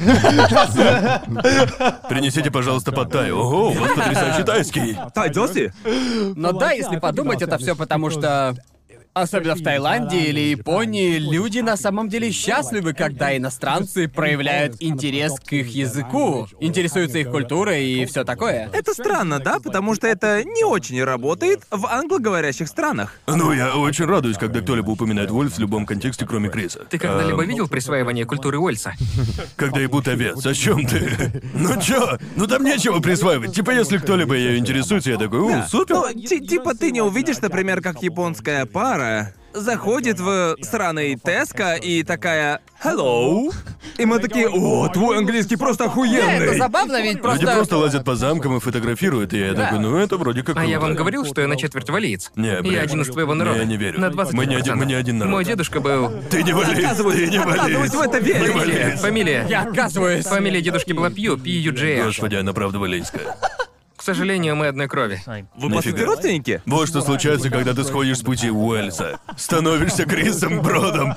S2: Принесите, пожалуйста, под тай. Ого, у вас потрясающий тайский.
S3: Тайдёси?
S4: Но да, если подумать, это все потому что... Особенно в Таиланде или Японии, люди на самом деле счастливы, когда иностранцы проявляют интерес к их языку, интересуются их культурой и все такое.
S3: Это странно, да? Потому что это не очень работает в англоговорящих странах.
S2: Ну, я очень радуюсь, когда кто-либо упоминает Вольф в любом контексте, кроме Криса. А,
S1: Ты когда-либо
S2: ну,
S1: видел присваивание культуры Уэльса?
S2: Когда ебут овец, о чем ты? Ну чё? Ну там нечего присваивать. Типа, если кто-либо ее интересуется, я такой, у, супер.
S3: Ну, ти- типа ты не увидишь, например, как японская пара заходит в сраный Теска и такая «Hello». И мы такие «О, твой английский просто
S4: Да, это
S3: охуенный!»
S4: забавно, ведь
S2: Люди
S4: просто...
S2: просто лазят по замкам и фотографируют, и я такой, ну это вроде как
S1: А я
S2: круто».
S1: вам говорил, что я на четверть валиец.
S2: Не, бред.
S1: Я один из твоего
S2: Не,
S1: народа.
S2: я не верю.
S1: На 20
S2: Мы не один- мы не один народ.
S1: Мой дедушка был...
S2: Ты не вались, ты не вались.
S3: Отказываюсь в это верить.
S2: валиец.
S1: Фамилия.
S4: Я отказываюсь.
S1: Фамилия дедушки была Пью, Пи Ю Джей.
S2: Господи, она правда валейская.
S1: К сожалению, мы одной крови.
S3: Вы, по сути,
S2: Нафига?
S3: родственники?
S2: Вот что случается, когда ты сходишь с пути Уэльса. Становишься Крисом Бродом.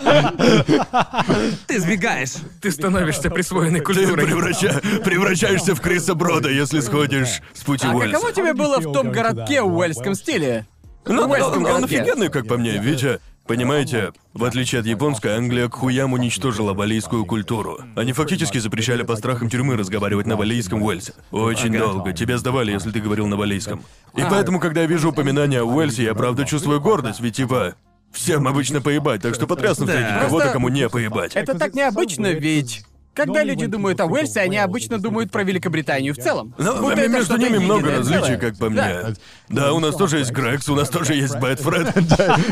S3: Ты сбегаешь.
S1: Ты становишься присвоенной
S2: Ты
S1: культурой.
S2: превраща- превращаешься в Криса Брода, если сходишь с пути
S4: А
S2: Уэльса.
S4: каково тебе было в том городке в уэльском стиле?
S2: Ну,
S4: В уэльском
S2: он, он
S4: городке.
S2: офигенный, как по мне, ведь, а, понимаете, в отличие от японской, Англия к хуям уничтожила валийскую культуру. Они фактически запрещали по страхам тюрьмы разговаривать на валийском Уэльсе. Очень долго. Тебя сдавали, если ты говорил на валийском. И поэтому, когда я вижу упоминание о Уэльсе, я правда чувствую гордость, ведь типа... Всем обычно поебать, так что потрясно встретить кого-то,
S4: Просто-
S2: кому не поебать.
S4: Это так необычно, ведь... Когда люди думают о Уэльсе, они обычно думают про Великобританию в целом.
S2: Ну,
S4: Будто это
S2: между
S4: что-то
S2: ними много
S4: единое
S2: различий,
S4: целое.
S2: как по
S4: Да.
S2: мне. Да, у нас тоже есть Грекс, у нас тоже есть Бэтфред.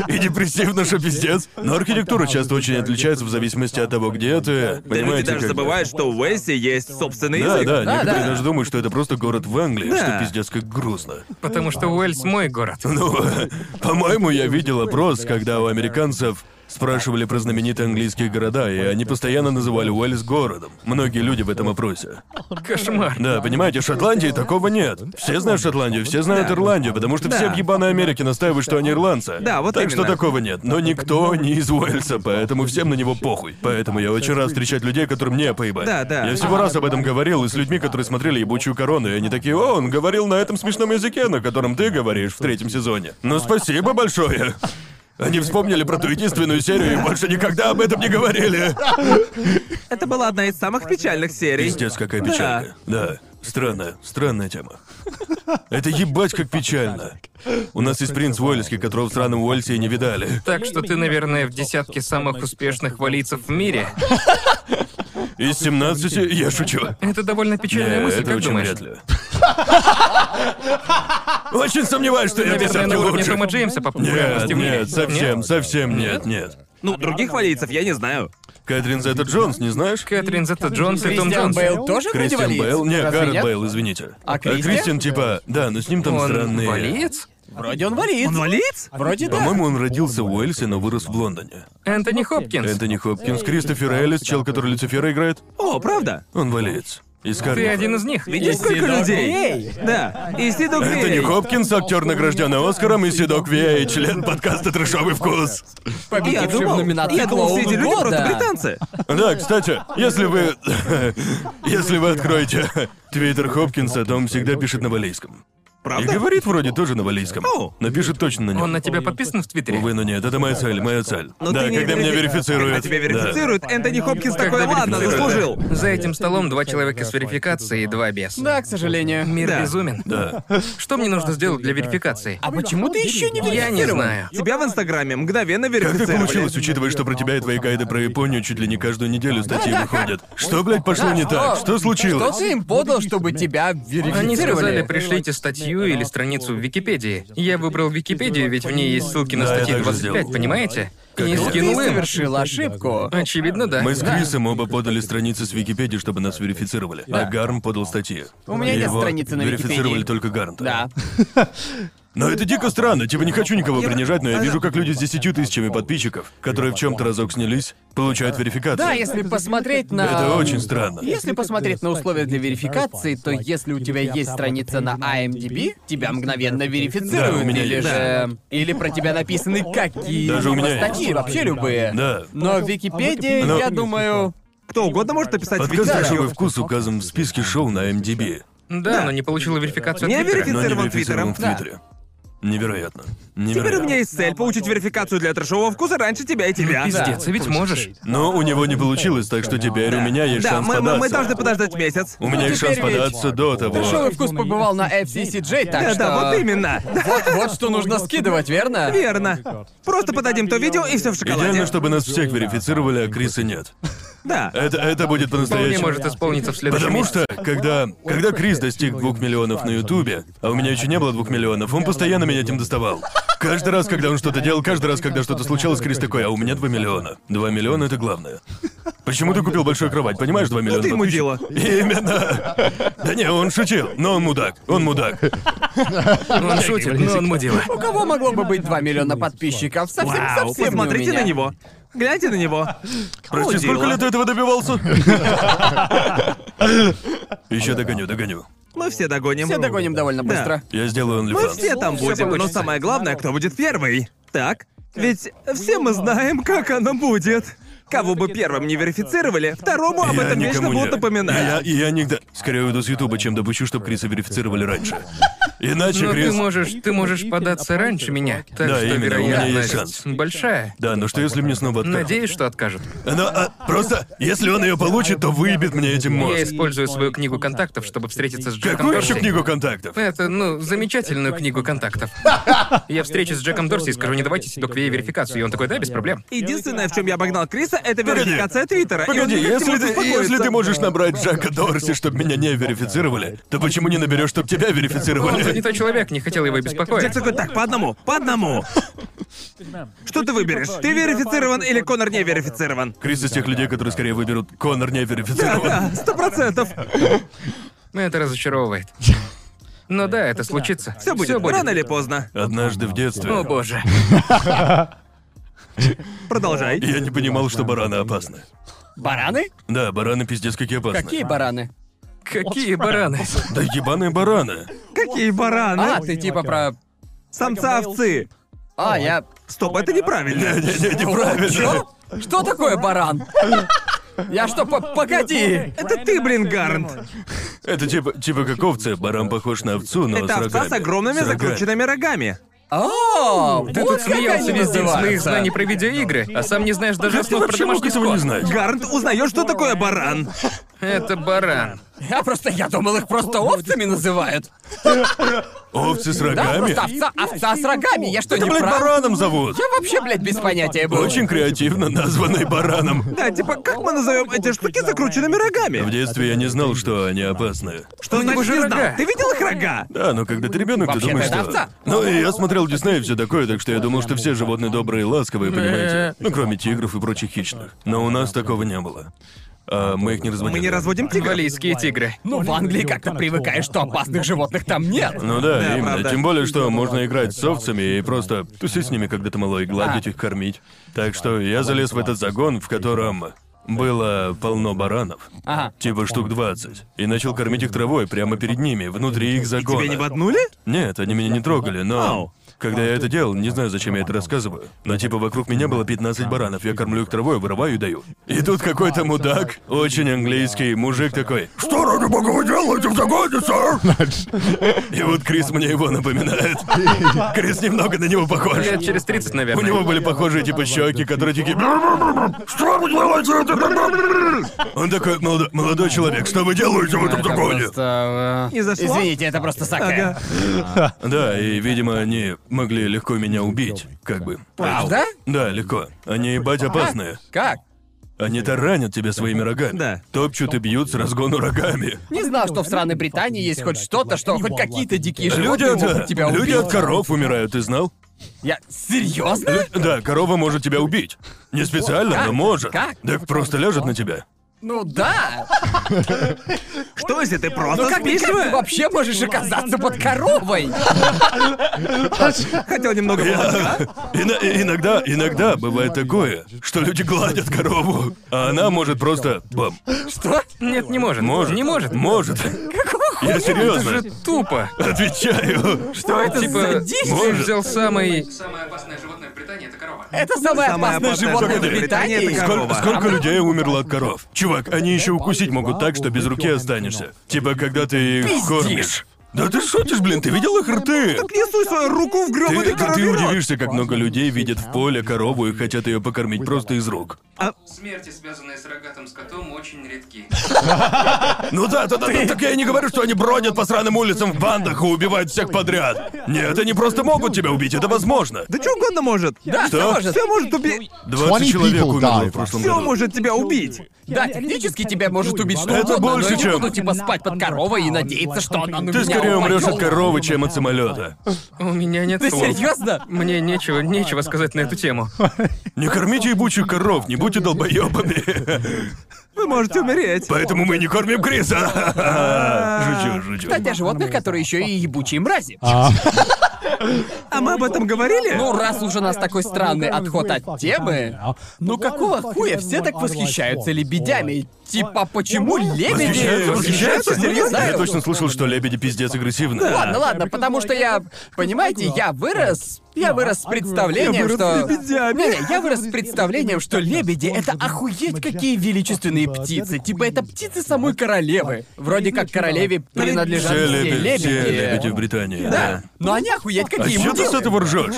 S2: И депрессивно, что пиздец. Но архитектура часто очень отличается в зависимости от того, где ты.
S7: Да
S3: Да люди
S2: Понимаете,
S3: даже
S2: как бы.
S3: забывают, что в Уэльсе есть собственный
S2: Да,
S3: язык.
S2: да,
S4: Да,
S2: некоторые
S4: да.
S2: даже думают, что это просто город в Англии,
S3: Да.
S2: что пиздец как грустно.
S1: Потому что Уэльс мой город.
S2: Ну, по-моему, я видел опрос, когда у американцев спрашивали про знаменитые английские города, и они постоянно называли Уэльс городом. Многие люди в этом опросе.
S1: Кошмар.
S2: Да, понимаете, в Шотландии такого нет. Все знают Шотландию, все знают Ирландию, потому что все
S3: Да.
S2: в ебаной Америке настаивают, что они ирландцы.
S3: Да, вот
S2: Так
S3: именно.
S2: что такого нет. Но никто не из Уэльса, поэтому всем на него похуй. Поэтому я очень рад встречать людей, которым не поебать.
S3: Да, да.
S2: Я всего раз об этом говорил, и с людьми, которые смотрели «Ебучую корону», и они такие, «О, он говорил на этом смешном языке, на котором ты говоришь в третьем сезоне». Ну, спасибо большое. Они вспомнили про ту единственную серию и больше никогда об этом не говорили.
S3: Это была одна из самых печальных серий.
S2: Пиздец, какая печалька. Да. Странная, странная тема. Это ебать как печально. У нас есть принц Уэльский, которого в сраном Уэльсе и не видали.
S1: Так что ты, наверное, в десятке самых успешных валийцев в мире.
S2: Из 17... Я шучу.
S1: Это довольно печальная
S2: Не,
S1: мысль,
S2: это
S1: как
S2: очень
S1: думаешь?
S2: вряд ли. Очень сомневаюсь, что я в
S1: Наверное,
S2: десятке
S1: на уровне
S2: лучше.
S1: Тома Джеймса по
S2: Нет,
S1: популярности в мире.
S2: нет, совсем, совсем нет, нет.
S3: Ну, других валийцев я не знаю.
S2: Кэтрин Зета Джонс, не знаешь?
S1: Кэтрин Зетта Джонс и Том
S4: Кристиан
S1: Джонс.
S4: Бейл тоже вроде
S2: Кристиан
S4: валиец?
S2: Бейл? Не,
S4: Разве
S2: Гаррет
S4: нет?
S2: Бейл, извините.
S4: А Кристиан?
S2: Кристиан, типа, да, но с ним там
S1: Он
S2: странные...
S1: валиец?
S4: Вроде он валиец.
S3: Он валиец?
S4: Вроде да.
S2: По-моему, он родился в Уэльсе, но вырос в Лондоне.
S1: Энтони Хопкинс.
S2: Энтони Хопкинс, Кристофер Эллис, чел, который Люцифера играет.
S3: О, правда?
S2: Он валиец. Из
S1: Ты
S2: Карнифа.
S1: один из них.
S3: Видишь, сколько людей? Да. И Сиду
S2: Энтони
S3: Грей.
S2: Хопкинс, актер, награжденный Оскаром, и Седок Вей, член подкаста «Трешовый вкус».
S3: Я
S4: Победивший в
S3: думал,
S4: номинации
S3: я думал, все эти
S4: «Клоун
S3: люди просто
S4: года».
S3: британцы.
S2: Да, кстати, если вы... Если вы откроете твиттер Хопкинса, то он всегда пишет на валейском. И
S3: Правда?
S2: говорит вроде тоже на валийском.
S3: О.
S2: Напишет точно на нем.
S1: Он на тебя подписан в Твиттере?
S2: Увы, но нет, это моя цель, моя цель.
S3: Но
S2: да,
S3: «Ну, ты не
S2: когда меня
S3: верифи-
S2: верифицируют.
S3: Когда тебя
S2: Да.
S3: верифицируют, Энтони Хопкинс
S1: Когда
S3: такой, ладно,
S1: верифицируют,
S3: заслужил.
S1: да. За этим столом два человека с верификацией и два без.
S4: Да, к сожалению.
S1: Мир
S3: Да.
S1: безумен.
S2: Да.
S1: Что мне нужно сделать для верификации?
S4: А почему ты еще не
S1: Я не знаю.
S3: Тебя в Инстаграме мгновенно
S2: Как так
S3: верифицировали.
S2: получилось, учитывая, что про тебя и твои гайды про Японию чуть ли не каждую неделю статьи выходят? Что, блядь, пошло не так? Что
S4: Что
S2: случилось?
S4: ты им подал, чтобы тебя верифицировали?
S1: Они сказали, пришлите статью или страницу в Википедии. Я выбрал Википедию, ведь в ней есть ссылки на
S2: Да, я
S1: статьи
S2: так же
S1: 25,
S2: сделал.
S1: понимаете? И
S2: я.
S4: Ну, Ты
S1: скинул им.
S4: совершил ошибку.
S1: Очевидно, да.
S2: Мы с Крисом оба подали страницы с Википедии, чтобы нас верифицировали. А Гарм подал статьи.
S4: У меня
S2: И
S4: нет
S2: его
S4: страницы на
S2: Верифицировали
S4: Википедии.
S2: только Гарм.
S4: Да.
S2: Но это дико странно, типа не хочу никого принижать, но я вижу, как люди с 10 тысячами подписчиков, которые в чем-то разок снялись, получают верификацию.
S4: Да, если посмотреть на...
S2: Это очень странно.
S4: Если посмотреть на условия для верификации, то если у тебя есть страница на IMDb, тебя мгновенно верифицируют,
S2: Да, у меня
S4: или
S2: есть.
S4: же... Или про тебя написаны какие
S2: Даже у меня есть.
S4: статьи, вообще любые.
S2: Да.
S4: Но в Википедии,
S2: Но-
S4: я думаю...
S3: Кто угодно может написать в
S2: Подкаст
S3: Википедию.
S2: «Дешевый вкус» указан в списке шоу на MDB,
S1: Да, но не получила верификацию
S3: Не
S1: от Твиттера.
S2: но не
S3: Верифицирован
S2: верифицирован в
S3: Твиттером.
S2: Твиттере. Невероятно.
S3: Теперь у меня
S2: Невероятно.
S3: есть цель получить верификацию для трешового вкуса раньше тебя и тебя.
S1: Пиздец, ведь можешь.
S2: Но у него не получилось, так что теперь у меня есть
S3: Да,
S2: шанс
S3: мы, мы- мы должны Ну,
S2: податься.
S3: подождать месяц.
S2: У меня есть шанс
S4: теперь ведь-
S2: податься до того.
S4: Дешевый вкус побывал на FCCJ, так
S3: Да,
S4: что... э,
S3: да, вот именно.
S4: Вот, вот что нужно скидывать, верно?
S3: Верно. Просто подадим то видео и все в шоколаде.
S2: Идеально, Э, чтобы нас всех верифицировали, а Криса нет.
S3: Да.
S2: Это, это будет
S1: Вполне
S2: по-настоящему.
S1: может исполниться в следующем
S2: Потому
S1: месяце.
S2: что, когда, когда Крис достиг двух миллионов на Ютубе, а у меня еще не было двух миллионов, он постоянно меня этим доставал. Каждый раз, когда он что-то делал, каждый раз, когда что-то случалось, Крис такой, а у меня два миллиона. Два миллиона — это главное. Почему ты купил большую кровать, понимаешь, два миллиона?
S3: ты ему
S2: подписчиков?
S3: дело.
S2: Именно. Да не, он шутил, но он мудак, он мудак.
S1: Он шутит, но он мудила.
S4: У кого могло бы быть 2 миллиона подписчиков? Совсем,
S3: Вау,
S4: совсем не у
S3: посмотрите
S4: меня.
S3: на него. Гляньте на него.
S2: Прости,
S3: Мудила.
S2: сколько лет ты этого добивался? Еще догоню, догоню.
S3: Мы все догоним.
S4: Все догоним довольно
S3: Да.
S4: быстро.
S2: Я сделаю
S3: Мы
S2: OnlyFans.
S3: все там будем, но
S1: получится.
S3: самое главное, кто будет первый. Так? Ведь все мы знаем, как оно будет. Кого бы первым не верифицировали, второму об
S2: Я
S3: этом вечно
S2: никому
S3: будут
S2: не-
S3: напоминать.
S2: Я, я никогда... Скорее уйду с Ютуба, чем допущу, чтобы Криса верифицировали раньше. Иначе
S1: Но
S3: Ну,
S1: ты
S2: Крис...
S1: можешь, ты можешь податься раньше меня, так
S2: Да,
S1: что
S2: именно, у меня есть шанс.
S1: вероятность большая.
S2: Да, но что если мне снова откажут?
S1: Надеюсь, что откажут.
S2: Но а, просто, если он ее получит, то выебет мне этим
S1: Я
S2: мозг.
S1: использую свою книгу контактов, чтобы встретиться с Джеком
S2: Какую еще
S1: Дорси.
S2: книгу контактов?
S1: Это, ну, замечательную книгу контактов. Я встречусь с Джеком Дорси и скажу, не давайте Сидок Вей верификацию. И он такой, да, без проблем.
S3: Единственное, в чем я обогнал Криса, это
S2: Погоди.
S3: верификация Твиттера. и он
S2: Погоди,
S3: никак не
S2: если
S3: может
S2: ты, если
S3: успокоиться.
S2: ты можешь набрать Джака Дорси, чтобы меня не верифицировали, то почему не наберешь, чтобы тебя
S1: Он
S2: верифицировали?
S1: занятой человек, не хотел его
S3: Джек
S1: беспокоить.
S3: такой, так, по одному, по одному. Что ты выберешь? Ты верифицирован или Конор не верифицирован?
S2: Крис из тех людей, которые скорее выберут Конор не верифицирован.
S3: Да, сто процентов.
S1: Это разочаровывает. Но да, это случится.
S3: Все будет.
S1: Всё
S3: Рано или поздно.
S2: Однажды в детстве.
S1: О боже.
S3: Продолжай.
S2: Я не понимал, что бараны опасны.
S4: Бараны?
S2: Да, бараны пиздец какие опасны.
S4: Какие бараны?
S1: Какие бараны.
S2: Да ебаные бараны.
S3: Какие бараны?
S4: А, ты типа про...
S3: Самца овцы.
S4: А, я...
S3: Стоп, это неправильно.
S2: Не-не-не, неправильно.
S4: Что? Что такое баран? Я что, по- погоди!
S3: Это ты, блин, Гарнт.
S2: Это типа, типа как овцы, баран похож на овцу, но
S3: Это
S2: с
S3: овца
S2: рогами.
S3: с огромными
S2: рогами.
S3: закрученными рогами.
S4: О, А, вот
S1: Ты тут
S4: как
S1: смеялся
S4: они
S1: весь день с моих
S4: называются.
S1: знаний про видеоигры, а сам не знаешь даже
S2: Как ты
S1: слов про
S2: вообще мог
S1: домашний
S2: этого не
S1: скот.
S2: знать?
S3: Гарнт, узнаешь, что такое баран?
S1: Это баран.
S4: Я просто, я думал, их просто овцами называют.
S2: Овцы с
S4: Да,
S2: рогами?
S4: просто овца, овца с рогами, я что,
S2: Да,
S4: не
S2: блядь,
S4: прав?
S2: бараном зовут.
S4: Я вообще, блядь, без понятия был.
S2: Очень креативно названный бараном.
S3: Да, типа, как мы назовем эти штуки с закрученными
S2: В
S3: рогами?
S2: детстве я не знал, что они опасны.
S3: Что значит
S1: же
S3: не знал?
S1: рога.
S3: Ты видел их рога?
S2: Да, но когда ты ребенок, ты
S4: Вообще-то
S2: думаешь,
S4: это
S2: что...
S4: овца.
S2: Ну, и я смотрел Дисней и все такое, так что я думал, что все животные добрые и ласковые, понимаете? Ну, кроме тигров и прочих хищных. Но у нас такого не было. А мы их не разводили.
S3: Мы не разводим тигров.
S1: Валийские тигры.
S4: Ну, в Англии как-то привыкаешь, что опасных животных там нет.
S2: Ну да,
S3: Да,
S2: именно.
S3: правда.
S2: Тем более, что можно играть с овцами и просто тусить с ними, когда ты малой, гладить их, кормить. Так что я залез в этот загон, в котором было полно баранов.
S4: Ага.
S2: Типа штук 20. И начал кормить их травой прямо перед ними, внутри их загона.
S3: Тебя не боднули?
S2: Нет, они меня не трогали, но...
S3: Ау.
S2: Когда я это делал, не знаю, зачем я это рассказываю, но типа вокруг меня было 15 баранов, я кормлю их травой, вырываю и даю. И тут какой-то мудак, очень английский мужик такой, «Что ради бога вы делаете в загоне, сэр?» И вот Крис мне его напоминает. Крис немного на него похож.
S1: Лет через 30,
S2: У
S1: наверное.
S2: него были похожие типа щеки, которые такие... «Бррррррр, Что вы делаете? Это бррррррр». Он такой, «Молодо- молодой человек, что вы делаете в этом
S4: Это
S2: загоне?
S4: просто, э,
S3: Не зашло?
S4: Извините, это просто саке.
S2: Да, и, видимо, они могли легко меня убить, как бы.
S4: Правда?
S2: Да, легко. Они, ебать, опасные.
S4: Как?
S2: Они таранят тебя своими рогами.
S3: Да.
S2: Топчут и бьют с разгону рогами.
S4: Не знал, что в странной Британии есть хоть что-то, что хоть какие-то дикие
S2: Люди,
S4: животные
S2: от,
S4: могут тебя убить.
S2: люди от коров умирают, ты знал?
S4: Я... Серьезно?
S2: Лю- Да, корова может тебя убить. Не специально,
S4: Как?
S2: но может.
S4: Как?
S2: Так просто ляжет на тебя.
S4: Ну да.
S3: Что если ты
S4: Ну
S3: просто
S4: как,
S3: спишь?
S4: как ты вообще можешь оказаться под коровой?
S3: Хотел немного молока.
S2: Ино- иногда, иногда бывает такое, что люди гладят корову, а она может просто... Бам.
S4: Что?
S1: Нет, не может.
S2: Может.
S1: Не может.
S2: Может. Я
S1: Это
S2: серьезно.
S1: же тупо.
S2: Отвечаю.
S1: Что это
S4: за
S1: типа,
S4: дичь?
S1: ты взял самый...
S6: Самое опасное животное в Британии — это корова.
S2: Э.
S4: Это самое,
S3: Самое
S4: опасное
S3: опасное
S4: животное в
S3: животное в Британии
S4: Британии.
S3: это
S2: Сколько,
S3: Корова.
S2: сколько людей умерло от коров? Чувак, они еще укусить могут так, что без руки останешься. Типа, когда ты их кормишь. Да ты шутишь, блин, ты видел их рты?
S3: Не суй свою руку в
S2: Ты,
S3: грёбаный
S2: ты- ты
S3: коровий рот.
S2: удивишься, как много людей видят в поле корову и хотят ее покормить просто из рук.
S6: Смерти, связанные с рогатым скотом, очень редки.
S2: Ну да, да, да, да, так я и не говорю, что они бродят по сраным улицам в бандах и убивают всех подряд. Нет, они просто могут тебя убить, это возможно.
S3: Да что угодно может.
S4: Да,
S2: Что?
S4: всё может.
S3: Все может убить.
S2: 20 человек
S7: people
S2: умерло
S7: died.
S2: в прошлом
S3: Все
S2: году.
S3: может тебя убить.
S4: Да, технически тебя может убить что
S2: Это
S4: угодно,
S2: больше,
S4: но я не
S2: чем-
S4: буду типа спать под коровой и надеяться, что она на
S2: Ты
S4: меня
S2: скорее умрешь от
S4: упадёт.
S2: коровы, чем от самолета.
S1: У меня нет
S4: Ты
S1: слов.
S4: серьезно?
S1: Мне нечего, нечего сказать на эту тему.
S2: Не кормите ебучих коров, не будьте долбоебами.
S3: Вы можете умереть.
S2: Поэтому мы не кормим Криса. Жучу, жучу.
S4: Кстати, о животных, которые еще и ебучие мрази.
S3: А мы об этом говорили?
S4: Ну, раз уж у нас такой странный отход от темы, ну какого хуя все так восхищаются лебедями? Типа, почему лебеди?
S2: Восхищаются, восхищаются?
S4: Ну, не знаю. Ну
S2: Я точно слышал, что лебеди пиздец агрессивны.
S4: Ладно, ладно, потому что я, Ну, понимаете, я вырос, я вырос с представлением,
S3: Я вырос
S4: что...
S3: с лебедями.
S4: Не-не, я вырос с представлением, что лебеди — это охуеть какие величественные птицы. Типа, это птицы самой королевы. Вроде как королеве принадлежат
S2: Все
S4: все
S2: лебеди,
S4: лебеди.
S2: все лебеди в Британии.
S4: Да, но они охуеть
S2: А
S4: какие
S2: чё ты с
S4: мудилы.
S2: этого ржешь?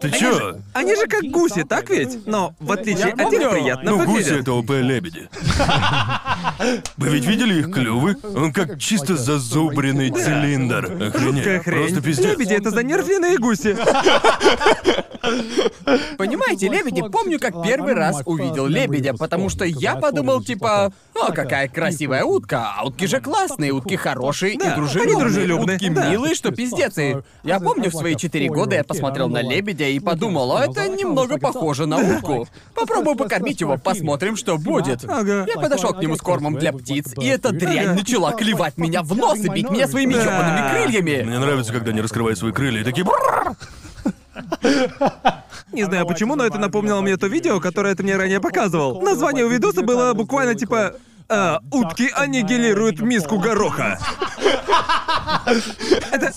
S2: Ты чё?
S3: Они же как гуси, так ведь? Но в отличие от них
S4: помню.
S3: приятно
S2: Ну, гуси
S3: выглядят.
S2: это ОП лебеди. Вы ведь видели их клювы? Он как чисто зазубренный цилиндр.
S3: Жуткая
S2: Охренеть.
S3: хрень.
S2: Просто пиздец.
S3: Лебеди это занервленные гуси.
S4: Понимаете, лебеди, помню, как первый
S3: ну,
S4: раз увидел лебедя, потому что я подумал, типа, о, какая красивая утка, а утки же классные, утки хорошие
S3: Да,
S4: и дружелюбные,
S3: они дружелюбные,
S4: утки
S3: да.
S4: милые, что пиздец. И я помню, в свои четыре года я посмотрел
S3: Ну
S4: на лебедя и подумал, а это немного похоже на утку. Попробую покормить его, посмотрим, что будет.
S3: Ага.
S4: Я подошел к нему с кормом для птиц, и эта дрянь начала клевать меня в нос и бить меня своими
S3: Да.
S4: ёбаными крыльями.
S2: Мне нравится, когда они раскрывают свои крылья и такие...
S4: А
S3: Не знаю почему, но это напомнило мне то видео, которое ты мне ранее показывал. Название у видоса было буквально типа «Э, «Утки аннигилируют миску гороха». Это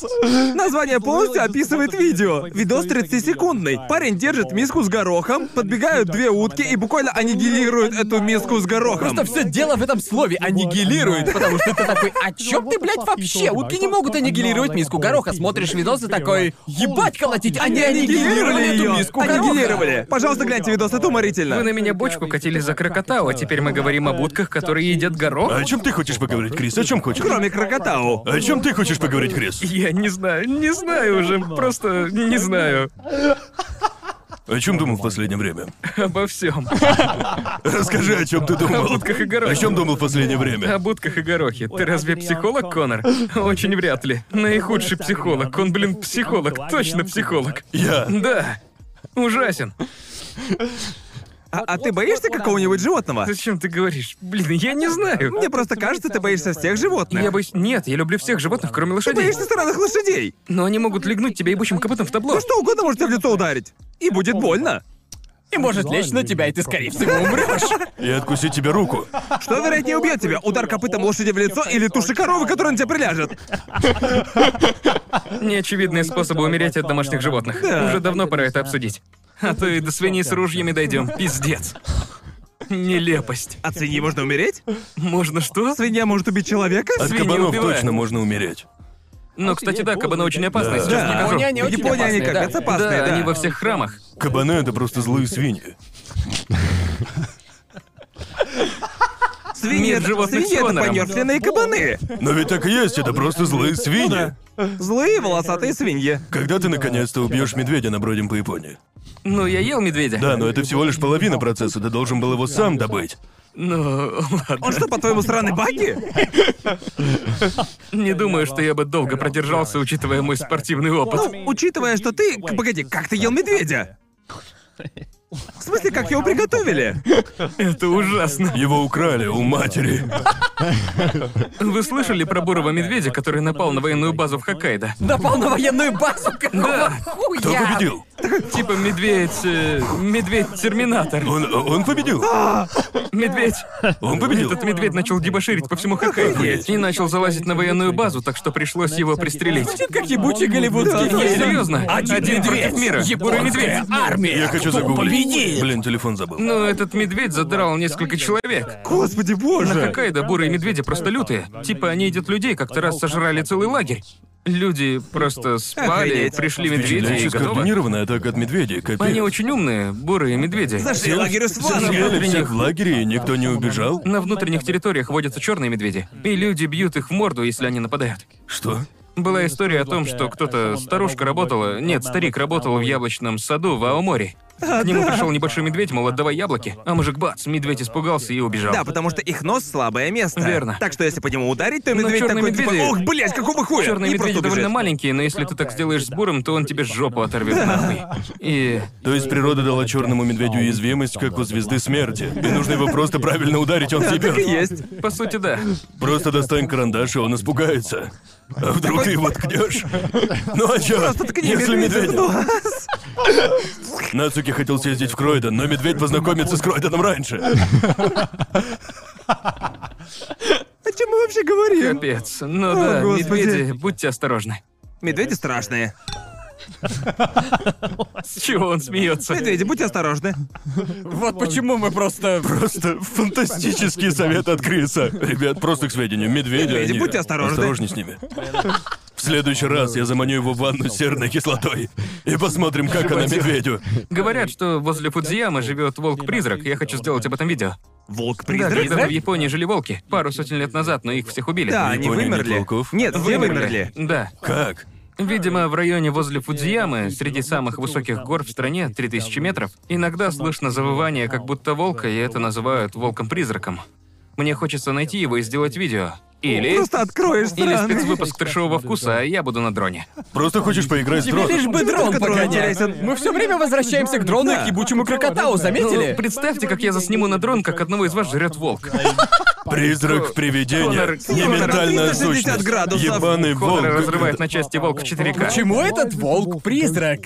S3: название полностью описывает видео. Видос 30-секундный. Парень держит миску с горохом, подбегают две утки и буквально аннигилируют эту миску с горохом.
S4: Просто все дело в этом слове аннигилирует, потому что ты такой, о чем ты, блядь, вообще? Утки не могут аннигилировать миску гороха. Смотришь видосы такой, ебать колотить, они аннигилировали эту
S3: её.
S4: миску гороха.
S3: Аннигилировали. Пожалуйста, гляньте видос, это
S1: Вы на
S3: уморительно.
S1: меня бочку катили за крокотау, а теперь мы говорим об утках, которые едят горох?
S2: А О чем ты хочешь поговорить, Крис? О чем хочешь?
S3: Кроме крокотау.
S2: О чем ты хочешь поговорить, Крис?
S1: Я не знаю, не знаю уже, просто не знаю
S2: О чем думал в последнее время?
S1: обо всем.
S2: Расскажи, о чем ты думал.
S1: О утках и горохе.
S2: О чем думал в последнее время?
S1: О будках и горохе. Ты разве психолог, Конор? Очень вряд ли. Наихудший психолог. Он, блин, психолог. Точно психолог.
S2: Я.
S1: Да. Ужасен.
S3: А, а ты боишься какого-нибудь животного?
S1: Зачем ты говоришь? Блин, я не знаю.
S3: А. Мне просто кажется, ты боишься всех животных.
S1: Я боюсь... Нет, я люблю всех животных, кроме
S3: Ты
S1: лошадей.
S3: боишься странных лошадей.
S1: Но они могут легнуть тебя ебучим копытом в табло.
S3: Ну что угодно может тебя в лицо ударить. И будет больно.
S4: и может лечь на тебя, и ты, скорее всего, умрешь.
S2: И откусить тебе руку.
S3: Что вероятнее убьет тебя? Удар копытом лошади в лицо или туши коровы, которая на тебя приляжет?
S1: Неочевидные способы умереть от домашних животных. Уже давно пора это обсудить. А то и до свиней с ружьями дойдем. Пиздец. Нелепость.
S3: От свиньи можно умереть?
S1: Можно что?
S3: Свинья может убить человека?
S2: От
S1: Свиньи
S2: кабанов
S1: убивают.
S2: точно можно умереть.
S1: Но, Ну, кстати, да, кабаны очень опасны,
S2: Да.
S1: сейчас не
S4: Да,
S1: хожу.
S4: они- они
S3: В
S4: очень
S3: Японии А они как?
S4: опасные, да.
S3: Это опасно,
S1: Да,
S3: да.
S1: они во всех храмах.
S2: Кабаны — это просто злые свиньи.
S3: Свиньи,
S1: Мир животных
S3: свиньи
S1: с
S3: это
S1: гонором.
S3: помёртвенные кабаны.
S2: Но ведь так и есть, это просто
S1: Ну
S2: злые свиньи.
S3: Злые волосатые свиньи.
S2: Когда ты наконец-то убьешь медведя на бродим по Японии?
S1: Ну, я ел медведя.
S2: Да, но это всего лишь половина процесса, ты должен был его сам добыть.
S1: Ну, ладно.
S3: Он что, по-твоему, сраный баги?
S1: Не думаю, что я бы долго продержался, учитывая мой спортивный опыт.
S3: Ну, учитывая, что ты... к- Погоди, как ты ел медведя? В смысле, как его приготовили?
S1: Это ужасно.
S2: Его украли у матери.
S1: Вы слышали про бурого медведя, который напал на военную базу в Хоккайдо?
S4: Напал на военную базу, какого
S1: Да.
S4: хуя?
S2: Кто победил?
S1: Типа медведь... э, медведь-терминатор.
S2: Он, он победил.
S1: Медведь.
S2: Он победил.
S1: Этот медведь начал дебоширить по всему Хоккайдо
S2: Охренеть.
S1: и начал залазить на военную базу, так что пришлось его пристрелить.
S4: Звучит как ебучий голливудский
S1: Да,
S4: фильм.
S1: серьезно.
S4: Один,
S1: Один
S4: медведь.
S1: против мира.
S4: Японская
S1: Бурый медведь.
S4: армия.
S2: Я хочу
S4: Кто
S2: загуглить.
S4: победит?
S2: Блин, телефон забыл.
S1: Но Ну, этот медведь задрал несколько человек.
S3: Господи
S1: На
S3: боже!
S1: Хоккайдо бурые медведи просто лютые. Типа они едят людей, как-то раз сожрали целый лагерь. Люди просто спали,
S3: Охренеть.
S1: пришли медведи и
S2: Впечатляющая
S1: готово.
S2: скоординированная атака от медведей, капец.
S1: Они очень умные, бурые медведи.
S3: Зашли в лагерь с
S2: Съели
S3: флагом.
S2: всех в лагере, и никто не убежал?
S1: На внутренних территориях водятся черные медведи, и люди бьют их в морду, если они нападают.
S2: Что?
S1: Была история о том, что кто-то, старушка работала, нет, старик работал в яблочном саду в Аоморе.
S3: А,
S1: К нему пришел небольшой медведь, мол, отдавай яблоки, а мужик бац, медведь испугался и убежал.
S3: Да, потому что их нос слабое место.
S1: Верно. Ну,
S3: Так что если по нему ударить, то
S1: Но
S3: медведь
S1: чёрные
S3: такой типа,
S1: медведи-
S3: ох, блядь, какого хуя?
S1: Черные
S3: И
S1: медведи
S3: просто
S1: довольно
S3: убежит.
S1: маленькие, но если ты так сделаешь с буром, то он тебе жопу оторвет нахуй. И
S2: То есть природа дала черному медведю уязвимость, как у звезды смерти. И нужно его просто правильно ударить, он
S3: Так и
S2: тебе.
S3: есть.
S1: по сути да.
S2: Просто достань карандаш, и он испугается. А вдруг ты его ткнешь? Ну а чё?
S3: Ткни
S2: Если
S3: медведя в
S2: медведь...
S3: нос.
S2: Нацуки хотел съездить в Кройден, но медведь познакомится с Кройденом раньше.
S3: О чем мы вообще говорим?
S1: Капец. Ну да,
S3: господи.
S1: медведи, будьте осторожны.
S3: Медведи страшные.
S1: С чего он смеется?
S3: Медведи, будьте осторожны.
S4: Вот почему мы просто...
S2: Просто фантастические советы от Криса. Ребят, просто к сведению, медведи,
S3: Медведи,
S2: они-
S3: будьте осторожны.
S2: Осторожнее с ними. В следующий раз я заманю его в ванну с серной кислотой. И посмотрим, как она медведю.
S1: Говорят, что возле Фудзиямы живет волк-призрак. Я хочу сделать об этом видео. Да, когда в
S3: Волк-призрак?
S1: Японии жили волки пару сотен лет назад, но их всех убили.
S3: Да,
S2: В
S3: они
S2: Японии нет
S3: вымерли.
S2: волков?
S3: Нет, все
S1: Вымерли.
S3: вымерли.
S1: Да.
S2: Как?
S1: Видимо, в районе возле Фудзиямы, среди самых высоких гор в стране, 3000 метров, иногда слышно завывание как будто волка, и это называют волком-призраком. Мне хочется найти его и сделать видео. Или...
S3: Просто откроешь
S1: Или
S3: страны.
S1: спецвыпуск трешового вкуса, а я буду на дроне.
S2: Просто хочешь поиграть с
S4: Тебе лишь
S2: дротом?
S4: бы дрон
S3: Только дрон
S4: погонять.
S3: интересен.
S4: Мы все время возвращаемся к дрону и к ебучему крокотау,
S1: Ну,
S4: заметили?
S1: представьте, как я засниму на дрон, как одного из вас жрет волк.
S2: Призрак в
S1: Конор-
S2: привидении. Не ментальная
S3: 360
S2: сущность.
S3: градусов.
S2: Ебаный волк.
S1: Конора разрывает на части волк 4К.
S4: Почему этот волк-призрак?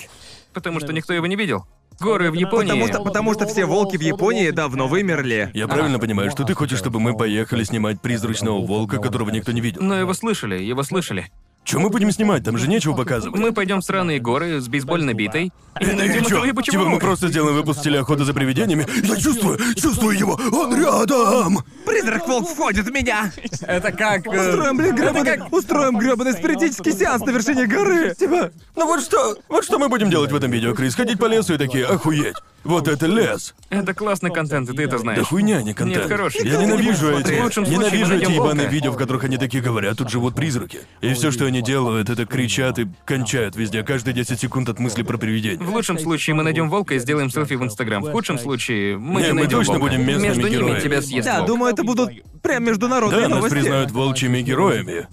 S1: Потому что никто его не видел. Горы в Японии.
S3: Потому что, потому что все волки в Японии давно вымерли.
S2: Я правильно понимаю, что ты хочешь, чтобы мы поехали снимать призрачного волка, которого никто не видел?
S1: Но его слышали, его слышали.
S2: Чё мы будем снимать? Там же нечего показывать.
S1: Мы пойдем в сраные горы с бейсбольной битой. И найдем
S2: Э, Чё,
S1: этого ебучего
S2: типа мы
S1: волка.
S2: просто сделаем выпуск телеохоты за привидениями. Я чувствую, чувствую его, он рядом.
S3: Призрак-волк входит в меня!
S4: Это как... э,
S3: Устроим, блин,
S4: это
S3: грёбаный...
S4: как...
S3: Устроим грёбаный спиритический сеанс на вершине горы! Типа,
S2: Ну вот что, вот что мы будем делать в этом видео, Крис? Ходить по лесу и такие, охуеть. Вот это лес.
S1: Это классный контент, и ты это
S2: Да
S1: знаешь.
S2: хуйня, не контент.
S1: Нет, хороший.
S2: Я ненавижу
S1: В
S2: эти,
S1: лучшем случае мы
S2: ненавижу эти
S1: найдем
S2: ебаные
S1: волка.
S2: видео, в которых они такие говорят, тут живут призраки. И все, что они делают, это кричат и кончают везде, каждые 10 секунд от мысли про привидение.
S1: В лучшем случае мы найдем волка и сделаем селфи в Инстаграм. В худшем случае мы
S2: Не,
S1: не,
S2: мы
S1: найдем
S2: точно
S1: волка.
S2: будем местными
S1: Между ними
S2: героями.
S1: тебя съест
S3: да,
S1: волк.
S3: думаю, это будут прям международные
S2: Да, нас
S3: новости.
S2: признают волчьими героями.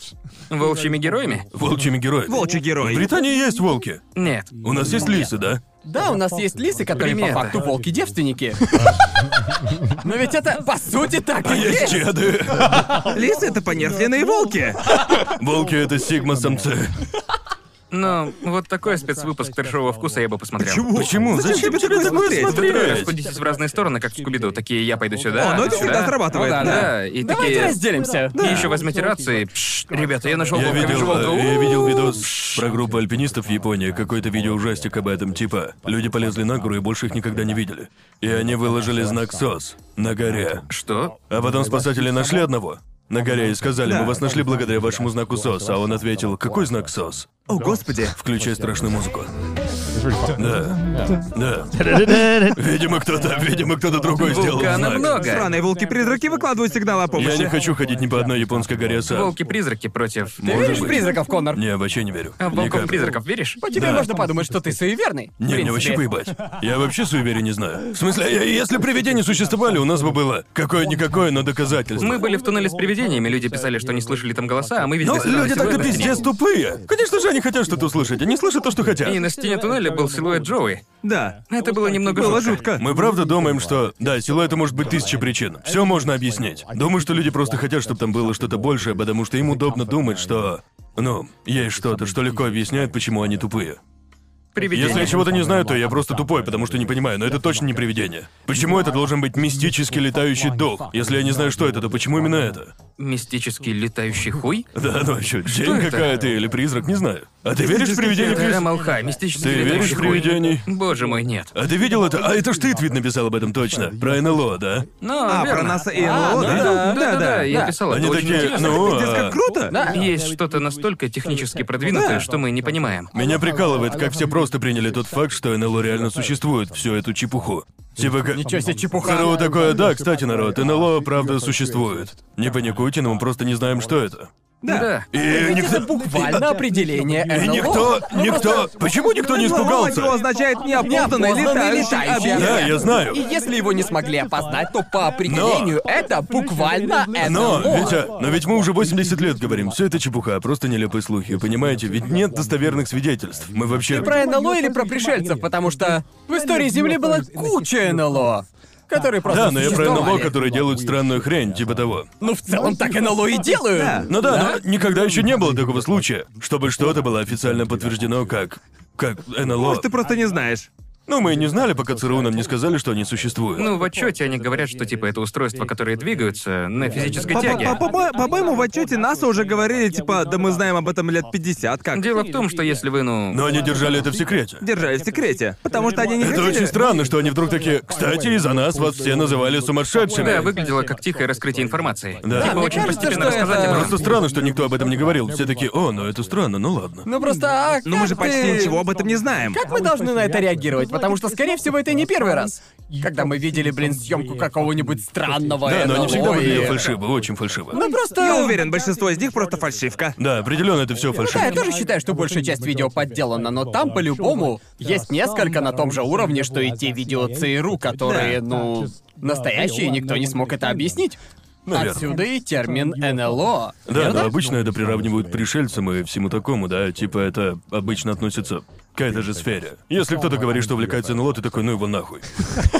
S1: Волчьими героями?
S2: Волчьими героями.
S3: Волчий
S2: В
S3: герой.
S2: Британии есть волки.
S1: Нет.
S2: У нас есть лисы, да?
S4: Да, у нас есть лисы, которые по
S1: Примета.
S4: факту волки-девственники. Но ведь это, по сути, так
S2: А
S4: и
S2: есть
S4: есть.
S2: чеды.
S3: Лисы — это понерфленные волки.
S2: Волки это сигма самцы.
S1: Но вот такой спецвыпуск трешового вкуса я бы посмотрел.
S2: Почему?
S3: Зачем тебе такое смотреть?
S1: Расходитесь в разные стороны, как в Скуби-Ду. Такие, я пойду сюда,
S3: О, ну это
S1: сюда.
S3: всегда срабатывает,
S1: Да,
S3: да.
S1: да, и
S4: Давайте
S1: такие...
S4: разделимся.
S1: И еще возьмите рации. Пш, ребята, я нашел
S2: Я
S1: волка
S2: видел,
S1: живого.
S2: э, я видел видос про группу альпинистов в Японии, какой-то видеоужастик об этом, типа, люди полезли на гору и больше их никогда не видели. И они выложили знак СОС на горе.
S1: Что?
S2: А потом спасатели нашли одного на горе и сказали, мы вас нашли благодаря вашему знаку СОС, а он ответил, какой знак СОС?
S3: О, господи.
S2: Включай страшную музыку. Да, да. Видимо, кто-то, видимо, кто-то другой сделал
S1: Вулкана
S2: знак.
S1: много.
S3: Сраные волки-призраки выкладывают сигналы о
S2: Я не
S3: помощи.
S2: хочу ходить ни по одной японской горе сам.
S1: Волки-призраки против...
S4: Ты веришь в призраков, Коннор?
S2: Не, вообще не верю.
S1: А в
S2: Ни капли.
S1: волков-призраков веришь?
S4: По тебе можно подумать, что ты суеверный. В
S2: Не, мне
S4: принципе.
S2: вообще поебать. Я вообще суеверия не знаю. В смысле, я- если привидения существовали, у нас бы было какое-никакое, но доказательство.
S1: Мы были в туннеле с привидениями, люди писали, что не слышали там голоса, а мы видели
S2: Ну,
S1: силуэт
S2: люди
S1: на
S2: так-то
S1: стене.
S2: пиздец тупые. Конечно же, они хотят что-то услышать, они слышат то, что хотят.
S1: И на стене туннеля был силуэт Джоуи.
S3: Да.
S1: Это было немного
S3: Было жутко.
S2: Мы правда думаем, что... Да, силуэту может быть тысяча причин. Все можно объяснить. Думаю, что люди просто хотят, чтобы там было что-то большее, потому что им удобно думать, что... Ну, есть что-то, что легко объясняет, почему они тупые.
S1: Привидение.
S2: Если я чего-то не знаю, то я просто тупой, потому что не понимаю, но это точно не привидение. Почему это должен быть мистически летающий дух? Если я не знаю, что это, то почему именно это?
S1: Мистический летающий хуй?
S2: Да, ну еще день
S1: это?
S2: какая-то или призрак, не знаю. А ты веришь в привидения, Крис?
S1: Да, молха, мистический
S2: Ты веришь
S1: летающий
S2: в
S1: хуй.
S2: привидений?
S1: Боже мой, нет.
S2: А ты видел это? А это ж ты твит написал об этом точно. Про НЛО, да?
S1: Но,
S3: А,
S1: верно.
S3: про нас и
S4: А,
S3: НЛО,
S4: да,
S3: да?
S1: Да, да, я
S4: да.
S1: писал, это
S2: Они
S1: очень
S2: такие,
S1: интересно.
S2: ну,
S3: Пиздец,
S2: а,
S3: как круто!
S1: Есть что-то настолько технически продвинутое, что мы не понимаем.
S2: Меня прикалывает, как все просто приняли тот факт, что НЛО реально существует, всю эту чепуху. Типа как...
S4: Ничего себе чепуха.
S2: Здорово такое, да, кстати, народ, НЛО правда существует. Не паникуйте, но мы просто не знаем, что это.
S1: Да.
S2: И
S4: Это
S2: никто...
S4: буквально определение
S2: И
S4: НЛО.
S2: никто, никто... Почему никто не
S3: НЛО от него
S2: испугался?
S3: означает неопознанный
S4: Неопознанный
S3: летающий
S4: летающий
S3: объект.
S2: Да, я знаю.
S4: И если его не смогли опознать, то по определению это буквально
S2: Но,
S4: НЛО.
S2: Витя, но ведь мы уже 80 лет говорим, все это чепуха, просто нелепые слухи, понимаете? Ведь нет достоверных свидетельств. Мы вообще...
S4: Про НЛО или про пришельцев, потому что в истории Земли была куча НЛО, которые просто
S2: Да, но я про НЛО,
S4: существовали.
S2: которые делают странную хрень, типа того.
S4: Ну, в целом так НЛО и делают.
S3: Да.
S2: Ну да, но никогда еще не было такого случая, чтобы что-то было официально подтверждено как... Как НЛО.
S3: Может, ты просто не знаешь.
S2: Ну, мы и не знали, пока ЦРУ нам не сказали, что они существуют.
S1: Ну, в отчете они говорят, что типа это устройства, которые двигаются на физической
S3: По- по-
S1: тяге.
S3: по- по- По-моему, в отчете НАСА уже говорили, типа, да мы знаем об этом лет 50, как
S1: Дело в том, что если вы, ну...
S2: Но они держали это в секрете.
S3: держали в секрете. Потому что они не
S2: Это очень
S3: хотели...
S2: странно, что они вдруг такие... Кстати, из-за нас вас все называли сумасшедшими.
S1: Да, выглядело как тихое раскрытие информации.
S2: Да.
S1: Типа
S2: Да, мне
S1: очень
S4: кажется,
S1: постепенно
S4: что
S1: рассказать
S4: это-
S1: об этом.
S2: Просто странно, что никто об этом не говорил. Все такие, о, ну это странно, ну ладно.
S4: Ну просто, а
S3: Но мы
S4: как
S3: же почти
S4: ты-
S3: ничего об этом не знаем.
S4: Как мы должны на это реагировать? Потому что, скорее всего, это не первый раз, когда мы видели, блин, съемку какого-нибудь странного
S2: Да, но они
S4: НЛО
S2: всегда
S4: и-
S2: выглядели фальшиво, очень фальшиво.
S4: Ну просто...
S3: Я уверен, большинство из них просто фальшивка.
S2: Да, определенно это все
S4: ну Да, я
S2: фальшиво.
S4: тоже считаю, что большая часть видео подделана, но там, по-любому, есть несколько на том же уровне, что и те видео ЦРУ, которые,
S7: Да.
S4: ну, настоящие, никто не смог это объяснить.
S2: Наверно.
S4: Отсюда и термин НЛО.
S2: Да,
S4: верно?
S2: но обычно это приравнивают к пришельцам и всему такому, да, типа это обычно относится к этой же сфере. Если кто-то говорит, что увлекается НЛО, ты такой, ну его нахуй.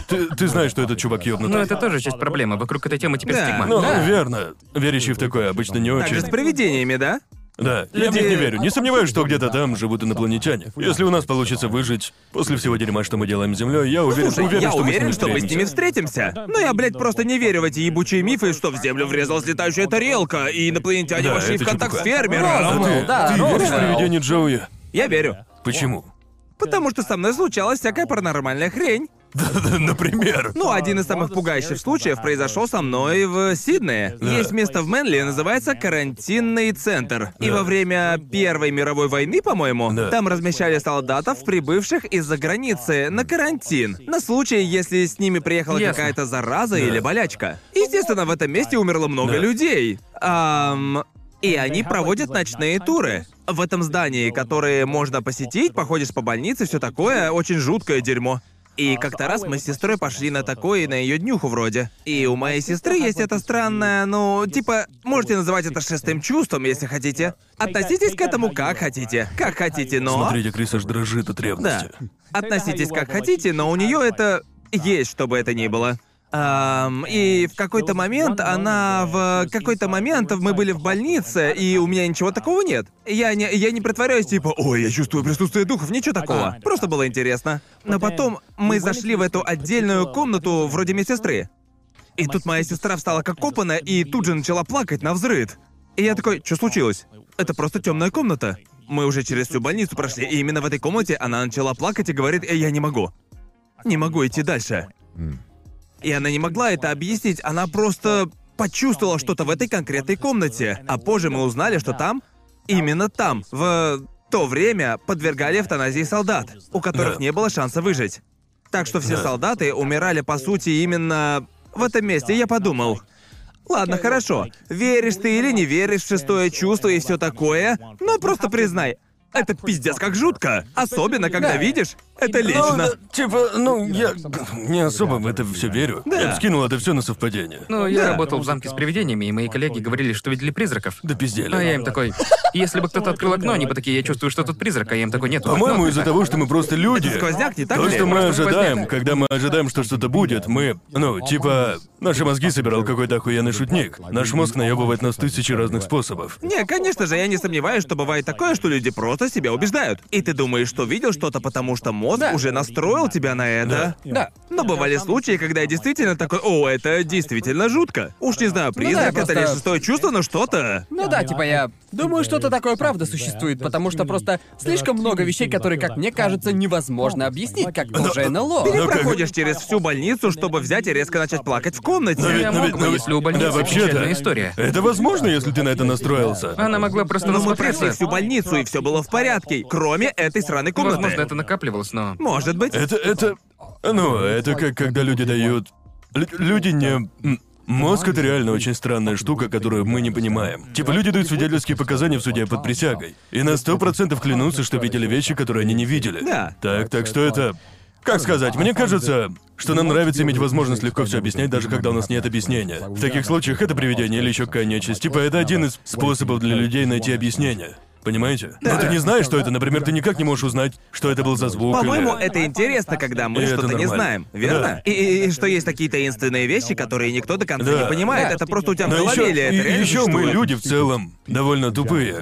S2: Ты, ты знаешь, что этот чувак
S1: Но
S2: ёбнутый.
S1: Ну, это тоже часть проблемы. Вокруг этой темы теперь
S3: Да.
S1: стигма.
S2: Ну,
S4: Да.
S2: верно. Верящие в такое обычно не
S3: Так же с
S2: очень.
S3: привидениями, да?
S2: Да, я в них не верю. Не сомневаюсь, что где-то там живут инопланетяне. Если у нас получится выжить после всего дерьма, что мы делаем с Землей, я уверен,
S3: Слушай,
S2: уверен,
S3: я
S2: что мы
S3: уверен,
S2: с
S3: что
S2: ними
S3: мы с ними
S2: встретимся.
S3: встретимся. Но я, блядь, просто не верю в эти ебучие мифы, что в землю врезалась летающая тарелка, и инопланетяне
S2: Да,
S3: вошли в
S2: это
S3: контакт с
S2: чепуха.
S4: Роза,
S3: фермером.
S4: ну, да,
S2: Ты веришь в
S4: Роза.
S2: привидение Джоуи?
S3: Я верю.
S2: Почему?
S3: Потому что со мной случалась всякая паранормальная хрень.
S2: Да-да, Например.
S3: Ну, один из самых пугающих случаев произошел со мной в Сиднее. Есть место в Мэнли, называется карантинный центр. И
S2: Да.
S3: во время Первой мировой войны, по-моему,
S2: Да.
S3: там размещали солдатов, прибывших из-за границы, на карантин. На случай, если с ними приехала
S1: Ясно.
S3: какая-то зараза или болячка. Естественно, в этом месте умерло много
S2: Да.
S3: людей. Ам, И они проводят ночные туры. В этом здании, которые можно посетить, походишь по больнице, все такое, очень жуткое дерьмо. И как-то раз мы с сестрой пошли на такое и на ее днюху вроде. И у моей сестры есть это странное, ну, типа, можете называть это шестым чувством, если хотите. Относитесь к этому как хотите. Как хотите, но...
S2: Смотрите, Крис аж дрожит от
S3: Да.
S2: ревности.
S3: Относитесь как хотите, но у нее это есть, чтобы это ни было. Ам, и в какой-то момент она в какой-то момент мы были в больнице, и у меня ничего такого нет. Я не, я не притворяюсь, типа, ой, я чувствую присутствие духов, ничего такого. Просто было интересно. Но потом мы зашли в эту отдельную комнату вроде медсестры. И тут моя сестра встала как копанная и тут же начала плакать на взрыд. И я такой, что случилось? Это просто темная комната. Мы уже через всю больницу прошли, и именно в этой комнате она начала плакать и говорит, «Э, я не могу. Не могу идти дальше. И она не могла это объяснить, она просто почувствовала что-то в этой конкретной комнате. А позже мы узнали, что там, именно там, в то время подвергали эвтаназии солдат, у которых
S2: Да.
S3: не было шанса выжить. Так что все солдаты умирали, по сути, именно в этом месте, я подумал. Ладно, хорошо. Веришь ты или не веришь в шестое чувство и все такое, но просто признай, это пиздец как жутко. Особенно, когда
S4: Да.
S3: видишь, это
S2: Ну,
S3: лично.
S2: да, типа, ну, я не особо в это все верю. Я бы скинул это все на совпадение.
S1: Ну, я
S3: Да.
S1: работал в замке с привидениями, и мои коллеги говорили, что видели призраков.
S2: Да пиздели.
S3: ну,
S1: А я им такой, если бы кто-то открыл окно, они бы такие, я чувствую, что тут призрак, а я им такой, нет.
S2: По-моему,
S1: окно
S2: из-за того, что мы просто люди.
S3: Сквозняк, не так
S2: То,
S3: ли?
S2: что мы
S1: Просто
S2: ожидаем,
S1: сквозняк.
S2: когда мы ожидаем, что что-то будет, мы... Ну, типа, наши мозги собирал какой-то охуенный шутник. Наш мозг наебывает нас тысячи разных способов.
S3: Не, конечно же, я не сомневаюсь, что бывает такое, что люди просто себя убеждают. И ты думаешь, что видел что-то, потому что мозг уже настроил тебя на это.
S4: Да.
S3: Но бывали случаи, когда я действительно такой, о, это действительно жутко. Уж не знаю, призрак
S4: я
S3: это
S4: просто-
S3: лишь шестое чувство, но что-то.
S4: Ну да, типа я думаю, что-то такое правда существует, потому что просто слишком много вещей, которые, как мне кажется, невозможно объяснить, как тоже
S3: Ты
S4: НЛО.
S2: как-
S3: проходишь через всю больницу, чтобы взять и резко начать плакать в
S2: Но
S3: комнате.
S2: ведь-
S1: Я
S2: но
S1: мог
S2: ведь-
S1: бы,
S2: но ведь-
S1: если у больницы
S2: Да, вообще-то.
S1: печальная история.
S2: Это возможно, если ты на это настроился.
S1: Она могла просто
S2: Ну,
S3: Но мы прошли
S1: насмотреться.
S3: всю больницу, и все было в порядке, кроме этой сраной
S1: Возможно,
S3: комнаты.
S1: это накапливалось, но...
S3: Может быть.
S2: Это, это... Ну, это как когда люди дают... Лю- люди не... м, Мозг — это реально очень странная штука, которую мы не понимаем. Типа люди дают свидетельские показания в суде под присягой. И на сто процентов клянутся, что видели вещи, которые они не видели.
S3: Да.
S2: Так, так что это... Как сказать, мне кажется, что нам нравится иметь возможность легко все объяснять, даже когда у нас нет объяснения. В таких случаях это привидение или еще какая нечисть. Типа это один из способов для людей найти объяснение. Понимаете? Но ты не знаешь, что это, например, ты никак не можешь узнать, что это был за звук. или-
S3: По-моему, это интересно, когда мы
S2: И это
S3: что-то не
S2: нормально.
S3: знаем, верно?
S2: Да.
S3: И, и- и что есть такие таинственные вещи, которые никто до конца
S2: Да.
S3: не понимает.
S4: Да.
S3: Это просто у тебя в
S2: Но
S3: голове
S2: еще,
S3: или это реально
S2: еще мы
S3: существует?
S2: люди в целом довольно тупые.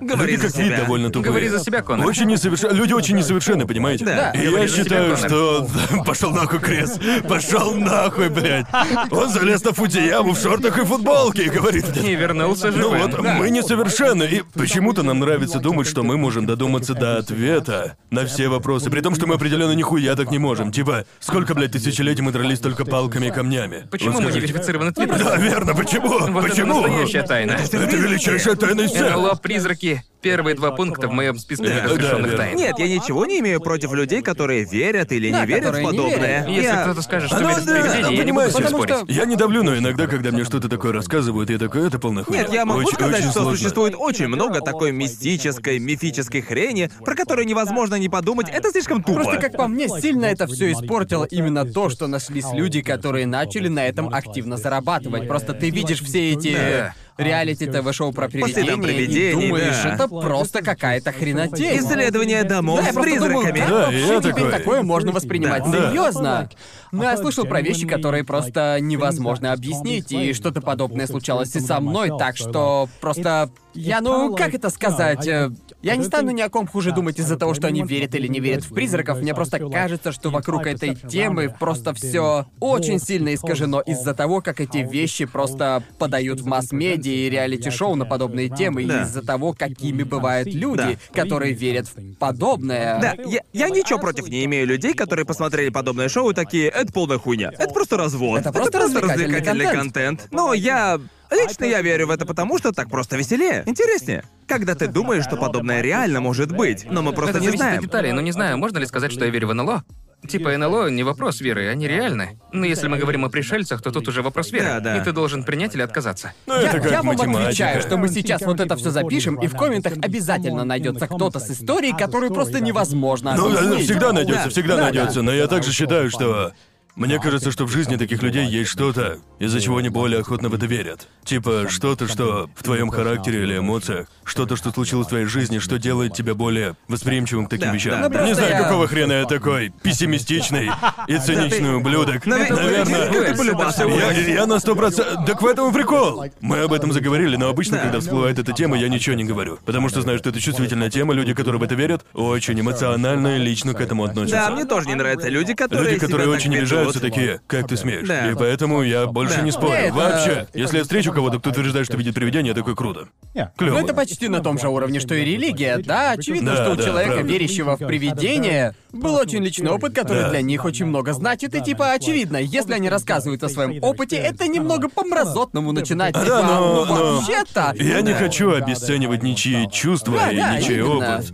S3: Говори
S2: люди
S3: за
S2: как вид
S3: себя.
S2: довольно тупые.
S1: Говори за себя, Конор.
S2: Очень несоверш... Люди очень несовершенны, понимаете?
S3: Да.
S2: И я
S1: Говори за
S2: считаю,
S1: себя,
S2: что... Пошел нахуй, Крес. Пошел нахуй, блядь. Он залез на Фудзияму в шортах и футболке и говорит
S1: И
S2: мне...
S1: вернулся
S2: Ну
S1: живым.
S2: вот, мы несовершенны, и почему-то нам нравится думать, что мы можем додуматься до ответа на все вопросы, при том, что мы определенно нихуя так не можем. Типа, сколько, блядь, тысячелетий мы дрались только палками и камнями?
S1: Почему
S2: Вот
S1: мы не
S2: скажите.
S1: верифицированы твиттером?
S2: Да, верно, почему?
S1: Вот
S2: почему?
S1: это настоящая тайна.
S2: Это величайшая тайна из всех.
S1: НЛО «Призраки» — первые два пункта в моем списке
S2: Да,
S1: разрешенных
S2: да,
S1: тайн.
S3: Нет, я ничего не имею против людей, которые верят или
S4: Да,
S3: не верят в
S4: которые не
S3: подобное.
S4: верят.
S1: Если
S3: Я- Ну
S1: кто-то скажет, что
S2: Оно
S1: верит в
S2: да,
S1: привидения,
S2: оно
S1: я не буду с ним
S2: понимаешь,
S1: спорить.
S4: потому
S2: Я не давлю, но иногда, когда мне что-то такое рассказывают, я такой, это полная хуйня.
S3: Нет, я могу
S2: Очень-
S3: сказать,
S2: очень
S3: что
S2: сложно.
S3: существует очень много такой мистической, мифической хрени, про которую невозможно не подумать. Это слишком тупо.
S4: Просто, как по мне, сильно это все испортило именно то, что нашлись люди, которые начали на этом активно зарабатывать. Просто ты видишь
S3: Ну
S4: все эти
S1: Да.
S4: реалити ТВ-шоу про
S3: следам
S4: привидения и
S3: привидений,
S4: думаешь,
S3: да.
S4: это просто какая-то хренотень.
S3: Исследование домов
S4: Да, я
S3: с
S4: просто думаю,
S3: призраками.
S4: как
S2: Да, и я
S4: вообще теперь
S2: такой.
S4: такое можно воспринимать
S2: Да.
S4: серьезно? Но я слышал про вещи, которые просто невозможно объяснить, и что-то подобное случалось и со мной, так что просто... Я, ну, как это сказать? э, Я не стану ни о ком хуже думать из-за того, что они верят или не верят в призраков. Мне просто кажется, что вокруг этой темы просто все очень сильно искажено из-за того, как эти вещи просто подают в масс-медиа и реалити-шоу на подобные темы, и
S3: Да.
S4: из-за того, какими бывают люди, которые верят в подобное.
S3: Да, я, я ничего против не имею людей, которые посмотрели подобное шоу и такие, это полная хуйня. Это просто развод.
S4: Это просто развлекательный
S3: контент. Но я... Лично я верю в это потому, что так просто веселее, интереснее. Когда ты думаешь, что подобное реально может быть, но мы просто
S1: Это
S3: не
S1: зависит от
S3: знаем.
S1: деталей, но не знаю, можно ли сказать, что я верю в НЛО? Типа НЛО не вопрос веры, они реальны. Но если мы говорим о пришельцах, то тут уже вопрос веры.
S3: Да, да.
S1: И ты должен принять или отказаться.
S2: Ну,
S4: Я,
S2: это как
S4: я вам
S2: математика.
S4: отвечаю, что мы сейчас вот это все запишем, и в комментах обязательно найдется кто-то с историей, которую просто невозможно
S2: Ну, да,
S4: объяснить.
S2: всегда найдется,
S3: Да.
S2: всегда
S4: Да,
S2: найдется, но я также считаю, что Мне кажется, что в жизни таких людей есть что-то, из-за чего они более охотно в это верят. Типа что-то, что в твоем характере или эмоциях, что-то, что случилось в твоей жизни, что делает тебя более восприимчивым к таким
S3: Да,
S2: вещам.
S3: да,
S2: Не
S4: просто
S2: знаю,
S4: я-
S2: какого хрена я такой пессимистичный и циничный ублюдок.
S3: Нав-
S2: Наверное,
S3: Наверное, ты полюбасил.
S2: я, я на сто процентов... Так в этом и прикол! Мы об этом заговорили, но обычно,
S3: Да.
S2: когда всплывает эта тема, я ничего не говорю. Потому что знаю, что это чувствительная тема, люди, которые в это верят, очень эмоционально и лично к этому относятся.
S3: Да, мне тоже не нравятся люди, которые
S2: Люди, которые
S3: себя так
S2: очень
S3: ведут.
S2: обижаются, такие, как ты смеешь.
S3: Да.
S2: И поэтому я больше
S3: Да.
S2: не спорю.
S4: Не, это-
S2: Вообще, если я встречу кого-то, кто утверждает, что видит привидение, я такой круто.
S4: Ну,
S2: Клево.
S4: это почти на том же уровне, что и религия, да? Очевидно,
S2: Да,
S4: что у
S2: да,
S4: человека,
S2: правда.
S4: верящего в привидения, был очень личный опыт, который
S2: Да.
S4: для них очень много значит, и типа очевидно, если они рассказывают о своем опыте, это немного по-мразотному начинать,
S2: Да,
S4: типа,
S2: но-
S4: ну
S2: но-
S3: А,
S4: вообще-то...
S2: Я не
S4: Да.
S2: хочу обесценивать ничьи чувства
S4: Да,
S2: и
S4: да,
S2: ничей
S4: именно.
S2: опыт.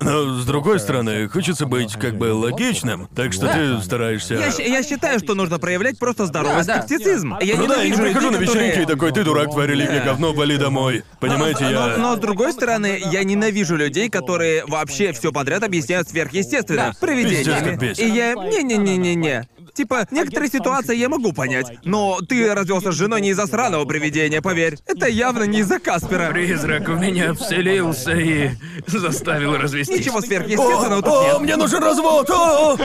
S2: Но, с другой стороны, хочется быть как бы логичным, так что ты стараешься...
S3: Я, щ- я считаю, что нужно проявлять просто здоровый
S4: Да, да.
S3: скептицизм. Я
S2: Ну да, я не
S3: ненавижу
S2: прихожу на
S3: людей, которые-
S2: вечеринки и такой, ты дурак, твоя религия,
S3: Да.
S2: говно, вали домой. Понимаете, я...
S3: Но, но с другой стороны, я ненавижу людей, которые вообще все подряд объясняют сверхъестественно,
S2: Пиздец, как
S3: привидениями.
S2: бесит.
S3: И я... Не-не-не-не-не. Типа, некоторые ситуации я могу понять, но ты развелся с женой не из-за сраного привидения, поверь. Это явно не из-за Каспера.
S1: Призрак в меня вселился и заставил развестись.
S3: Ничего сверхъестественного тут
S2: О,
S3: нет.
S2: о, мне нужен развод! о!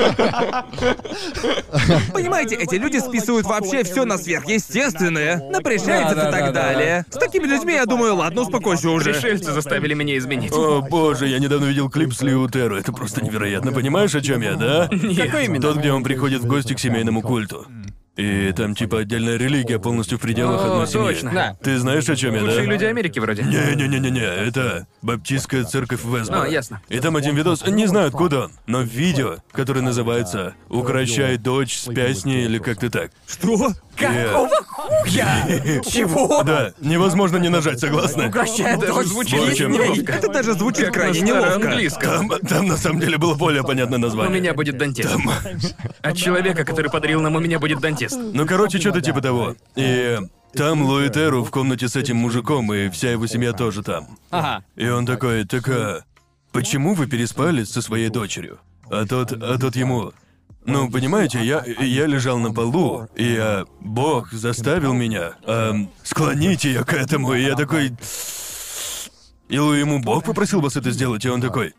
S3: Понимаете, эти люди списывают вообще все на сверхъестественное, на пришельцев
S4: Да, да,
S3: и так
S4: да, да.
S3: далее. С такими людьми я думаю, ладно, успокойся уже.
S1: Пришельцы заставили меня изменить.
S2: О боже, я недавно видел клип с Лиутеро, это просто невероятно. Понимаешь, о чем я, да?
S4: Какой именно?
S2: Тот, где он приходит в гости к семейному культу. И там типа отдельная религия полностью в пределах
S1: О,
S2: одной семьи.
S1: точно.
S4: Да.
S2: Ты знаешь, о чем я, да?
S1: Лучшие люди Америки вроде.
S2: Не-не-не-не-не, это баптистская церковь Весборо.
S1: А, ясно.
S2: И там один видос, не знаю откуда он, но видео, которое называется «Укращай дочь с пясней» или как-то так. Э,
S3: Что?
S2: Какого хуя? Чего? Да, невозможно не нажать, согласны?
S4: Укращает
S1: Даже
S4: дочь
S1: звучит
S4: с
S2: очень
S4: ней.
S2: громко.
S3: Это даже звучит
S1: На
S3: крайне
S1: старом
S3: неловко.
S1: английском.
S2: Там, там на самом деле было более понятное
S1: У
S2: название.
S1: меня будет дантист. От человека, который подарил нам, у меня будет дантист.
S2: Ну, короче, что-то типа того. И там Луитеру в комнате с этим мужиком, и вся его семья тоже там.
S4: Ага.
S2: И он такой, так а, почему вы переспали со своей дочерью? А тот, а тот ему, ну, понимаете, я, я лежал на полу, и а, Бог заставил меня эм, склонить ее к этому, и я такой... И Лу- ему Бог попросил вас это сделать, и он такой...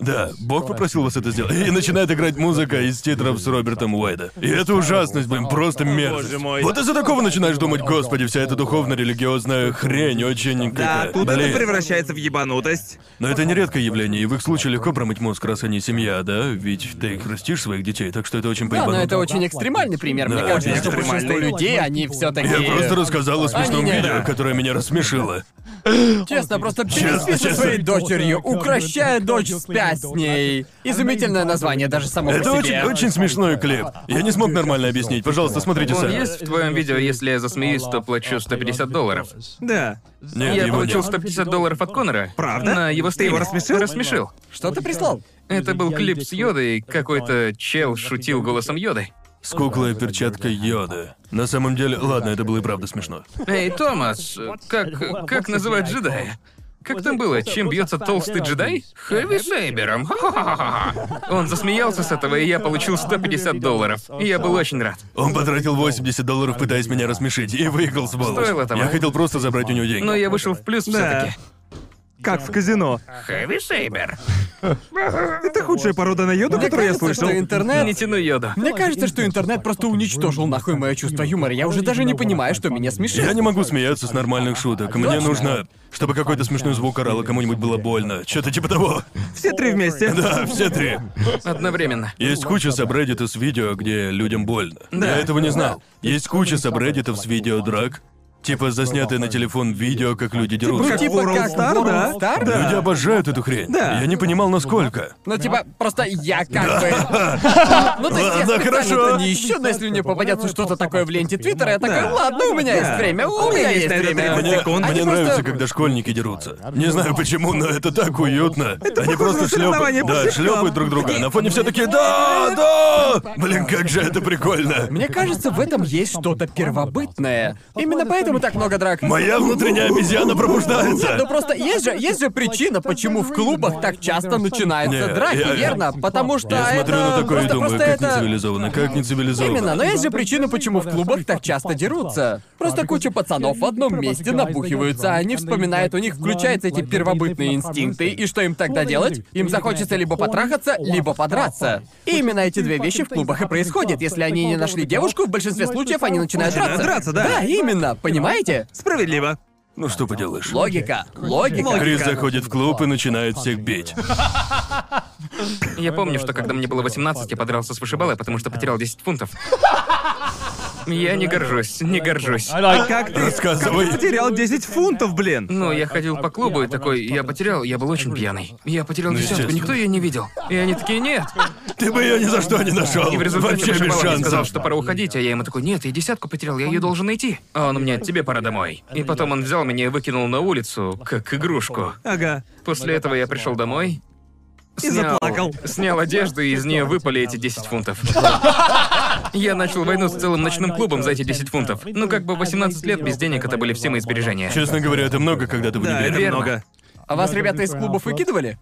S2: Да, Бог попросил вас это сделать. И начинает играть музыка из титров с Робертом Уайда. И это ужасность, блин, просто мерзость.
S3: мой.
S2: Вот из-за такого начинаешь думать, господи, вся эта духовно-религиозная хрень очень...
S3: Да,
S2: какая-»
S3: тут
S2: Блин.
S3: это превращается в ебанутость.
S2: Но это не редкое явление, и в их случае легко промыть мозг, раз они семья, да? Ведь ты хрустишь своих детей, так что это очень
S4: Да, но
S2: поебануто.
S4: это очень экстремальный пример. Мне
S2: Да,
S4: кажется,
S2: очень
S4: что большинство
S3: экстремальный.
S4: людей, они все таки
S2: Я просто рассказал о смешном
S4: Они не-
S2: видео, которое меня рассмешило.
S4: Честно, просто переспи со
S2: честно.
S4: своей дочерью, укращая дочь, спя с ней. Изумительное название даже само
S2: Это
S4: по
S2: очень,
S4: себе.
S2: очень смешной клип. Я не смог нормально объяснить. Пожалуйста, смотрите
S1: Он
S2: сами.
S1: есть в твоем видео, если я засмеюсь, то
S3: А,
S1: плачу 150 долларов.
S3: Да.
S2: Нет,
S1: я
S2: его
S1: получил
S2: нет.
S1: 150 долларов от Конора.
S3: Правда?
S1: На его
S3: Ты его
S1: стриме.
S3: рассмешил?
S1: Рассмешил.
S4: Что ты прислал?
S1: Это был клип с Йодой, какой-то чел шутил голосом Йоды.
S2: С куклой и перчаткой Йода. На самом деле, ладно, это было и правда смешно.
S1: Эй, Томас, как, как называют джедая? Как там было? Чем бьется толстый джедай? Хэви сейбером. Ха-ха-ха-ха. Он засмеялся с этого, и я получил 150 долларов. И я был очень рад.
S2: Он потратил 80 долларов, пытаясь меня рассмешить, и выиграл сволочь.
S1: Стоило того.
S2: Я хотел просто забрать у него деньги.
S1: Но я вышел в плюс все-таки.
S3: Как в казино.
S1: Хэви сейбер.
S3: Это худшая порода на йоду,
S4: Мне
S3: которую я
S4: кажется,
S3: слышал.
S4: что интернет...
S1: Не тяну йоду.
S4: Мне кажется, что интернет просто уничтожил нахуй мое чувство юмора. Я уже даже не понимаю, что меня смешит. Ну,
S2: Я не могу смеяться с нормальных шуток. Мне
S4: Точно.
S2: нужно, чтобы какой-то смешной звук орал, и кому-нибудь было больно. Что-то типа того.
S3: Все три вместе.
S2: Да, все три.
S1: Одновременно.
S2: Есть куча сабреддитов с видео, где людям больно. Я этого не знал. Есть куча сабреддитов с видео драк. Типа заснятые на телефон видео, как люди
S4: Ну,
S2: дерутся.
S4: типа
S3: World
S4: как
S3: Star,
S4: World
S3: да?
S4: Star?
S2: Люди обожают эту хрень.
S3: Да.
S2: Я не понимал, насколько.
S4: Ну, типа, просто я как бы... Ну, то есть я
S2: Ладно,
S4: специально
S2: хорошо.
S4: не ищу, но если мне попадется что-то такое в ленте Твиттера, я такой, ладно, у меня есть время, у меня есть
S3: на это
S4: время.
S3: 30
S2: Мне,
S3: секунд.
S2: мне
S4: Они
S2: нравится,
S4: просто-
S2: когда школьники дерутся. Не знаю почему, но это так уютно. Они просто
S3: похоже на соревнования
S2: шлепают,
S3: по
S2: да,
S3: щекам.
S2: шлепают друг друга. а На фоне все такие «Да! Да!» Блин, как же это прикольно!
S4: Мне кажется, в этом есть что-то первобытное. Именно поэтому Почему так много драк?
S2: Моя внутренняя обезьяна
S4: Ну
S2: пробуждается.
S4: просто есть же, есть же причина, почему в клубах так часто начинаются
S2: Не,
S4: драки,
S2: я-
S4: верно? Потому что
S2: Я смотрю
S4: это
S2: на такое и
S4: просто,
S2: думаю,
S4: просто
S2: как
S4: это...
S2: нецивилизованно, как нецивилизованно.
S4: Именно, но есть же причина, почему в клубах так часто дерутся. Просто куча пацанов в одном месте набухиваются, а они вспоминают, у них включаются эти первобытные инстинкты, и что им тогда делать? Им захочется либо потрахаться, либо подраться. И именно эти две вещи в клубах и происходят. Если они не нашли девушку, в большинстве случаев они начинают драться.
S3: Начинают драться, да.
S4: Да, именно, понимаете?
S3: Справедливо.
S2: Ну что поделаешь.
S4: Логика, логика.
S2: Крис заходит в клуб и начинает всех бить.
S1: Я помню, что когда мне было 18, я подрался с вышибалой, потому что потерял 10 фунтов. Я не горжусь, не горжусь.
S4: А,
S3: Как ты
S2: Рассказывай.
S3: потерял 10 фунтов, блин?
S1: Ну, я ходил по клубу и такой, я потерял, я был очень пьяный. Я потерял
S2: Ну,
S1: десятку,
S2: естественно.
S1: никто ее не видел. И они такие, нет.
S2: Ты бы ее ни за что не нашел.
S1: И в результате
S2: Вообще без
S1: вышибала мне сказал,
S2: шансов.
S1: что пора уходить, а я ему такой, нет, я десятку потерял, я ее должен найти. А он мне, тебе пора домой. И потом он взял меня и выкинул на улицу, как игрушку.
S3: Ага.
S1: После этого я пришел домой.
S3: И заплакал.
S1: Снял одежду, и из нее выпали эти 10 фунтов. Я начал войну с целым ночным клубом за эти 10 фунтов. Ну, как бы 18 лет без денег это были все мои сбережения.
S2: Честно говоря, это много, когда ты в
S3: Да, это
S2: универе.
S1: верно.
S3: много.
S4: А вас ребята из клубов выкидывали?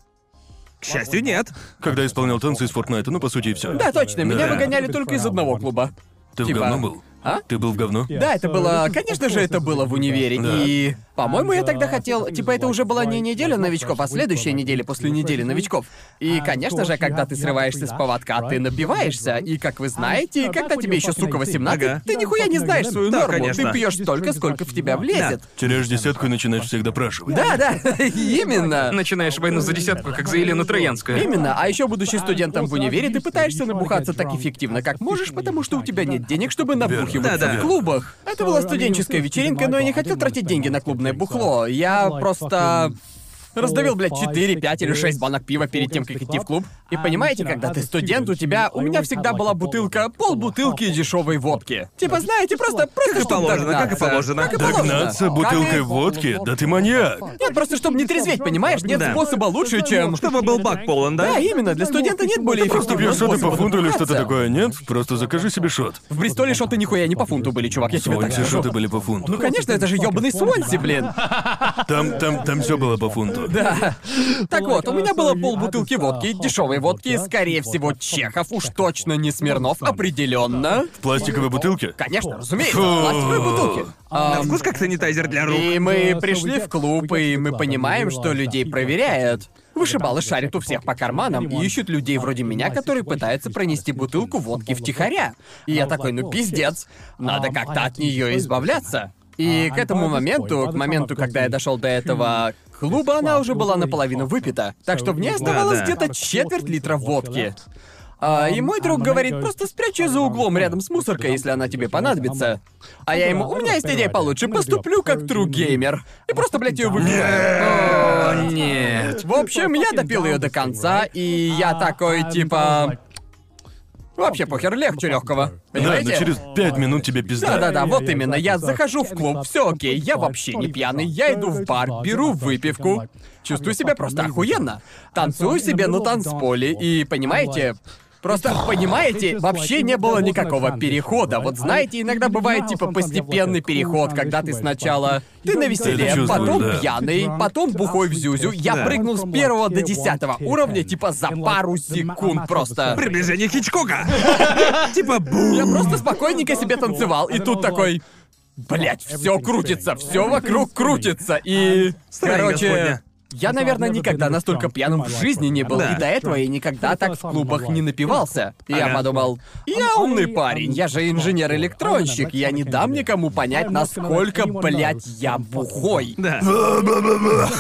S3: К счастью, нет.
S2: Когда исполнял танцы из Фортнайта, ну по сути и все.
S4: Да, точно,
S2: Да.
S4: меня выгоняли только из одного клуба.
S2: Ты в
S4: типа-
S2: говно был?
S4: А?
S2: Ты был в говно?
S4: Да, это было... Конечно же, это было в универе.
S2: Да.
S4: И, по-моему, я тогда хотел... Типа, это уже была не неделя новичков, а следующая неделя после недели новичков. И, конечно же, когда ты срываешься с поводка, ты напиваешься. И, как вы знаете, когда тебе еще, сука, 18,
S3: Ага.
S4: ты нихуя не знаешь свою
S3: Да,
S4: норму.
S3: конечно.
S4: Ты пьешь столько, сколько в тебя влезет.
S2: Теряешь десятку и начинаешь всех допрашивать.
S4: Да, да, именно.
S1: Начинаешь войну за десятку, как за Елену Троянскую.
S4: Именно, а еще будучи студентом в универе, ты пытаешься набухаться так эффективно, как можешь, потому что у тебя нет денег, чтобы набухиваться
S3: Да-да.
S4: в клубах. Это была студенческая вечеринка, но я не хотел тратить деньги на клубное бухло. Я просто раздавил, блядь, 4, 5 или 6 банок пива перед тем, как идти в клуб. И понимаете, когда ты студент, у тебя... У меня всегда была бутылка, полбутылки дешевой водки. Типа, знаете, просто... просто
S3: Как и
S4: чтоб
S3: положено, как и
S4: догнаться.
S3: положено.
S4: Как и положено.
S2: Догнаться бутылкой водки? Да ты маньяк!
S4: Нет, просто чтобы не трезветь, понимаешь? Нет
S3: Да.
S4: способа лучше, чем...
S3: Чтобы был бак полон, да?
S4: Да, именно, для студента нет более
S2: Просто
S4: эффективного
S2: пьешь что-то по
S4: способа
S2: фунту или что-то
S4: набухаться.
S2: такое, нет? Просто закажи себе шот.
S4: В Бристоле шоты нихуя не по фунту были, чувак, я тебе
S2: Ой,
S4: так
S2: все
S4: скажу.
S2: шоты были по
S4: Ну,
S2: фунту.
S4: конечно, это же ёбаный Суонси, блин.
S2: Там, там, там все было по фунту.
S4: Да. Так вот, у меня было полбутылки водки, дешевой водки, скорее всего, Чехов, уж точно не Смирнов, определенно.
S2: В пластиковой бутылке?
S4: Конечно, разумеется,
S2: Фу.
S4: пластиковые бутылки.
S3: На
S4: Ам,
S3: вкус как санитайзер для рук.
S2: Э,
S4: И мы пришли в клуб, и мы понимаем, что людей проверяют. Вышибалы шарят у всех по карманам и ищут людей вроде меня, которые пытаются пронести бутылку водки втихаря. И я такой, ну пиздец, надо как-то от нее избавляться. И к этому моменту, к моменту, когда я дошел до этого клуба, она уже была наполовину выпита. Так что в ней оставалось
S3: Да, да.
S4: где-то четверть литра водки. А, и мой друг говорит, просто спрячь ее за углом рядом с мусоркой, если она тебе понадобится. А я ему, у меня есть идея получше, поступлю как true геймер. И просто, блядь, ее выкидываю.
S1: О, нет.
S4: В общем, я допил ее до конца, и я такой, типа... Вообще похер, легче легкого.
S2: Да,
S4: Понимаете?
S2: но через пять минут тебе пизда.
S4: Да, да, да, вот именно. Я захожу в клуб, все окей, я вообще не пьяный, я иду в бар, беру выпивку, чувствую себя просто охуенно. Танцую себе на танцполе и, понимаете, Просто, понимаете, вообще не было никакого перехода. Вот знаете, иногда бывает типа постепенный переход, когда ты сначала... Ты на
S2: Это
S4: веселе,
S2: чувствуешь,
S4: потом
S2: да.
S4: пьяный, потом бухой в зюзю. Я
S3: Да.
S4: прыгнул с первого до десятого уровня типа за пару секунд просто.
S3: Приближение Хичкока. Типа
S4: Я
S3: бум.
S4: просто спокойненько себе танцевал, и тут такой... Блять, все крутится, все вокруг крутится, и...
S3: Странно,
S4: Короче,
S3: Господня.
S4: я, наверное, никогда настолько пьяным в жизни не был,
S3: Да.
S4: и до этого я никогда так в клубах не напивался. И я
S3: Ага.
S4: подумал, я умный парень, я же инженер-электронщик, я не дам никому понять, насколько, блядь, я бухой.
S3: Да.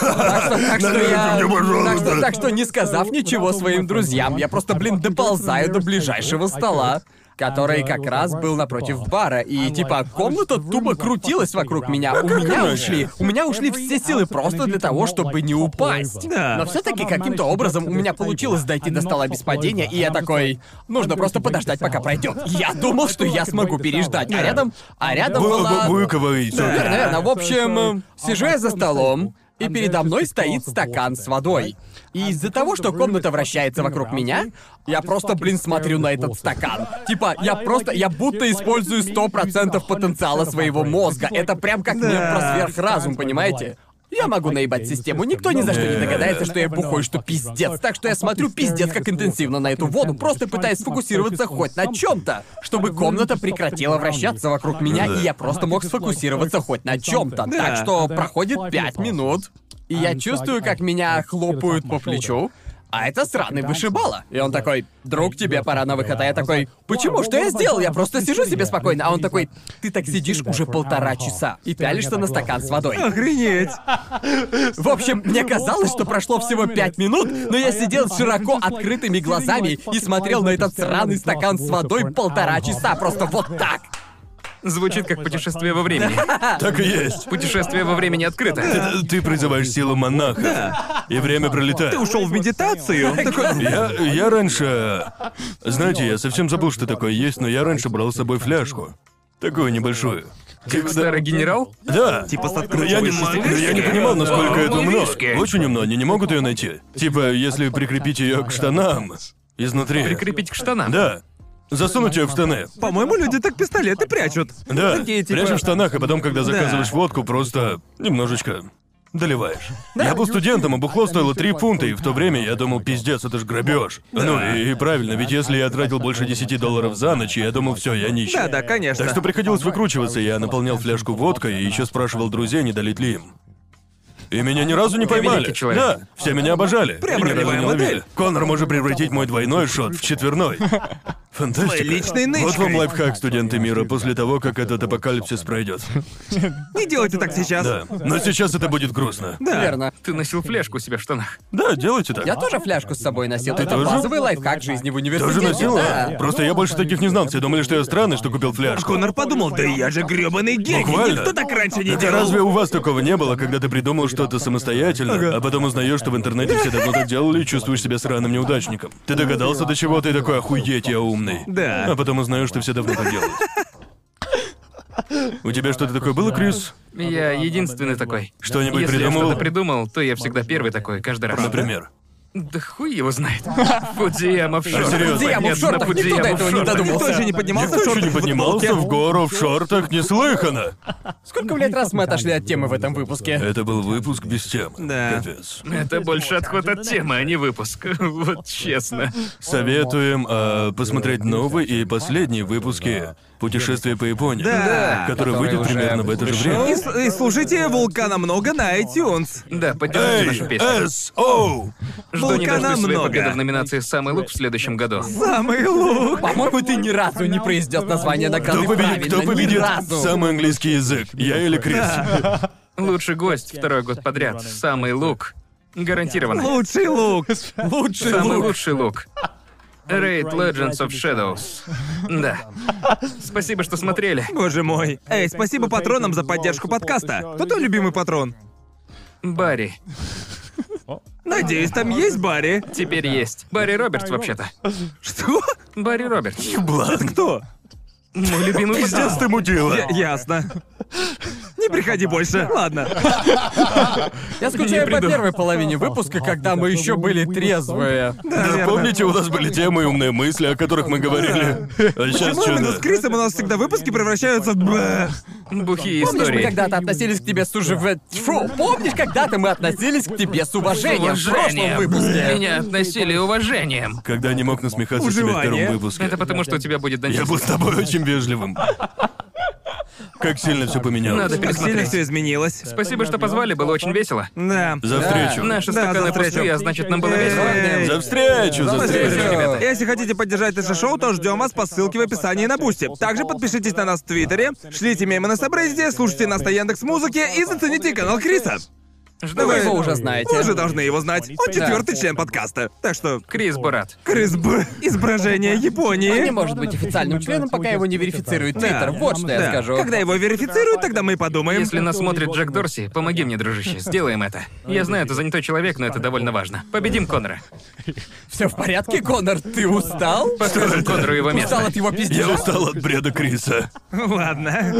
S4: Так что, так что
S2: Налейте
S4: я...
S2: мне,
S4: Так
S2: пожалуйста.
S4: что, так что, не сказав ничего своим друзьям, я просто, блин, доползаю до ближайшего стола, который как раз был напротив бара, и типа комната тупо крутилась вокруг меня. У меня
S2: иначе?
S4: ушли, у меня ушли все силы просто для того, чтобы не упасть.
S3: Да.
S4: Но все-таки каким-то образом у меня получилось дойти до стола без падения, и я такой, нужно просто подождать, пока пройдет. Я думал, что я смогу переждать, а рядом, а рядом
S2: Было бы
S4: была...
S2: Буйкова и всё.
S4: Наверное, наверное. В общем, эм, сижу я за столом, и передо мной стоит стакан с водой. И из-за того, что комната вращается вокруг меня, я просто, блин, смотрю на этот стакан. Типа, я просто, я будто использую 100% потенциала своего мозга. Это прям как мем про сверхразум, понимаете? Я могу наебать систему, никто ни за что не догадается, что я бухой, что пиздец. Так что я смотрю пиздец как интенсивно на эту воду, просто пытаясь сфокусироваться хоть на чем то чтобы комната прекратила вращаться вокруг меня, и я просто мог сфокусироваться хоть на чем то
S3: Да.
S4: Так что проходит пять минут, и я чувствую, как меня хлопают по плечу, а это сраный вышибала. И он такой, друг, тебе пора на выход. А я такой, почему? Что я сделал? Я просто сижу себе спокойно. А он такой, ты так сидишь уже полтора часа и пялишься на стакан с водой.
S3: Охренеть.
S4: В общем, мне казалось, что прошло всего пять минут, но я сидел с широко открытыми глазами и смотрел на этот сраный стакан с водой полтора часа, просто вот так.
S1: Звучит как путешествие во времени.
S2: Так и есть.
S1: Путешествие во времени открыто.
S2: Ты, ты призываешь силу монаха, и время пролетает.
S3: Ты ушел в медитацию. Такой,
S2: Я, я раньше... Знаете, я совсем забыл, что такое есть, но я раньше брал с собой фляжку. Такую небольшую.
S1: Как старый генерал?
S2: Да.
S3: Типа с
S2: Но я, не,
S3: открывающейся
S2: но я не понимал, насколько это
S1: Виски.
S2: умно. Очень умно, они не могут ее найти. Типа, если прикрепить ее к штанам изнутри.
S1: Прикрепить к штанам.
S2: Да. Засунуть ее в штаны.
S3: По-моему, люди так пистолеты прячут.
S2: Да.
S3: Такие, типа-
S2: Прячешь в штанах, а потом, когда заказываешь водку, просто немножечко доливаешь. я был студентом, а бухло стоило 3 фунта, и в то время я думал, пиздец, это ж грабеж. Ну и, и правильно, ведь если я тратил больше 10 долларов за ночь, я думал, все, я нищий.
S3: Да, да, конечно.
S2: Так что приходилось выкручиваться, я наполнял фляжку водкой и еще спрашивал друзей, не долить ли им. И меня ни разу не поймали.
S1: великий человек.
S2: Да, все меня обожали.
S3: Прям
S2: и ни разу
S3: ролевая
S2: не
S3: модель.
S2: ловили. Конор может превратить мой двойной шот в четверной. Фантастика.
S3: Твоей личной
S2: Вот
S3: нычкой.
S2: вам лайфхак, студенты мира, после того, как этот апокалипсис пройдет.
S3: Не делайте так сейчас.
S2: Да. Но сейчас это будет грустно.
S3: Да.
S4: Верно.
S1: Ты носил флешку у себя в штанах.
S2: Да, делайте так.
S4: Я тоже фляжку с собой носил. это
S2: тоже?
S4: базовый лайфхак жизни в университете.
S2: Тоже носил,
S4: да.
S2: а? Просто я больше таких не знал. Все думали, что я странный, что купил фляжку.
S3: А Конор подумал, да я же грёбаный гей,
S2: Буквально.
S3: никто так раньше не
S2: Да
S3: делал.
S2: разве у вас такого не было, когда ты придумал что-то самостоятельно, а потом узнаешь, что в интернете все давно так делали и чувствуешь себя сраным неудачником? Ты догадался до чего, ты такой охуеть, я умный.
S3: Да.
S2: А потом узнаешь, что все давно так делают. У тебя что-то такое было, Крис?
S1: Я единственный такой.
S2: Что-нибудь
S1: Если я
S2: придумывал?
S1: что-то придумал, то я всегда первый такой, каждый раз.
S2: Например.
S1: Да хуй его знает. Фудзияма в шортах.
S2: серьёзно?
S4: Фудзияма в
S1: Нет, на
S4: шортах, никто
S1: Фудзияма
S4: до
S1: в
S4: этого не
S1: шортах.
S4: додумался.
S3: Никто же не поднимался в
S2: Никто еще
S3: шортах
S2: не
S3: в
S2: поднимался в
S3: футболке.
S2: гору в шортах, неслыханно.
S4: Сколько, блядь, раз мы отошли от темы в этом выпуске?
S2: Это был выпуск без темы.
S3: Да.
S2: Капец.
S1: Это больше отход от темы, а не выпуск. Вот честно.
S2: Советуем э, посмотреть новые и последние выпуски «Путешествия по Японии»,
S3: Да.
S2: который выйдет
S1: уже
S2: примерно в это же
S1: вышел.
S2: время.
S3: И, с- и слушайте «Вулкана много» на iTunes.
S1: Да, поддержите
S2: Эй,
S1: нашу песню.
S2: S.O.
S1: Жду не
S3: «Вулкана
S1: дождусь своей
S3: много».
S1: победы в номинации «Самый лук» в следующем году.
S3: Самый лук.
S4: По-моему, ты ни разу не произнес название награды
S2: Кто победит, кто
S4: правильно, ни
S2: победит
S4: разу.
S2: самый английский язык? Я или Крис?
S1: Лучший гость второй год подряд. Самый лук. Гарантированно.
S3: Лучший лук.
S4: Лучший
S1: Самый
S4: лук.
S1: лучший лук. Raid Legends of Shadows. Да. Спасибо, что смотрели.
S3: Боже мой. Эй, спасибо патронам за поддержку подкаста. Кто твой любимый патрон?
S1: Барри.
S3: Надеюсь, там есть Барри.
S1: Теперь есть. Барри Робертс, вообще-то.
S3: Что?
S1: Барри Робертс.
S2: Блад.
S3: Кто?
S1: Мой любимый
S2: Пиздец
S1: пацан.
S2: ты мудила.
S3: Ясно. Не приходи больше. Ладно.
S4: Я скучаю по
S1: приду.
S4: первой половине выпуска, когда мы еще были трезвые.
S2: Да, помните, у нас были темы и умные мысли, о которых мы говорили? А сейчас
S3: Почему именно
S2: что
S3: с Крисом у нас всегда выпуски превращаются в... бэ?
S1: Бухие
S4: Помнишь, мы
S1: истории.
S4: когда-то относились к тебе с уже... Фу, помнишь, когда-то мы относились к тебе с уважением в прошлом
S1: Уважением.
S4: выпуске?
S1: Меня относили уважением.
S2: Когда не мог насмехаться с тебя в
S3: Уживание.
S2: первом выпуске.
S1: Ну, Это потому, что у тебя будет
S2: Я был
S1: дантист.
S2: с тобой очень вежливым. Как сильно все поменялось.
S1: Надо
S3: Как сильно
S1: пересмотреть.
S3: все изменилось.
S1: Спасибо, что позвали, было очень весело.
S3: Да.
S2: За встречу.
S1: Наши
S3: Да,
S1: стаканы
S3: за встречу.
S1: пустые, а значит, нам было
S3: Эй.
S1: весело.
S2: За встречу, за
S1: встречу.
S2: встречу.
S1: ребята.
S3: Если хотите поддержать наше шоу, то ждем вас по ссылке в описании на Бусти. Также подпишитесь на нас в Твиттере, шлите мемы на Сабреддите, слушайте нас на Яндекс Музыке и зацените канал Криса.
S1: Жду
S4: Ну, Вы
S1: вас.
S4: его уже знаете.
S3: Вы уже должны его знать. Он четвертый член подкаста. Так что
S1: Крис Бурат.
S3: Крис Б. Изображение
S4: Он не
S3: Японии.
S4: может быть официальным членом, пока его не верифицирует Твиттер. Вот что я
S3: Да.
S4: скажу.
S3: Когда его верифицируют, тогда мы и подумаем.
S1: Если нас смотрит Джек Дорси, помоги мне, дружище, сделаем это. Я знаю, ты занятой человек, но это довольно важно. Победим Конора.
S4: Все в порядке, Конор? Ты устал?
S1: Покажем Конору его
S4: Устал
S1: место.
S4: от его
S2: Я
S4: пиздежа?
S2: устал от бреда Криса.
S3: Ладно.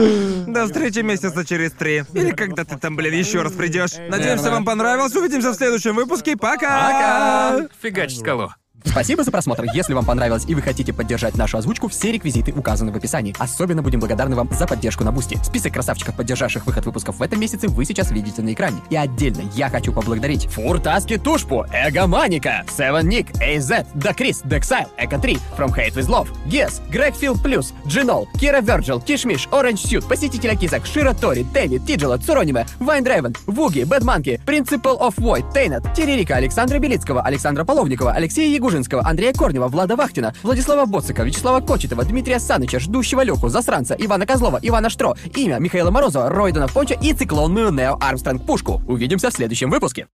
S3: До встречи месяца через три. Или когда ты там, блин, еще раз придешь. Надеюсь, Надеемся, вам понравилось. Увидимся в следующем выпуске. Пока!
S1: Фигач скалу.
S4: Спасибо за просмотр. Если вам понравилось и вы хотите поддержать нашу озвучку, все реквизиты указаны в описании. Особенно будем благодарны вам за поддержку на Бусти. Список красавчиков, поддержавших выход выпусков в этом месяце, вы сейчас видите на экране. И отдельно я хочу поблагодарить Фур Таски Тушпу, Эгоманика, Севен Ник, AZ, Да Крис, Дексайл, Эко 3, From Hate With Love, Гес, Грегфилд Плюс, Джинол, Кира Верджил, Кишмиш, Оранж Сьют, Посетителя Кизак, Шира Тори, Дэвид, Тиджела, Цурониме, Вайн Драйвен, Вуги, Бэтманки, Принципл оф Войд, Тейнет, Терерика, Александра Белицкого, Александра Половникова, Алексея Ягужинского, Андрея Корнева, Влада Вахтина, Владислава Боцика, Вячеслава Кочетова, Дмитрия Саныча, Ждущего Леху, Засранца, Ивана Козлова, Ивана Штро, имя Михаила Морозова, Ройдана Понча и циклонную Нео Армстронг Пушку. Увидимся в следующем выпуске.